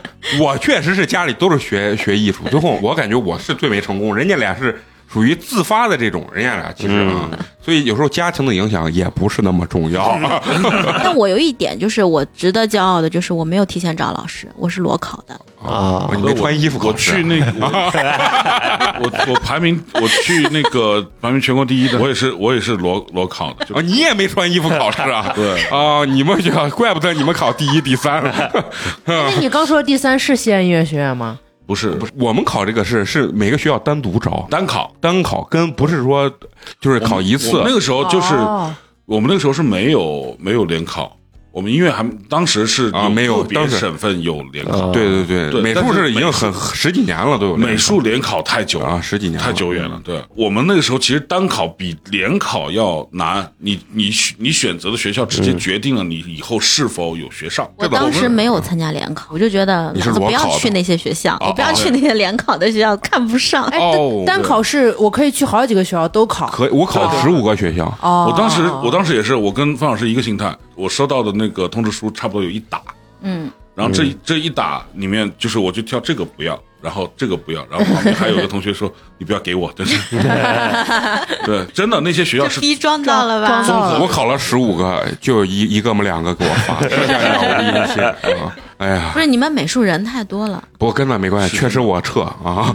我确实是家里都是学学艺术，最后我感觉我是最没成功，人家俩是属于自发的这种，人家俩其实啊，
嗯
所以有时候家庭的影响也不是那么重要。啊
嗯
但我有一点就是我值得骄傲的，就是我没有提前找老师，我是裸考的。
啊
你没穿衣服
我
考试啊
去那个， 我我我排名我去那个排名全国第一的，我也是我也是裸裸考的，就
啊，你也没穿衣服考试啊？
对
啊，你们学校怪不得你们考第一、第三了。
那你刚说的第三是西安音乐学院吗？
不是
不是，我们考这个是是每个学校单独招，
单考，
单考跟不是说就是考一
我
次
们那个时候就是
哦
我们那个时候是没有没有联考，我们音乐还当时是
啊没有
个别
当时啊
省份有联考，
对对对，
对
美
但
术
是
是已
美
经很十几年了都有
美术联考太久
啊
了，
十几年了嗯
太久远了。对我们那个时候，其实单考比联考要难，你你选你选择的学校
嗯
直接决定了你以后是否有学上。
我
对吧
当时
们
没有参加联考，我就觉得
嗯你是
老子
裸
不要
考的
去那些学校，
哦
我不要去那些联考的学校，看不上。
哎，
哦
单单考试我可以去好几个学校都考。
可以我考十五个学校，
哦，
我当时，我当时也是，我跟范老师一个心态。我收到的那个通知书差不多有一打，
嗯，
然后这、这一打里面，就是我就挑这个不要，然后这个不要，然后旁边还有一个同学说：“你不要给我。” 真是，对，真的那些学校是
这逼装到了
装
吧？
到了
我考哦了十五个，就有一一个么两个给我发，剩下一个我一人 写啊。哎呀，
不是你们美术人太多了，
不过跟那没关系，确实我撤啊。
啊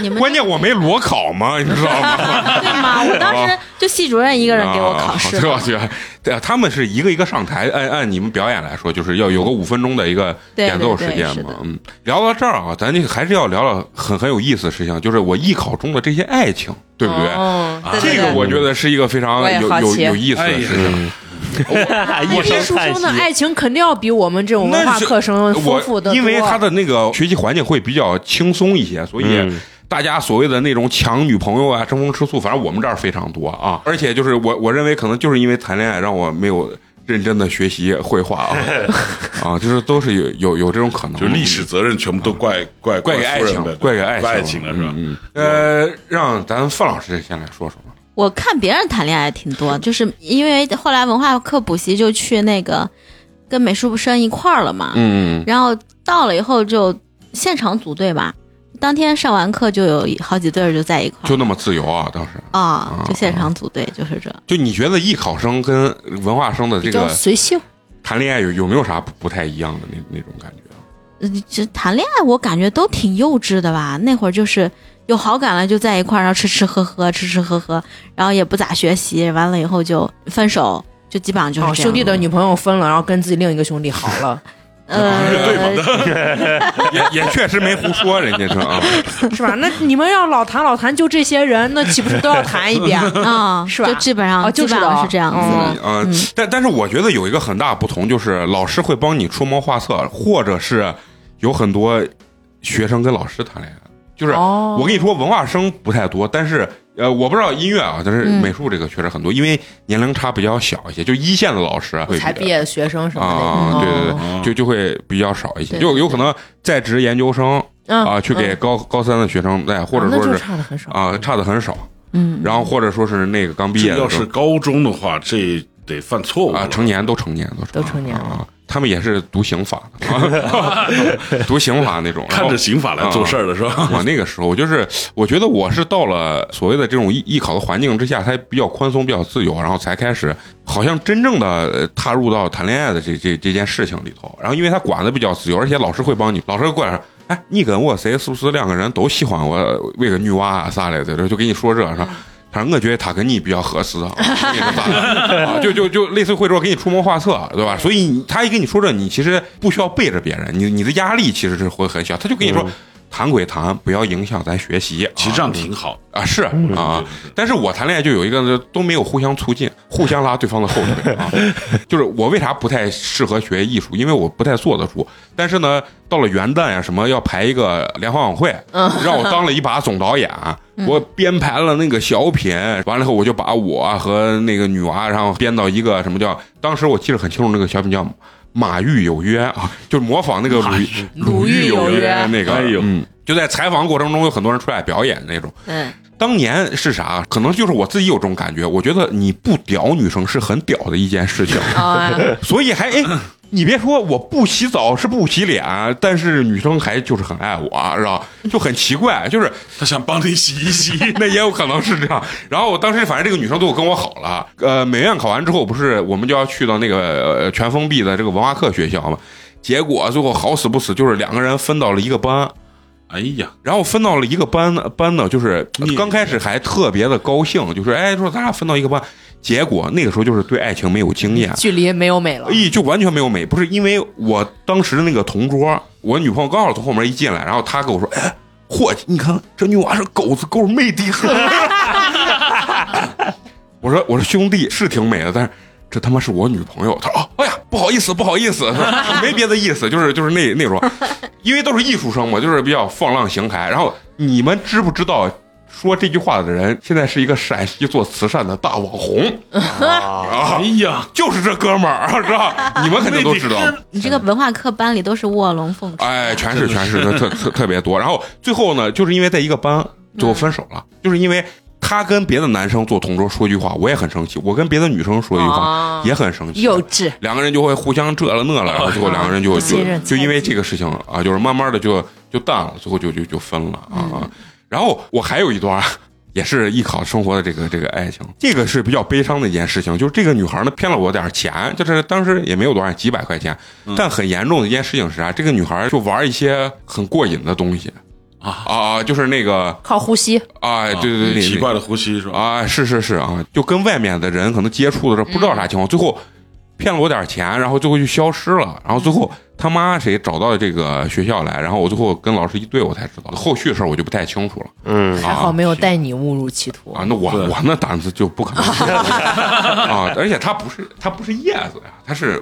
你们
关键我没裸考嘛，你知道吗？
对吗？我当
哦
时就系主任一个人给我考试
啊
了，
我去， 对啊，他们是一个一个上台，按按你们表演来说，就是要有个五分钟的一个
对
演奏时
对
间
对是
嘛
的。
嗯，聊到这儿啊，咱就还是要聊聊很很有意思的事情，就是我艺考中的这些爱情，对不对？
哦对对
这个
对
我觉得是一个非常
我也
有
好
有
奇
有意思
哎
的事情。
啊一
艺
声
术
叹
生
息
的。爱情肯定要比我们这种文
那
化
是
课生丰富的
我因为他的那个学习环境会比较轻松一些，所以
嗯
大家所谓的那种抢女朋友啊、争风吃醋，反正我们这儿非常多啊。而且就是我我认为可能就是因为谈恋爱让我没有认真的学习绘画 啊啊，就是都是有有有这种可能，
就历史责任全部都怪怪
怪给爱
夫人
情
呗，
怪给爱
爱
情，
情了是吧？
嗯，嗯呃，让咱范老师先来说说吧。
我看别人谈恋爱挺多，就是因为后来文化课补习就去那个跟美术生一块儿了嘛，
嗯，
然后到了以后就现场组队吧，当天上完课就有好几对儿就在一块
就哦
儿
那么自由啊，当时
啊，就现场组队就是这。
就你觉得艺考生跟文化生的这
比较
个
随性，
谈恋爱有有没有啥不不太一样的那那种 感觉？
嗯这谈恋爱我感觉都挺幼稚的吧，那会儿就是有好感了就在一块儿，然后吃吃喝喝，吃吃喝喝，然后也不咋学习，完了以后就分手，就基本上就是
哦，
这样。
兄弟的女朋友分了，然后跟自己另一个兄弟好 了，
呃，
也也确实没胡说，人家这啊，
是吧？那你们要老谈老谈，就这些人，那岂不是都要谈 一遍？
啊、
嗯是吧
就基本上、
哦就
基
是
本
的
上是这样子
嗯
的。
呃，但但是我觉得有一个很大不同，就是老师会帮你出谋划策，或者是有很多学生跟老师谈恋爱，就是
哦
我跟你说，文化生不太多，但是呃，我不知道音乐啊，但是
嗯
美术这个确实很多，因为年龄差比较小一些，就一线的老 师会比
才毕业的学生什么
啊，
的，
对对
哦
对，就就会比较少一些，
对
就
对
有可能在职研究生
嗯
啊，去给
嗯
高高三的学生带，或者
那就
说是
差的很少。
啊，差的很少。
嗯，
然后或者说是那个刚毕业
这
的
要
时候
是高中的话，这得犯错误
啊，
了。
成年都成年都
都成年了
啊，他们也是读刑法 的，啊读刑法那种，然后
看着刑法
啊
来做事儿的是吧？
我那个时候就是，我觉得我是到了所谓的这种艺艺考的环境之下，才比较宽松、比较自由，然后才开始好像真正的呃踏入到谈恋爱的这这这件事情里头。然后因为他管的比较自由，而且老师会帮你，老师会过来说。哎，你跟我谁是不是两个人都喜欢我为个女娃啊啥来着？就给你说这啥，反正我觉得他跟你比较合适啊，你说咋啊就就就类似于会说给你出谋划策，对吧？所以你他一跟你说这，你其实不需要背着别人，你你的压力其实是会很小。他就跟你说，谈归谈，不要影响咱学习。
其实这样挺好。
啊是
嗯
啊，但是我谈恋爱就有一个都没有互相促进，互相拉对方的后腿 啊。就是我为啥不太适合学艺术，因为我不太坐得住。但是呢，到了元旦呀什么要排一个联欢晚会，让我当了一把总导演。啊我编排了那个小品，完了以后我就把我和那个女娃，然后编到一个什么叫，当时我记得很清楚，那个小品叫《马玉有约》啊， 就是模仿那个鲁
鲁
豫
豫有
约
约
那个，
哎呦
嗯，就在采访过程中有很多人出来表演那种。
嗯
对，
当年是啥？可能就是我自己有这种感觉，我觉得你不屌女生是很屌的一件事情，
啊，
所以还哎。你别说，我不洗澡是不洗脸，但是女生还就是很爱我，是吧？就很奇怪，就是
他想帮你洗 一洗，
那也有可能是这样。然后我当时反正这个女生对我跟我好了，呃，美院考完之后不是我们就要去到那个、呃、全封闭的这个文化课学校嘛，结果最后好死不死就是两个人分到了一个班，
哎呀，
然后分到了一个班班呢，就是
你
刚开始还特别的高兴，就是哎说咱俩分到一个班，结果那个时候就是对爱情没有经验，哎
距离没有美了。
咦，就完全没有美，不是因为我当时的那个同桌，我女朋友刚好从后门一进来，然后她跟我说：“哎，伙计，你看这女娃是狗子够美的很。” 我说：“我说兄弟是挺美的，但是这他妈是我女朋友。”他说：“哦，哎呀，不好意思，不好意思，没别的意思，就是就是那那种，因为都是艺术生嘛，就是比较放浪形骸。然后你们知不知道？”说这句话的人，现在是一个陕西做慈善的大网红啊
哎，呀，
就是这哥们儿，知道？你们肯定都知道。
你这个文化课班里都是卧龙凤雏，
哎，全是全是，特特特别多。然后最后呢，就是因为在一个班，最后分手了，就是因为他跟别的男生做同桌说一句话，我也很生气；我跟别的女生说一句话
哦，
也很生气。
幼稚，
两个人就会互相这了那了，然后最后两个人就
不
就
信任
就因为这个事情啊，就是慢慢的就就淡了，最后就就就分了啊。然后我还有一段。也是艺考生活的这个这个爱情，这个是比较悲伤的一件事情。就是这个女孩呢骗了我点儿钱，就是当时也没有多少几百块钱，但很严重的一件事情是啥、这个女孩就玩一些很过瘾的东西
啊
啊，就是那个
靠呼吸，
啊，
哎
对对对，那
奇怪的呼吸是吧？
啊，是是是啊，就跟外面的人可能接触的时候不知道啥
嗯
情况，最后骗了我点钱，然后最后就消失了，然后最后他妈谁找到这个学校来，然后我最后跟老师一对，我才知道后续的事儿我就不太清楚了
嗯，
还好没有带你误入歧途
啊。那我
对
我那胆子就不可能 啊，而且他不是他不是叶子呀，他是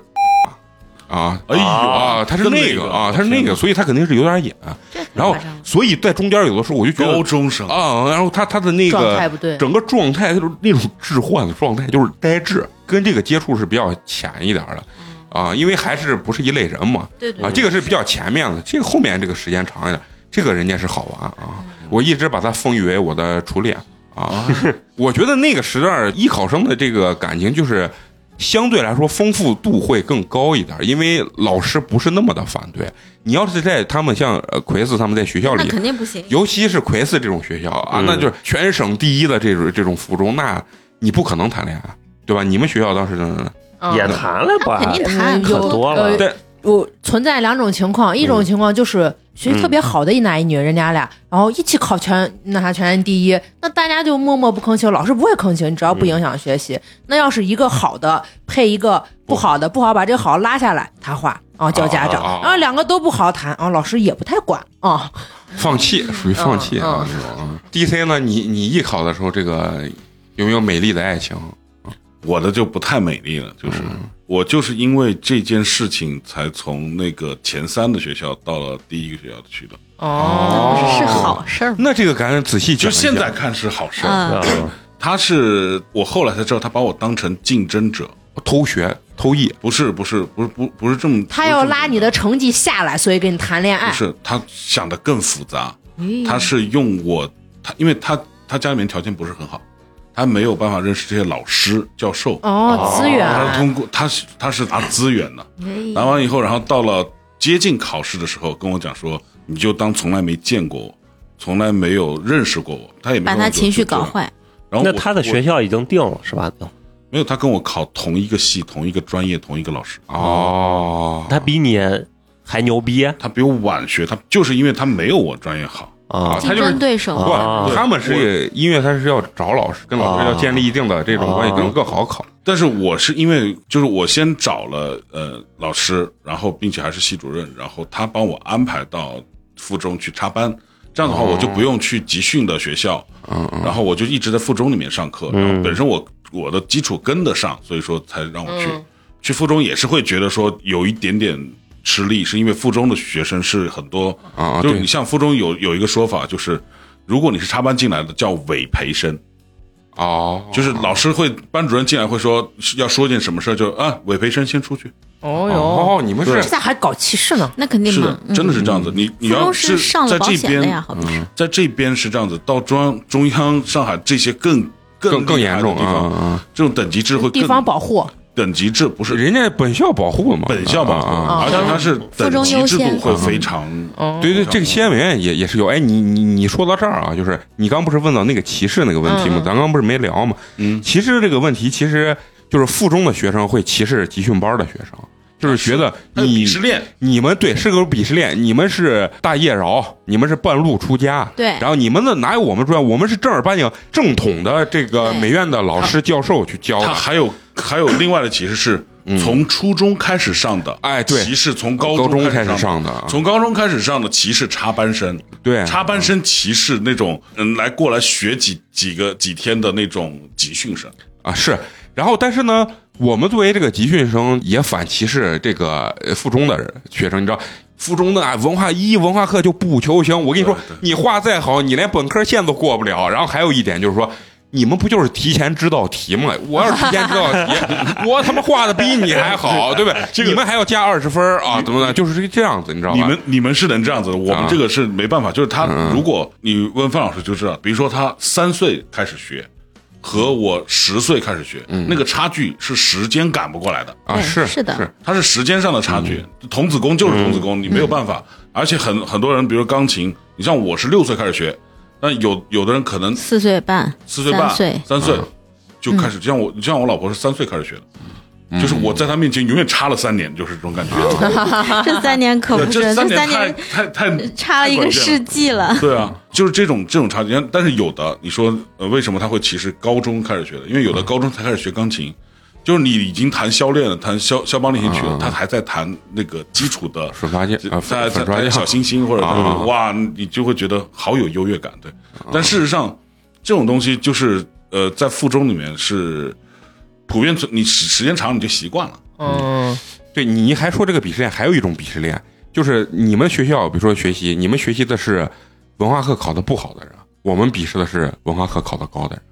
啊
哎呦
啊，他是
真的
那
一
个
个
啊，他是那
天
个，
哪
所以他肯定是有点瘾，
这太
然后
夸张了。
所以在中间有的时候我就觉得
高中生
啊，然后他他的那个
状态不对
整个状态就是那种置换的状态，就是呆滞，跟这个接触是比较浅一点的。啊，因为还是不是一类人嘛，
对对
啊，这个是比较前面的，这个后面这个时间长一点，这个人家是好玩啊，我一直把他封誉为我的初恋啊， 我觉得那个时段艺考生的这个感情就是相对来说丰富度会更高一点，因为老师不是那么的反对，你要是在他们像呃奎斯他们在学校
那
里，
肯定不行。
尤其是奎斯这种学校啊，
嗯
那就是全省第一的这种这种附中，那你不可能谈恋爱，对吧？你们学校当时呢，
嗯
也谈了吧
那肯？定
嗯
谈
可
有
多了
呃
对
有存在两种情况，一种情况就是学习特别好的一男一女，人家俩然后一起考全那啥全年第一，那大家就默默不吭气，老师不会吭气，你只要不影响学习。那要是一个好的配一个不好的，不好把这个好拉下来谈话啊，叫家长
啊啊啊，
然后两个都不好谈啊，老师也不太管啊。
放弃属于放弃啊
嗯
这种啊。DC 呢，你你艺考的时候，这个有没有美丽的爱情？
我的就不太美丽了，就是、我就是因为这件事情才从那个前三的学校到了第一个学校去的，
哦，
不是是好事儿吗？
那这个赶紧仔细讲
就
一
现
讲
在看是好事儿。
嗯，
嗯
他是我后来才知道，他把我当成竞争者，
偷学偷艺，
不是不是不是不不是这么，
他要拉你的成绩下来，所以跟你谈恋
不
爱。
是他想的更复杂，
哎
嗯
他是用我他，因为他他家里面条件不是很好，他没有办法认识这些老师教授，
哦，资
他是
源
通过他是他是拿资源的，拿完以后，然后到了接近考试的时候，跟我讲说，你就当从来没见过我，从来没有认识过我，他也没
把
跟我
他
就
情绪
就这
搞
样。
坏，
然 后
那
我
他的学
我
校已经定了是吧？
没有，他跟我考同一个系、同一个专业、同一个老师，啊
哦，
他比你还牛逼啊！
他比我晚学，他就是因为他没有我专业好。
啊
竞
他就是
争对手
啊
不，他们是音乐，他是要找老师，跟老师要建立一定的这种关系，可能更好考。
但是我是因为就是我先找了呃老师，然后并且还是系主任，然后他帮我安排到附中去插班，这样的话
哦
我就不用去集训的学校，
嗯嗯
然后我就一直在附中里面上课，然后本身我我的基础跟得上，所以说才让我
嗯
去、去附中也是会觉得说有一点点吃力，是因为附中的学生是很多，
啊，
就
对
是你像附中有有一个说法就是，如果你是插班进来的叫伪培生。
哦，
就是老师会，班主任进来会说是要说件什么事儿，就啊，韦培生先出去。
哦哟，
哦，你们是
这咋还搞歧视呢？
那肯定
是
嘛
的，，
嗯
真的是这样子。你你
附
要
中
是
是上
在
了保
这
险的呀，
边，嗯
好不是？
在这边是这样子，到中央中央上海这些更
更更
厉
严
害的
重
地方，
啊！
这种等级制会
地
更
方保护，
等级制不是
人家本校保护嘛，
本校吧？
哦
啊，嗯
而且
嗯
它是
附
等
中
级
优
制度
先
会非常呃
哦
啊对对，这个西安美院也也是有。哎，你你你说到这儿啊，就是你刚不是问到那个歧视那个问题吗？
嗯嗯
咱刚不是没聊吗？
嗯
歧视这个问题，其实就是附中的学生会歧视集训班的学生，就是觉得
还有
嗯你
哎鄙视链。
你们对是个鄙视链，你们是大叶饶，你们是半路出家，
对
然后你们的哪有我们专业？我们是正儿八经正统的这个
对
美院的老师教授去教的
哦它还有还有另外的歧视是，从初中开始上的，
嗯哎对
骑是从
高
中
中开始
始
上
的
的，啊
从高中开始上的骑士插班生，
对
插班生骑士那种，嗯，来过来学几几个几天的那种集训生，
啊，是。然后，但是呢，我们作为这个集训生，也反歧视这个呃附中的人学生。你知道，附中的啊，文化一文化课就不求行。我跟你说，你画再好，你连本科线都过不了。然后还有一点就是说。你们不就是提前知道题吗？我要是提前知道题，我他妈画的比你还好，对不对？你们还要加二十分儿啊？怎么的？就是这这样子，你知道吧？啊嗯
你们你们是能这样子的，我们这个是没办法。就是他，如果你问范老师就知道，比如说他三岁开始学，和我十岁开始学，那个差距是时间赶不过来的，
嗯啊，嗯是
是的
它是时间上的差距。童子功就是童子
嗯
功，你没有办法。而且很很多人，比如钢琴，你像我是六岁开始学，那有有的人可能
嗯四岁半，
四岁半、
三岁，
三岁就开始，就像我，就像我老婆是三岁开始学的，就是我在她面前永远差了三年，就是这种感觉。
这三年可 不
对
是，
这
这
三
三
太
年
太太
差了一个世。纪了
太关键。对啊，就是这种这种差距，但是有的你说呃，为什么他会歧视高中开始学的？因为有的高中才开始学钢琴，就是你已经弹肖练了，弹肖肖邦练习曲了，他还在弹那个基础的
粉刷匠啊，
在
粉
在
粉刷
在
匠
小星星或者
啊啊
哇，你就会觉得好有优越感，对。但事实上，这种东西就是呃，在附中里面是普遍存，你时时间长你就习惯了。
嗯，
对，你还说这个鄙视链，还有一种鄙视链，就是你们学校，比如说学习，你们学习的是文化课考得不好的人，我们鄙视的是文化课考得高的人，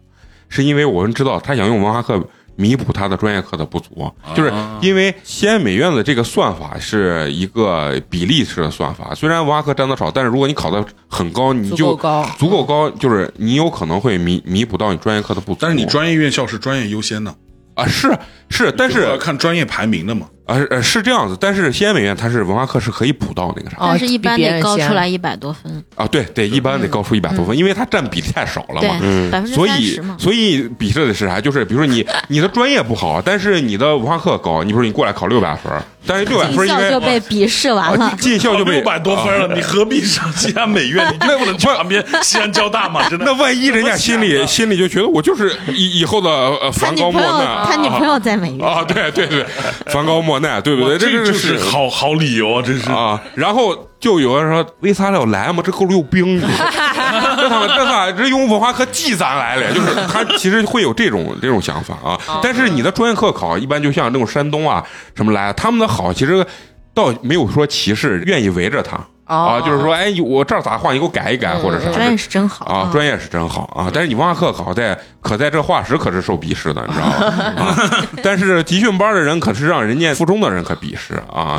是因为我们知道他想用文化课弥补他的专业课的不足，
啊
就是因为西安美院的这个算法是一个比例式的算法，虽然文化课占的少，但是如果你考得很高，你
足
就
够高
足够高就是你有可能会弥弥补到你专业课的不足。
但是你专业院校是专业优先的，
啊是是，但
就是要看专业排名的嘛。
啊是呃是这样子，但是西安美院它是文化课是可以补到那个啥的。
哦
但是一般
比别
得
人
高
先
出来一百多分，
啊，对对，一般得高出一百多分，因为它占比例太少了
嗯对
嘛。，嗯
百分之
所
三
以
十嘛，。
所以比试的是啥？就是比如说 你你的专业不好，但是你的文化课高，你比如说你过来考六百分儿，但是六百
一
分儿因
笑就
为
被鄙视完
啊
了，
进校就被
六百多分了，你何必上西安美院？你
那
不能去旁边西安交大嘛？真的
啊那。万一人家心
怎
里
么想的
心里就觉得我就是以以后的呃
他
梵
女
高莫
朋友，
奈
他女朋友在美院，
啊，对对对，梵高莫奈，对不
我
对？这
这
个
就是好好理由啊！真 是
啊，然后就有人说为啥要来嘛？这够溜冰的，这他妈这咋这用文化课记咱来了？就是他其实会有这种这种想法啊。但是你的专业课考一般就像那种山东啊什么来，他们的好其实倒没有说歧视，愿意围着他啊，
哦
就是说哎我这儿咋画你给我改一改或者啥
专业
的。
是真好嗯
啊，专业是真好啊，但是你文化课考在可在这化石可是受鄙视的，你知 道吧？啊，但是集训班的人可是让人家附中的人可鄙视啊，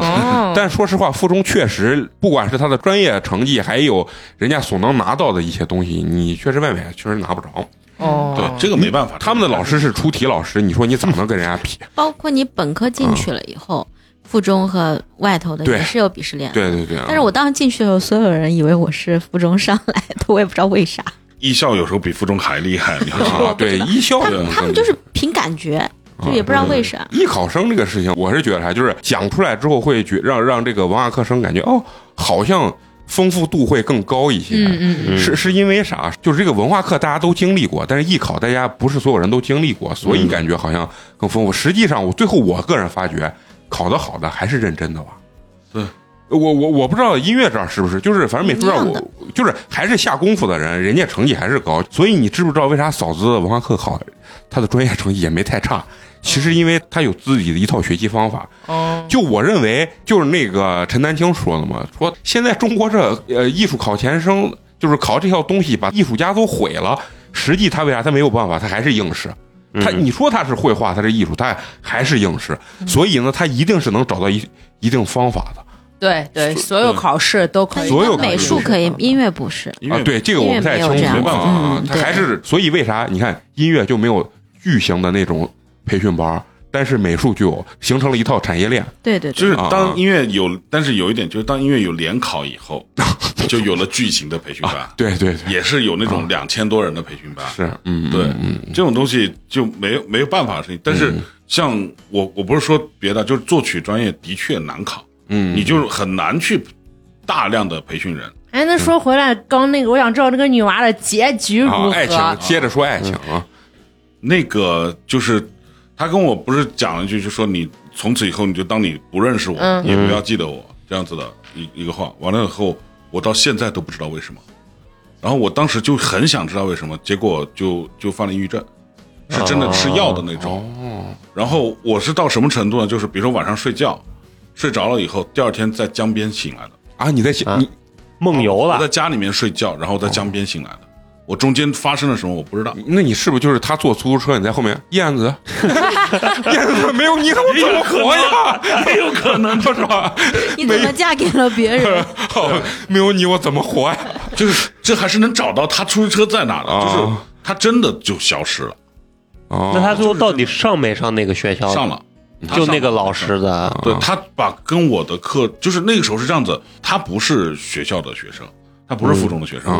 哦
但说实话，附中确实，不管是他的专业成绩，还有人家所能拿到的一些东西，你确实外面确实拿不着。
哦，
对这个没办法。
他们的老师是出题老师，你说你咋能跟人家比？
包括你本科进去了以后，附中和外头的
对
也是有鄙视链的。
对对对啊。
但是我当时进去的时候，所有人以为我是附中上来的，我也不知道为啥。
艺校有时候比附中还厉害，你知道吗
啊，对艺校
他
的
们他们就是凭感觉，就也不知道为啥。
艺考生这个事情，我是觉得啥，就是讲出来之后会觉让让这个文化课生感觉哦，好像丰富度会更高一些。
嗯嗯
是是因为啥？就是这个文化课大家都经历过，但是艺考大家不是所有人都经历过，所以感觉好像更丰富。实际上，我最后我个人发觉，考得好的还是认真的吧。
对，
我我我不知道音乐这儿是不是，就是反正美术这儿
一样
我
的
就是还是下功夫的人，人家成绩还是高。所以你知不知道为啥嫂子文化课好，她的专业成绩也没太差？其实因为她有自己的一套学习方法，
哦，
就我认为，就是那个陈丹青说的嘛，说现在中国这呃艺术考前生，就是考这套东西，把艺术家都毁了。实际他为啥他没有办法，他还是应试。
嗯
他你说他是绘画，他是艺术，他还是应试。
嗯
所以呢，他一定是能找到一一定方法的
对对，所有考试都可以，
所有
美术可以，音乐不是。
因为
啊。对这个我不太清
因为没有这
楚
样
啊啊，
嗯
他还是所以为啥你看音乐就没有巨型的那种培训班，但是美术就有，形成了一套产业链。
对对
就
对，
是当音乐有，但是有一点就是当音乐有联考以后，就有了巨型的培训班，
对对对，
也是有那种两千多人的培训班。
是嗯
对
嗯，
这种东西就没有没有办法的事情。但是像我，我不是说别的，就是作曲专业的确难考，
嗯
你就是很难去大量的培训人。
哎，那说回来，刚那个，我想知道那个女娃的结局如
啊
何？
爱情接着说爱情啊。
那个就是他跟我不是讲了一句，就说你从此以后你就当你不认识我，
嗯
也不要记得我这样子的一一个话。完了以后，我到现在都不知道为什么。然后我当时就很想知道为什么，结果就就犯了抑郁症，是真的吃药的那种。然后我是到什么程度呢？就是比如说晚上睡觉，睡着了以后，第二天在江边醒来的。
啊，你在想、你
梦游
我在
了，
家里面睡觉，然后在江边醒来的。我中间发生了什么我不知道。
那你是不是就是他坐出租车，你在后面燕子，燕子没有你我怎么活呀？没有可能， 是吧？
你怎么嫁给了别人？
好，没有你我怎么活呀？
就是这还是能找到他出租车在哪的，
哦
就是他真的就消失了，
哦，
那他最后到底上没上那个学校？
上，了。他
就
上
那个
了啊
老师的，
对他把跟我的课，就是那个时候是这样子，他不是学校的学生，他不是附中的学生，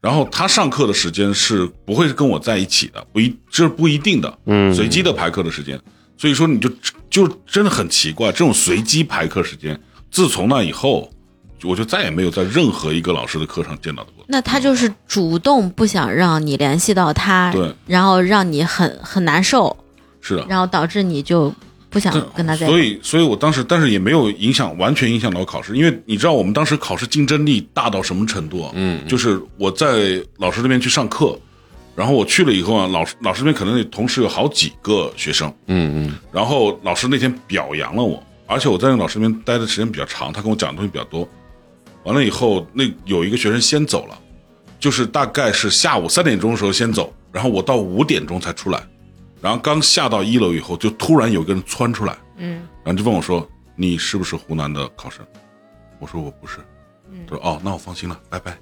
然后他上课的时间是不会跟我在一起的，不一这是不一定的，嗯，随机的排课的时间，所以说你就就真的很奇怪，这种随机排课时间，自从那以后，我就再也没有在任何一个老师的课上见到过。
那他就是主动不想让你联系到他，
对，
然后让你很很难受，
是的，
然后导致你就不想跟他在一
所
起。
以，所以我当时，但是也没有影响，完全影响到考试，因为你知道我们当时考试竞争力大到什么程度啊？嗯，就是我在老师那边去上课，然后我去了以后啊，老师老师那边可能同时有好几个学生，
嗯嗯
然后老师那天表扬了我，而且我在那老师那边待的时间比较长，他跟我讲的东西比较多。完了以后，那有一个学生先走了，就是大概是下午三点钟的时候先走，然后我到五点钟才出来，然后刚下到一楼以后，就突然有个人窜出来，
嗯，
然后就问我说：“你是不是湖南的考生？”我说：“我不是。”他说：“哦，那我放心了，拜拜。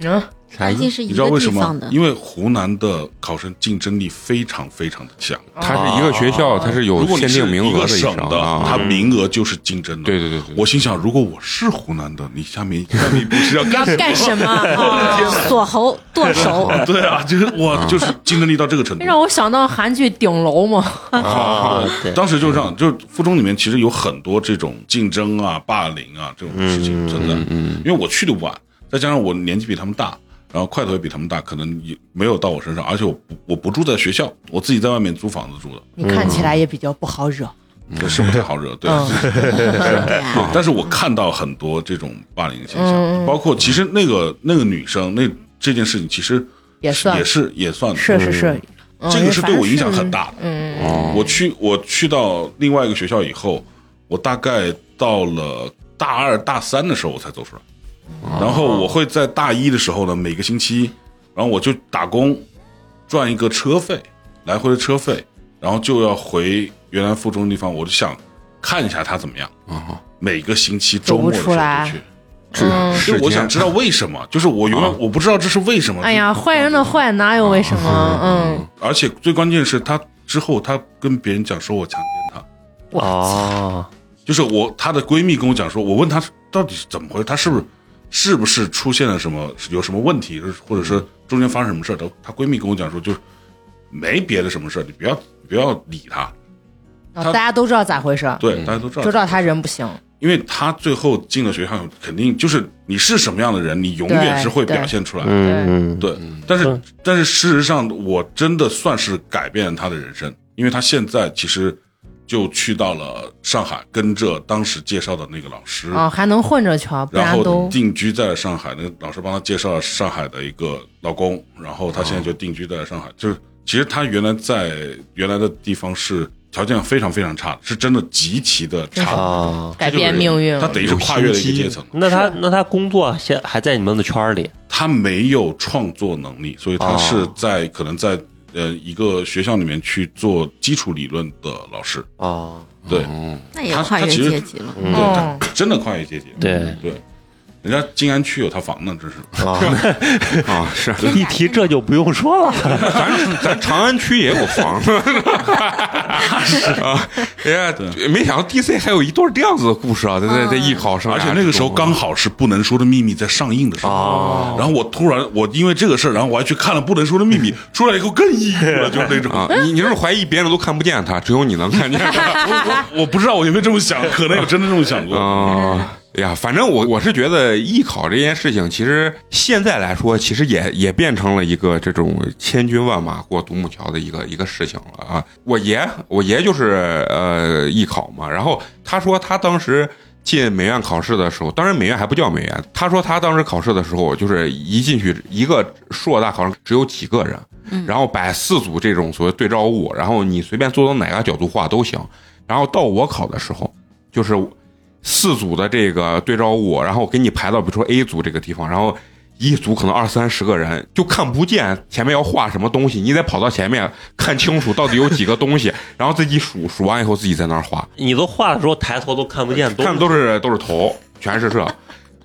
嗯，
啥意
毕
思
竟是”
你
一
知道
个
为
地
什
方
么
的？，
因为湖南的考生竞争力非常非常的强，
它是一个学校，它是有
如果你
限
是
定名
一
额
个
以
省
上
的，它
啊。
名额就是竞争的。
对对对对，
我心想，如果我是湖南的，你下面下面一步是要干什么？
干 什么？啊
锁喉剁手，
对啊，就是我就是竞争力到这个程 度
这。让我想到韩剧《顶楼》嘛，
啊，对，
当时就这样，就是附中里面其实有很多这种竞争啊、霸凌啊这种事
嗯
情，真的。因为我去的晚，再加上我年纪比他们大，然后块头也比他们大，可能也没有到我身上，而且我不我不住在学校，我自己在外面租房子住的，
你看起来也比较不好惹。
这是不太好 惹，对。啊
嗯
对，但是我看到很多这种霸凌的现
嗯
象，包括其实那个那个女生那这件事情，其实
也算
也是也算
是是是，嗯
这个是对我影响很。大的。
嗯，
我去我去到另外一个学校以后，我大概到了大二大三的时候我才走出来，然后我会在大一的时候呢，每个星期，然后我就打工赚一个车费，来回的车费，然后就要回原来附中的地方，我就想看一下他怎么样。每个星期周末的时
走不出
候
来
就去，
这
就我想知道为什么，就是我永远我不知道这是为什么。
哎呀，坏人的坏哪有为什么？嗯，
而且最关键是他之后，他跟别人讲说我强奸他，
哦，
就是我她的闺蜜跟我讲说，我问她到底是怎么回事，她是不是是不是出现了什么有什么问题，或者说中间发生什么事儿？她她闺蜜跟我讲说，就是没别的什么事儿，你不要不要理她。
大家都知道咋回事，
对，大家都知
嗯就
道，
知道他人不行。
因为她最后进了学校，肯定就是你是什么样的人，你永远
对
是会
对
表现出来。
嗯，
对，但是但是事实上，我真的算是改变了他的人生，因为他现在其实就去到了上海，跟着当时介绍的那个老师
啊，还能混着瞧，不
嗯然
啊都
后定居在了上海。那个老师帮他介绍了上海的一个老公，然后他现在就定居在了上海。就是其实他原来在原来的地方是条件非常非常差的，是真的极其的差，
啊，
改变命运
他。等于是跨越了一个阶层。
那他那他工作现还在你们的圈儿里，
他没有创作能力，所以他是
哦
在可能在呃一个学校里面去做基础理论的老师。
哦，
对，
那 也
他
跨越
他其实嗯
阶级了。
对，他
哦
真的跨越阶级。
对
对，人家静安区有套房呢，真是。
啊是，
一提这就不用说了，
咱咱长安区也有 房，啊，哎呀，没想到 DC 还有一段这样子的故事啊，在在在艺考啊上，
而且那个时候刚好是《不能说的秘密》在上映的时候，
哦
然后我突然我因为这个事儿，然后我还去看了《不能说的秘
嗯
密》，出来以后更抑郁了，就是 那种。
啊，你你是不是怀疑别人都看不见他，只有你能看见他
我我不知道我有没有这么想，可能有真的这么想过。
啊？哎呀，反正我我是觉得艺考这件事情，其实现在来说，其实也也变成了一个这种千军万马过独木桥的一个一个事情了啊。我爷，我爷就是呃艺考嘛，然后他说他当时进美院考试的时候，当然美院还不叫美院，他说他当时考试的时候，就是一进去一个硕大考生只有几个人，然后摆四组这种所谓对照物，然后你随便坐到哪个角度画都行。然后到我考的时候，就是四组的这个对照物，然后给你排到比如说 A 组这个地方，然后一组可能二三十个人，就看不见前面要画什么东西，你得跑到前面看清楚到底有几个东西， 然后自己数数完以后自己在那儿画，
你都画的时候抬头都看不见，
看的都是都是头，全是 这，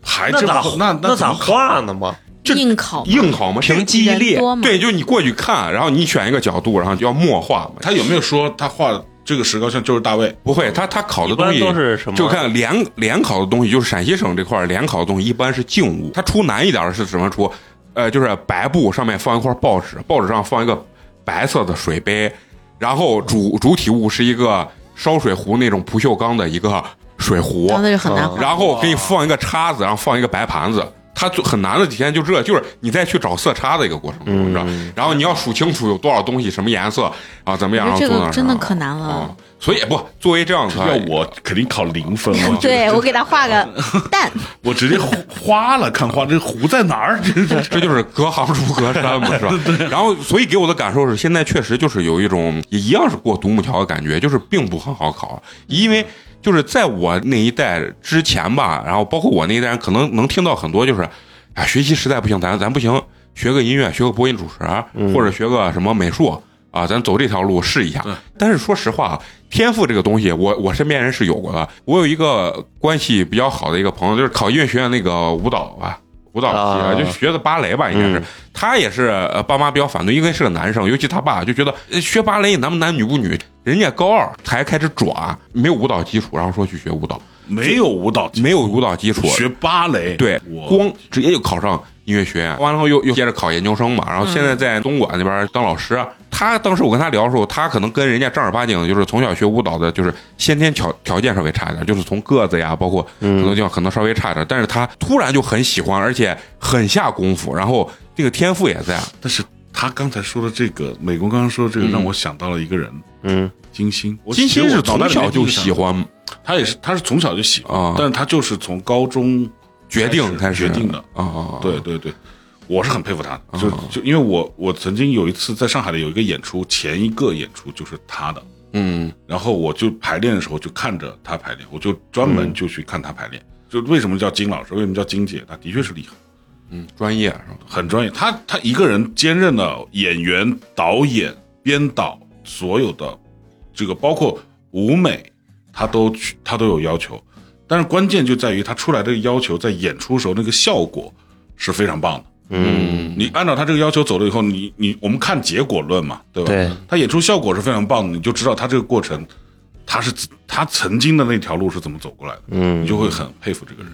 还
那
这
咋
么那
那
怎
咋
么考？
画呢嘛？
这
硬考嘛
硬考嘛，
凭
谁
记忆力
人多嘛，
对，就你过去看，然后你选一个角度，然后就要默画嘛。
他有没有说他画这个石膏像就是大卫？
不会，他他考的东西
一般都是什么
就看联联考的东西，就是陕西省这块儿联考的东西，一般是静物。它出难一点儿是什么出？呃，就是白布上面放一块报纸，报纸上放一个白色的水杯，然后主主体物是一个烧水壶那种不锈钢的一个水壶，
然后哦那就很难画。
然后给你放一个叉子，然后放一个白盘子。它最很难的体现就这，就是你再去找色差的一个过程中，你知道？
嗯
然后你要数清楚有多少东西，什么颜色啊，怎么样，然
我
后
觉得
做
这
到
个真的
哪儿
可难了，
哦
啊。所以不作为这样子，
要我肯定考零分了
对我给他画个
哦
蛋，
我直接花了，看花这湖在哪儿？ 这这
这就是隔行如隔山嘛，是吧？然后，所以给我的感受是，现在确实就是有一种也一样是过独木桥的感觉，就是并不很好考，因为就是在我那一代之前吧，然后包括我那一代人，可能能听到很多就是，哎，学习实在不行，咱咱不行，学个音乐，学个播音主持，啊或者学个什么美术。啊，咱走这条路试一下。但是说实话，啊，天赋这个东西，我我身边人是有过的。我有一个关系比较好的一个朋友，就是考音乐学院那个舞蹈吧，舞蹈系
啊
就学的芭蕾吧，应该是。他也是呃，爸妈比较反对，因为是个男生，尤其他爸就觉得呃学芭蕾男不男女不女，人家高二才开始转，没有舞蹈基础，然后说去学舞蹈，
没有舞蹈，
没有舞蹈基础，
学芭蕾，
对，
我
光直接就考上音乐学院，完了后又又接着考研究生嘛，然后
嗯
现在在东莞那边当老师。啊他当时我跟他聊的时候，他可能跟人家正儿八经的就是从小学舞蹈的，就是先天条条件稍微差一点，就是从个子呀，包括
嗯
很多地方可能稍微差一点，但是他突然就很喜欢，而且很下功夫，然后这个天赋也在。啊
但是他刚才说的这个，美工刚刚说的这个，让我想到了一个人，
嗯，
金星。我
金
其
鑫
实
是
我脑袋
从
里
小就
面第一个想
喜，欢，
他也是，他是从小就喜欢，
啊
但是他就是从高中
决定开始
决定的。
啊啊，啊
对对对，我是很佩服他的，就就因为我我曾经有一次在上海的有一个演出，前一个演出就是他的，
嗯
然后我就排练的时候就看着他排练，我就专门就去看他排练。就为什么叫金老师，为什么叫金姐？他的确是厉害，
嗯，专业是吧？
很专业。他他一个人兼任了演员、导演、编导所有的这个，包括舞美，他都去他都有要求。但是关键就在于他出来这个要求，在演出时候那个效果是非常棒的。
嗯，
你按照他这个要求走了以后，你你我们看结果论嘛，对吧？
对，
他演出效果是非常棒的，你就知道他这个过程，他是他曾经的那条路是怎么走过来的，
嗯
你就会很佩服这个人。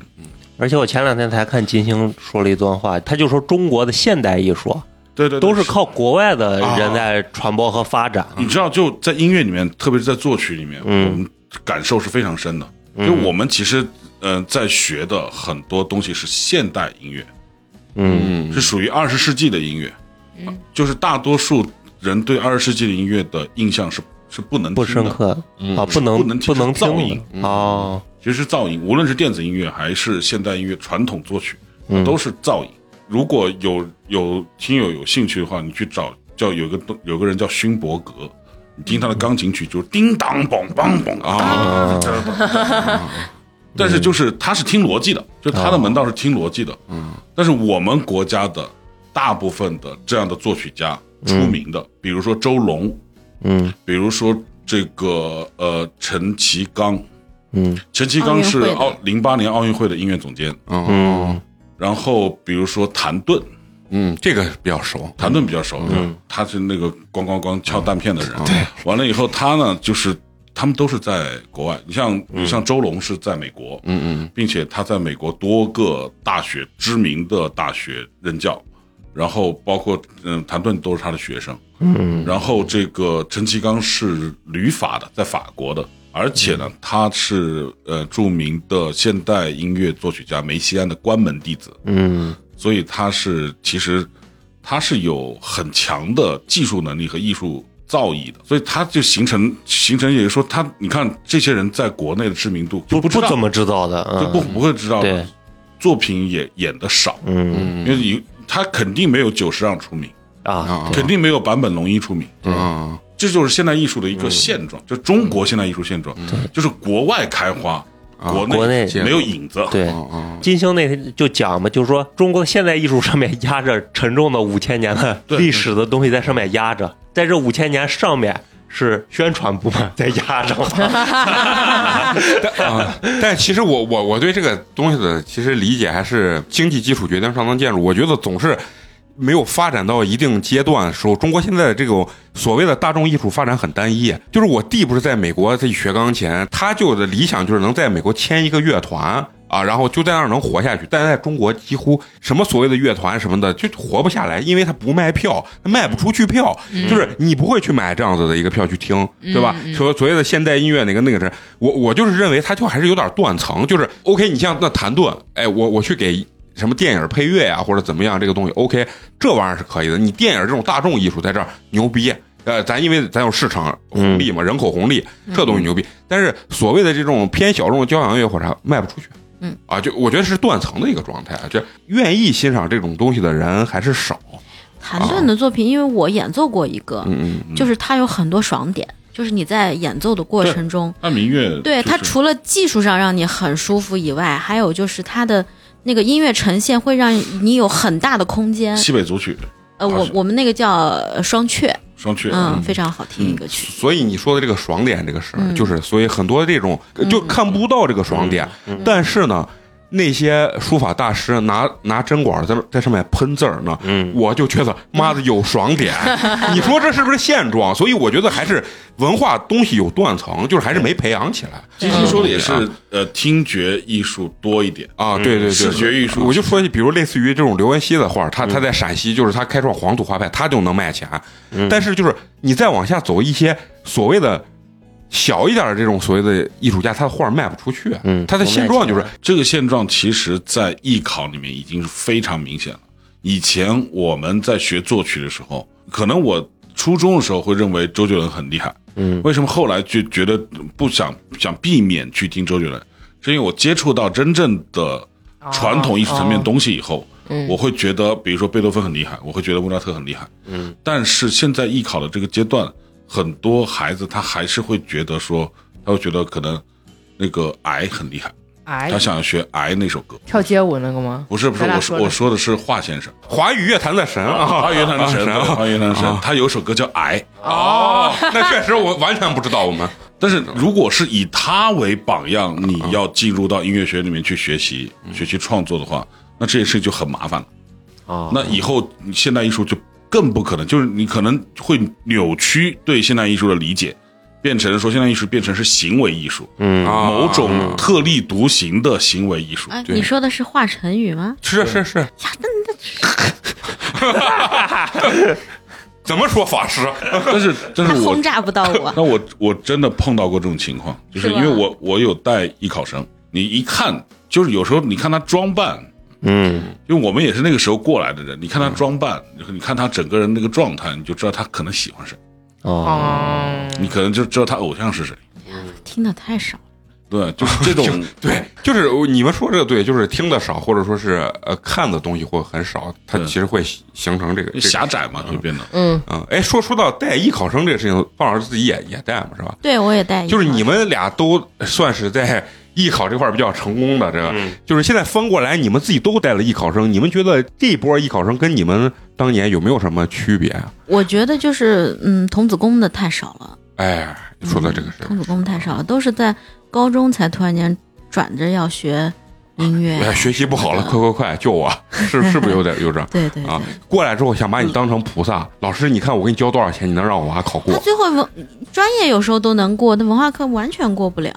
而且我前两天才看金星说了一段话，他就说中国的现代艺术
对对对，
都是靠国外的人在传播和发展。
你知道，就在音乐里面，特别是在作曲里面，
嗯
我们感受是非常深的，因为我们其实嗯、呃在学的很多东西是现代音乐，
嗯
是属于二十世纪的音乐，就是大多数人对二十世纪的音乐的印象是是不能
不
听的
深刻啊，不
不
能
能
不
听
能
是噪
听
音
的哦，
其实是噪音，无论是电子音乐还是现代音乐、传统作曲，都是噪音。如果有有听友有兴趣的话，你去找叫有个东有个人叫勋伯格，你听他的钢琴曲就是叮当梆梆梆啊，嗯但是就是他是听逻辑的，就他的门道是听逻辑的。嗯，但是我们国家的大部分的这样的作曲家出名的，比如说周龙，
嗯
比如说这个呃陈其刚，
嗯
陈其刚是
奥运会的
奥零八年奥运会的音乐总监，
嗯
然后比如说谭盾，
嗯，这个比较熟。
谭盾比较熟，
嗯
他是那个咣咣咣敲弹片的人。对，完了以后他呢，就是他们都是在国外，你像你像周龙是在美国，
嗯嗯
并且他在美国多个大学知名的大学任教，然后包括嗯谭盾都是他的学生，嗯，然后这个陈其刚是旅法的，在法国的。而且呢，他是呃著名的现代音乐作曲家梅西安的关门弟子，
嗯
所以他是其实他是有很强的技术能力和艺术造诣的，所以他就形成形成，也就是说他你看这些人在国内的知名度就
不
不知
不
道
怎么知道的，
就
嗯
不不会知道
对，
作品也演的少，
嗯
因为有他肯定没有久石让出名，
啊，
啊，
肯定没有坂本龙一出名。
啊，
这就是现代艺术的一个现
嗯
状，就中国现代艺术现状，就是国外开花，国
啊国内
没有影子。
对。
啊啊，
金星那天就讲嘛，就是说中国现代艺术上面压着沉重的五千年的
对
历史的东西在上面压着，在这五千年上面是宣传部 门在压着嘛，
但啊， 但其实我我我对这个东西的其实理解还是经济基础决定上层建筑，我觉得总是。没有发展到一定阶段的时候，中国现在这种所谓的大众艺术发展很单一。就是我弟不是在美国自己学钢琴，他就的理想就是能在美国签一个乐团啊，然后就在那儿能活下去。但在中国几乎什么所谓的乐团什么的就活不下来，因为他不卖票，他卖不出去票，就是你不会去买这样子的一个票去听，对吧？所所谓的现代音乐那个那个是，我我就是认为他就还是有点断层，就是 OK，你像那谭盾，哎，我我去给什么电影配乐啊呀、或者怎么样这个东西，OK，这玩意儿是可以的。你电影这种大众艺术在这儿牛逼，呃，咱因为咱有市场红利嘛，人口红利，这东西牛逼。但是所谓的这种偏小众的交响乐或者啥卖不出去，
嗯
啊，就我觉得是断层的一个状态，啊就愿意欣赏这种东西的人还是少，
谭盾的作品，因为我演奏过一个，
嗯嗯
就是他有很多爽点，就是你在演奏的过程中，
他民乐
对
他
它除了技术上让你很舒服以外，还有就是它的那个音乐呈现会让你有很大的空间。
西北组曲
呃，我我们那个叫呃双雀，
双曲，
嗯，非常好听一个曲。
所以你说的这个爽点这个事儿，就是所以很多这种就看不到这个爽点，但是呢，那些书法大师拿拿针管在在上面喷字儿呢，
嗯
我就觉得妈的有爽点，你说这是不是现状？所以我觉得还是文化东西有断层，就是还是没培养起来嗯
金星说的也是，呃，听觉艺术多一点，
啊。对对对，
嗯视觉艺术嗯
我就说，比如类似于这种刘文熙的画，他他在陕西就是他开创黄土画派，他就能卖钱，
嗯
但是就是你再往下走一些所谓的。小一点的这种所谓的艺术家，他的画卖不出去，啊
嗯
他的现状就是
这个现状其实，在艺考里面已经是非常明显了。以前我们在学作曲的时候，可能我初中的时候会认为周杰伦很厉害，嗯，为什么后来就觉得不想想避免去听周杰伦？是因为我接触到真正的传统艺术层面的东西以后，我会觉得，比如说贝多芬很厉害，我会觉得莫扎特很厉害，嗯。但是现在艺考的这个阶段，很多孩子他还是会觉得说，他会觉得可能那个癌很厉害。
哎
他，想学《癌》那首歌，
跳街舞那个吗？
不是不是，
咱俩
我说
的
我说的是华先生，
华语乐坛的神啊，
华乐坛的神，
啊
华乐坛的神，他有首歌叫《癌》，
哦，那确实我完全不知道我 们
但是如果是以他为榜样，你要进入到音乐学里面去学习、学习创作的话，那这件事就很麻烦了。
啊
那以后现代艺术就更不可能，就是你可能会扭曲对现代艺术的理解，变成说现代艺术变成是行为艺术，
嗯
啊
某种特立独行的行为艺术。
哎，你说的是华晨宇吗？
是是是， 怎么说法师？
但是但
他
是我
轰炸不到我。
那我我真的碰到过这种情 况，就是
是吧
因为我我有带艺考生，你一看就是有时候你看他装扮，
嗯
因为我们也是那个时候过来的人，你看他装扮，你看他整个人那个状态，你就知道他可能喜欢谁，
哦，
嗯，
你可能就知道他偶像是谁。
听的太少了，
对，就是这种
对，就是呃你们说这个对，就是听的少，或者说是呃看的东西会很少，它
对
其实会形成这个这个
狭窄嘛，就变得
嗯，哎，说说到带艺考生这个事情，范老师自己也也带嘛，是吧？
对我也带一个。
就是你们俩都算是在艺考这块儿比较成功的，这个、
嗯
就是现在翻过来，你们自己都带了艺考生，你们觉得这波艺考生跟你们当年有没有什么区别？啊
我觉得就是嗯，童子功的太少了，
哎，说到这个事儿，
童子功太少了，都是在高中才突然间转着要学 音乐。
哎，学习不好了，快快快，救我！是是不是有点有点
对对对
啊，？过来之后想把
嗯
你当成菩萨，老师，你看我给你交多少钱，你能让我娃考
他
过？
最后文专业有时候都能过，但文化课完全过不了。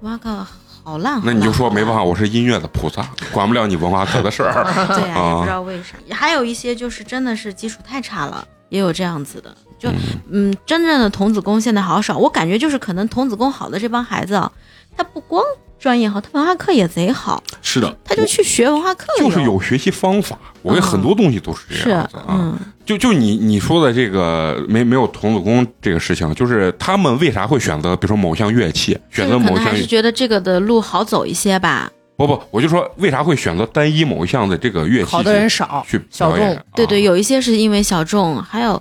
文化课好烂。
嗯那你就
好烂
说没办法，我是音乐的菩萨，管不了你文化课的事儿。
对呀、
啊
也不知道为啥。还有一些就是真的是基础太差了，也有这样子的。就嗯，真正的童子功现在好少，我感觉就是可能童子功好的这帮孩子啊，他不光专业好，他文化课也贼好，
是的，
他就去学文化课了。
就是有学习方法，我跟很多东西都是这
哎是
样子啊。
嗯
就就你你说的这个没没有童子功这个事情，就是他们为啥会选择，比如说某项乐器，选择
就是可
某
能
项
还是觉得这个的路好走一些吧。
不不，我就说为啥会选择单一某一项的这个乐器去？
好的人少
去，
小
表演
众。
对对，
啊
有一些是因为小众，还有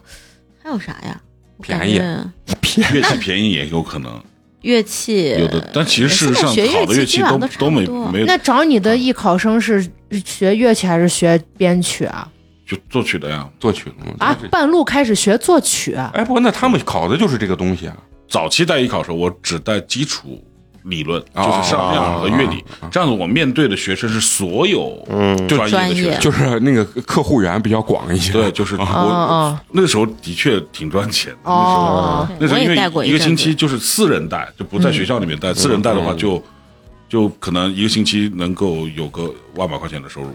还有啥呀？我感
便宜
觉
乐器便宜也有可能
乐器
有的，但其实事实上
呃现在学
好的
乐器
器
基
都
本上都差
都没
不多
没有
那找你的艺考生是学乐器还是学编曲啊？
就作曲的呀。
作曲嗯
啊，半路开始学作曲啊，
哎，不过那他们考的就是这个东西啊。
早期带艺考的时候，我只带基础理论，就
哦
是上量和乐理
哦哦哦，
这样子我面对的学生是所有
嗯
专业的
专
学
业
生。
就是那个客户源比较广一些。
对，就是
哦
哎我
哦
那时候的确挺赚钱的。
哦哦，
那时
我
候因啊
也
为
带过
一个
阵
星
子
期就是私人带，就不在学校里面带。私人带的话就，就可能一个星期能够有个万把块钱的收入。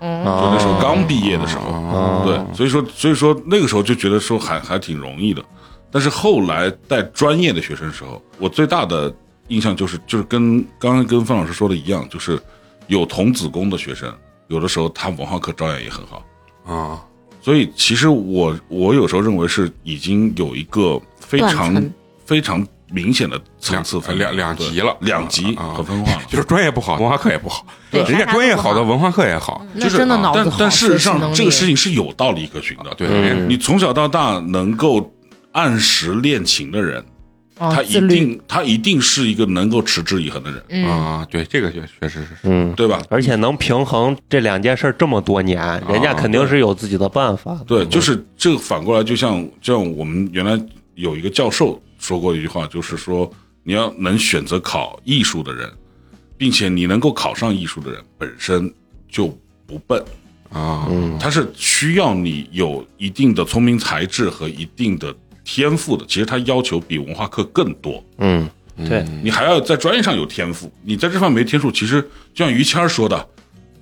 嗯，
就那时候刚毕业的时候，
哦
对，所以说所以说那个时候就觉得说还还挺容易的。但是后来带专业的学生时候，我最大的印象就是就是跟刚刚跟范老师说的一样，就是有童子功的学生，有的时候他文化课照样也很好。
啊，
所以其实我我有时候认为是已经有一个非
断
常
层
非常明显的层次
两
分
两两
对
级了
两级
啊啊
和分化了。
就是专业不好，文化课也不好。
对
人家
啥啥
专业
都不
好的
好
文化课也好。
那真的脑子
啊但
好，
但事实
学习能
上，
力
这个事情是有道理可循的。
对，
嗯
你从小到大能够按时练琴的人，
哦
他
自
一
律，
定他一定是一个能够持之以恒的人，
嗯，
啊，对，这个确确实是。
嗯，
对吧？
而且能平衡这两件事儿这么多年，人家肯定是有自己的办法的。
啊对，就是这个反过来，就像就像我们原来有一个教授说过一句话，就是说你要能选择考艺术的人，并且你能够考上艺术的人本身就不笨，
啊，
他是需要你有一定的聪明才智和一定的天赋的。其实他要求比文化课更多，
嗯，对，
你还要在专业上有天赋。你在这方面没天赋，其实就像于谦儿说的，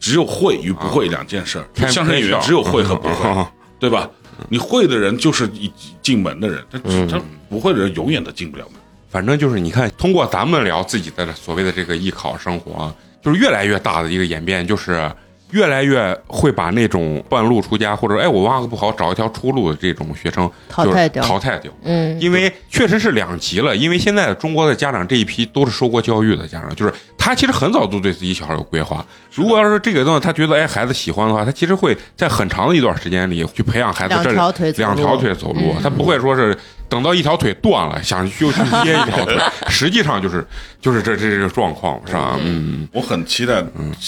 只有会与不会两件事儿。
太
相声演
太
员
少
只有会和 不会。
啊
对吧？你会的人就是一进门的人，他、他不会的人永远都进不了门。
反正就是你看，通过咱们聊自己的所谓的这个艺考生活，啊，就是越来越大的一个演变，就是越来越会把那种半路出家或者哎我文化不好找一条出路的这种学生
淘
就是
汰掉
淘汰掉。
嗯
因为确实是两极了，因为现在中国的家长这一批都是受过教育的家长，就是他其实很早就对自己小孩有规划。如果要是这个东西他觉得哎孩子喜欢的话，他其实会在很长的一段时间里去培养孩子
两
这
条腿走路嗯
两条腿走路，他不会说是等到一条腿断了想又 去接一条腿，实际上就是就是这这这个状况是吧？嗯，
我很期待，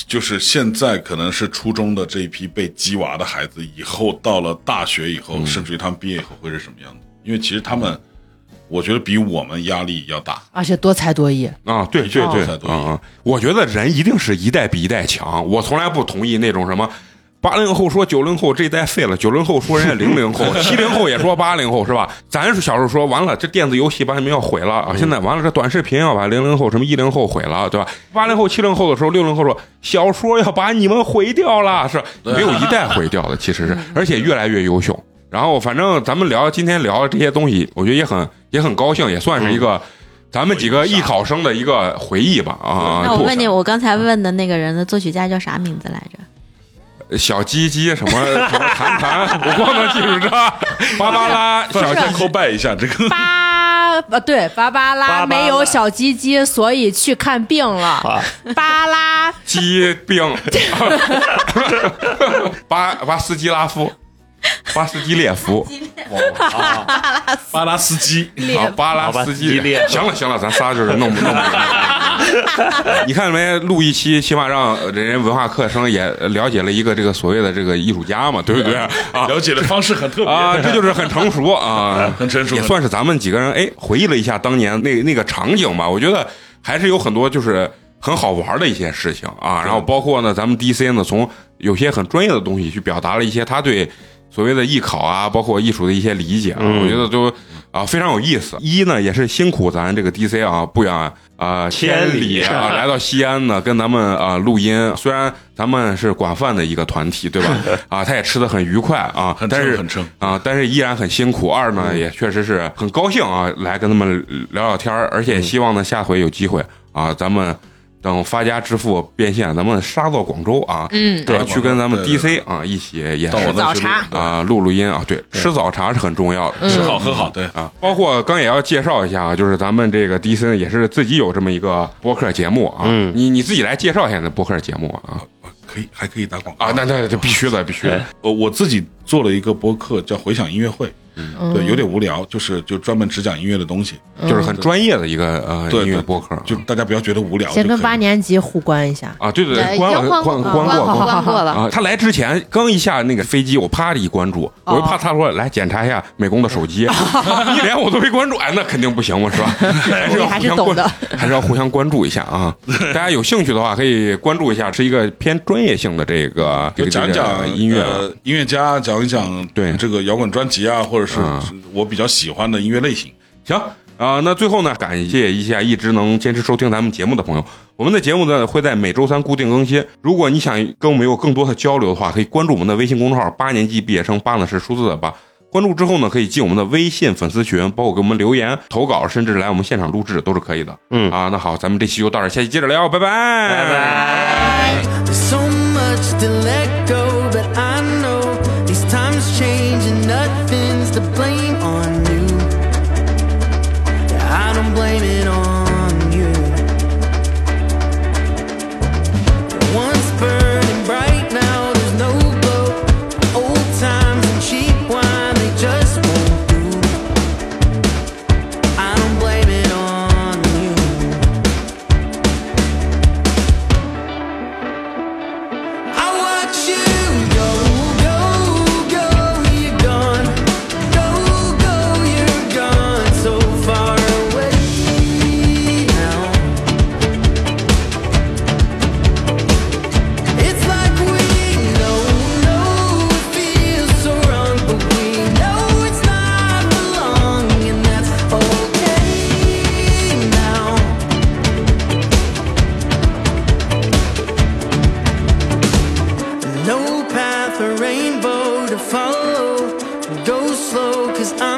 就是现在可能是初中的这一批被鸡娃的孩子，以后到了大学以
嗯
后，甚至于他们毕业以后会是什么样子？因为其实他们，我觉得比我们压力要大。
而且多才多艺，
啊，对对对，
哦
啊、啊！我觉得人一定是一代比一代强，我从来不同意那种什么。八零后说九零后这一代废了，九零后说人家零零后，七零后也说八零后是吧？咱是小时候说完了，这电子游戏把你们要毁了啊！现在完了，这短视频要把零零后什么一零后毁了，对吧？八零后、七零后的时候，六零后说小说要把你们毁掉了，是没有一代毁掉的，其实是，而且越来越优秀。然后反正咱们聊今天聊的这些东西，我觉得也很也很高兴，也算是一个咱们几个艺考生的一个回忆吧啊。
那我问你，
吐
我刚才
嗯
问的那个人的作曲家叫啥名字来着？
槽小鸡鸡什么 什么弹弹，我光能记住这芭芭 拉小
小
鸡
先叩拜一下这个，
芭呃对芭芭拉
芭芭拉
没有小鸡鸡，所以去看病
啊
了。芭拉
鸡病， 巴巴斯基拉夫，巴斯基列夫，
巴拉斯基，
啊，巴拉斯基列夫。行了行了，咱仨就是弄不弄不。 你看没？录一期，起码让人家文化课生也了解了一个这个所谓的这个艺术家嘛，对不 对？啊，
了解的方式很特别。
啊，这就是很成熟啊，
很成熟
也算是咱们几个人哎回忆了一下当年那那个场景吧。我觉得还是有很多就是很好玩的一些事情啊。然后包括呢，咱们 DC 呢从有些很专业的东西去表达了一些他对。所谓的艺考啊，包括艺术的一些理解啊，
嗯
我觉得都啊非常有意思。一呢也是辛苦咱这个 DC 啊，不远啊
千
千
里
里啊来到西安呢，跟咱们啊录音，虽然咱们是管饭的一个团体，对 吧？啊，他也吃的很愉快啊
很，
但
撑
是
很撑。嗯
啊，但是依然很辛苦。二呢，也确实是很高兴啊，来跟他们聊聊天儿，而
嗯
且也希望呢下回有机会啊，咱们等发家致富变现，咱们杀到广州啊，
嗯，
然后
对
去跟咱们
对对
DC 啊一起也
到我
是
那儿
吃早
去录
茶嗯
啊录录音啊，对，吃早茶是很重要的，
吃好喝好，对，
啊，包括刚也要介绍一下啊，就是咱们这个迪森也是自己有这么一个播客节目啊，
嗯
你你自己来介绍一下你的播客节目啊
可以还可以打广告
啊，那那这必须的，必须的，
我我自己做了一个播客叫回响音乐会，
嗯
对，有点无聊，就是就专门只讲音乐的东西，
嗯
就是很专业的一个呃
对
音乐
对
播客啊，
就大家不要觉得无聊就可以。
先跟八年级互关一下。
啊，对对
呃
对，
对，
已经关
关了关关过
过
关
关过了。
啊！他来之前刚一下那个飞机，我啪一关注，我
哦
就怕他说来检查一下美工的手 机，一连我都没关注，哎，那肯定不行嘛，是吧？还是要
你还
互
是
相
懂
关
的，
还是要互相关注一下啊！大家有兴趣的话可以关注一下，是一个偏专业性的这个这
就
个
讲
这个
讲
音乐啊
呃音乐家讲一讲
对
这个摇滚专辑啊，或者是
嗯
我比较喜欢的音乐类型。
行啊、那最后呢，感谢一下一直能坚持收听咱们节目的朋友。我们的节目呢会在每周三固定更新。如果你想跟我们有更多的交流的话，可以关注我们的微信公众号“八年级毕业生”，八呢是数字的八。关注之后呢，可以进我们的微信粉丝群，包括给我们留言、投稿，甚至来我们现场录制都是可以的。
嗯
啊，那好，咱们这期就到这儿，下期接着聊，拜拜，拜
拜拜。
There's so much to let go, but I know these times change and nothing's to blame on you. Yeah, I don't blame it on you. Once burning bright, now there's no glow. Old times and cheap wine, they just won't do. I don't blame it on you. I watch you go, go, go, you're gone. Go, go, you're gone. So far away now. It's like we know, know it feels so wrong, but we know it's not for long, and that's okay now. No path or rainbow to follow. Go slow, cause I'm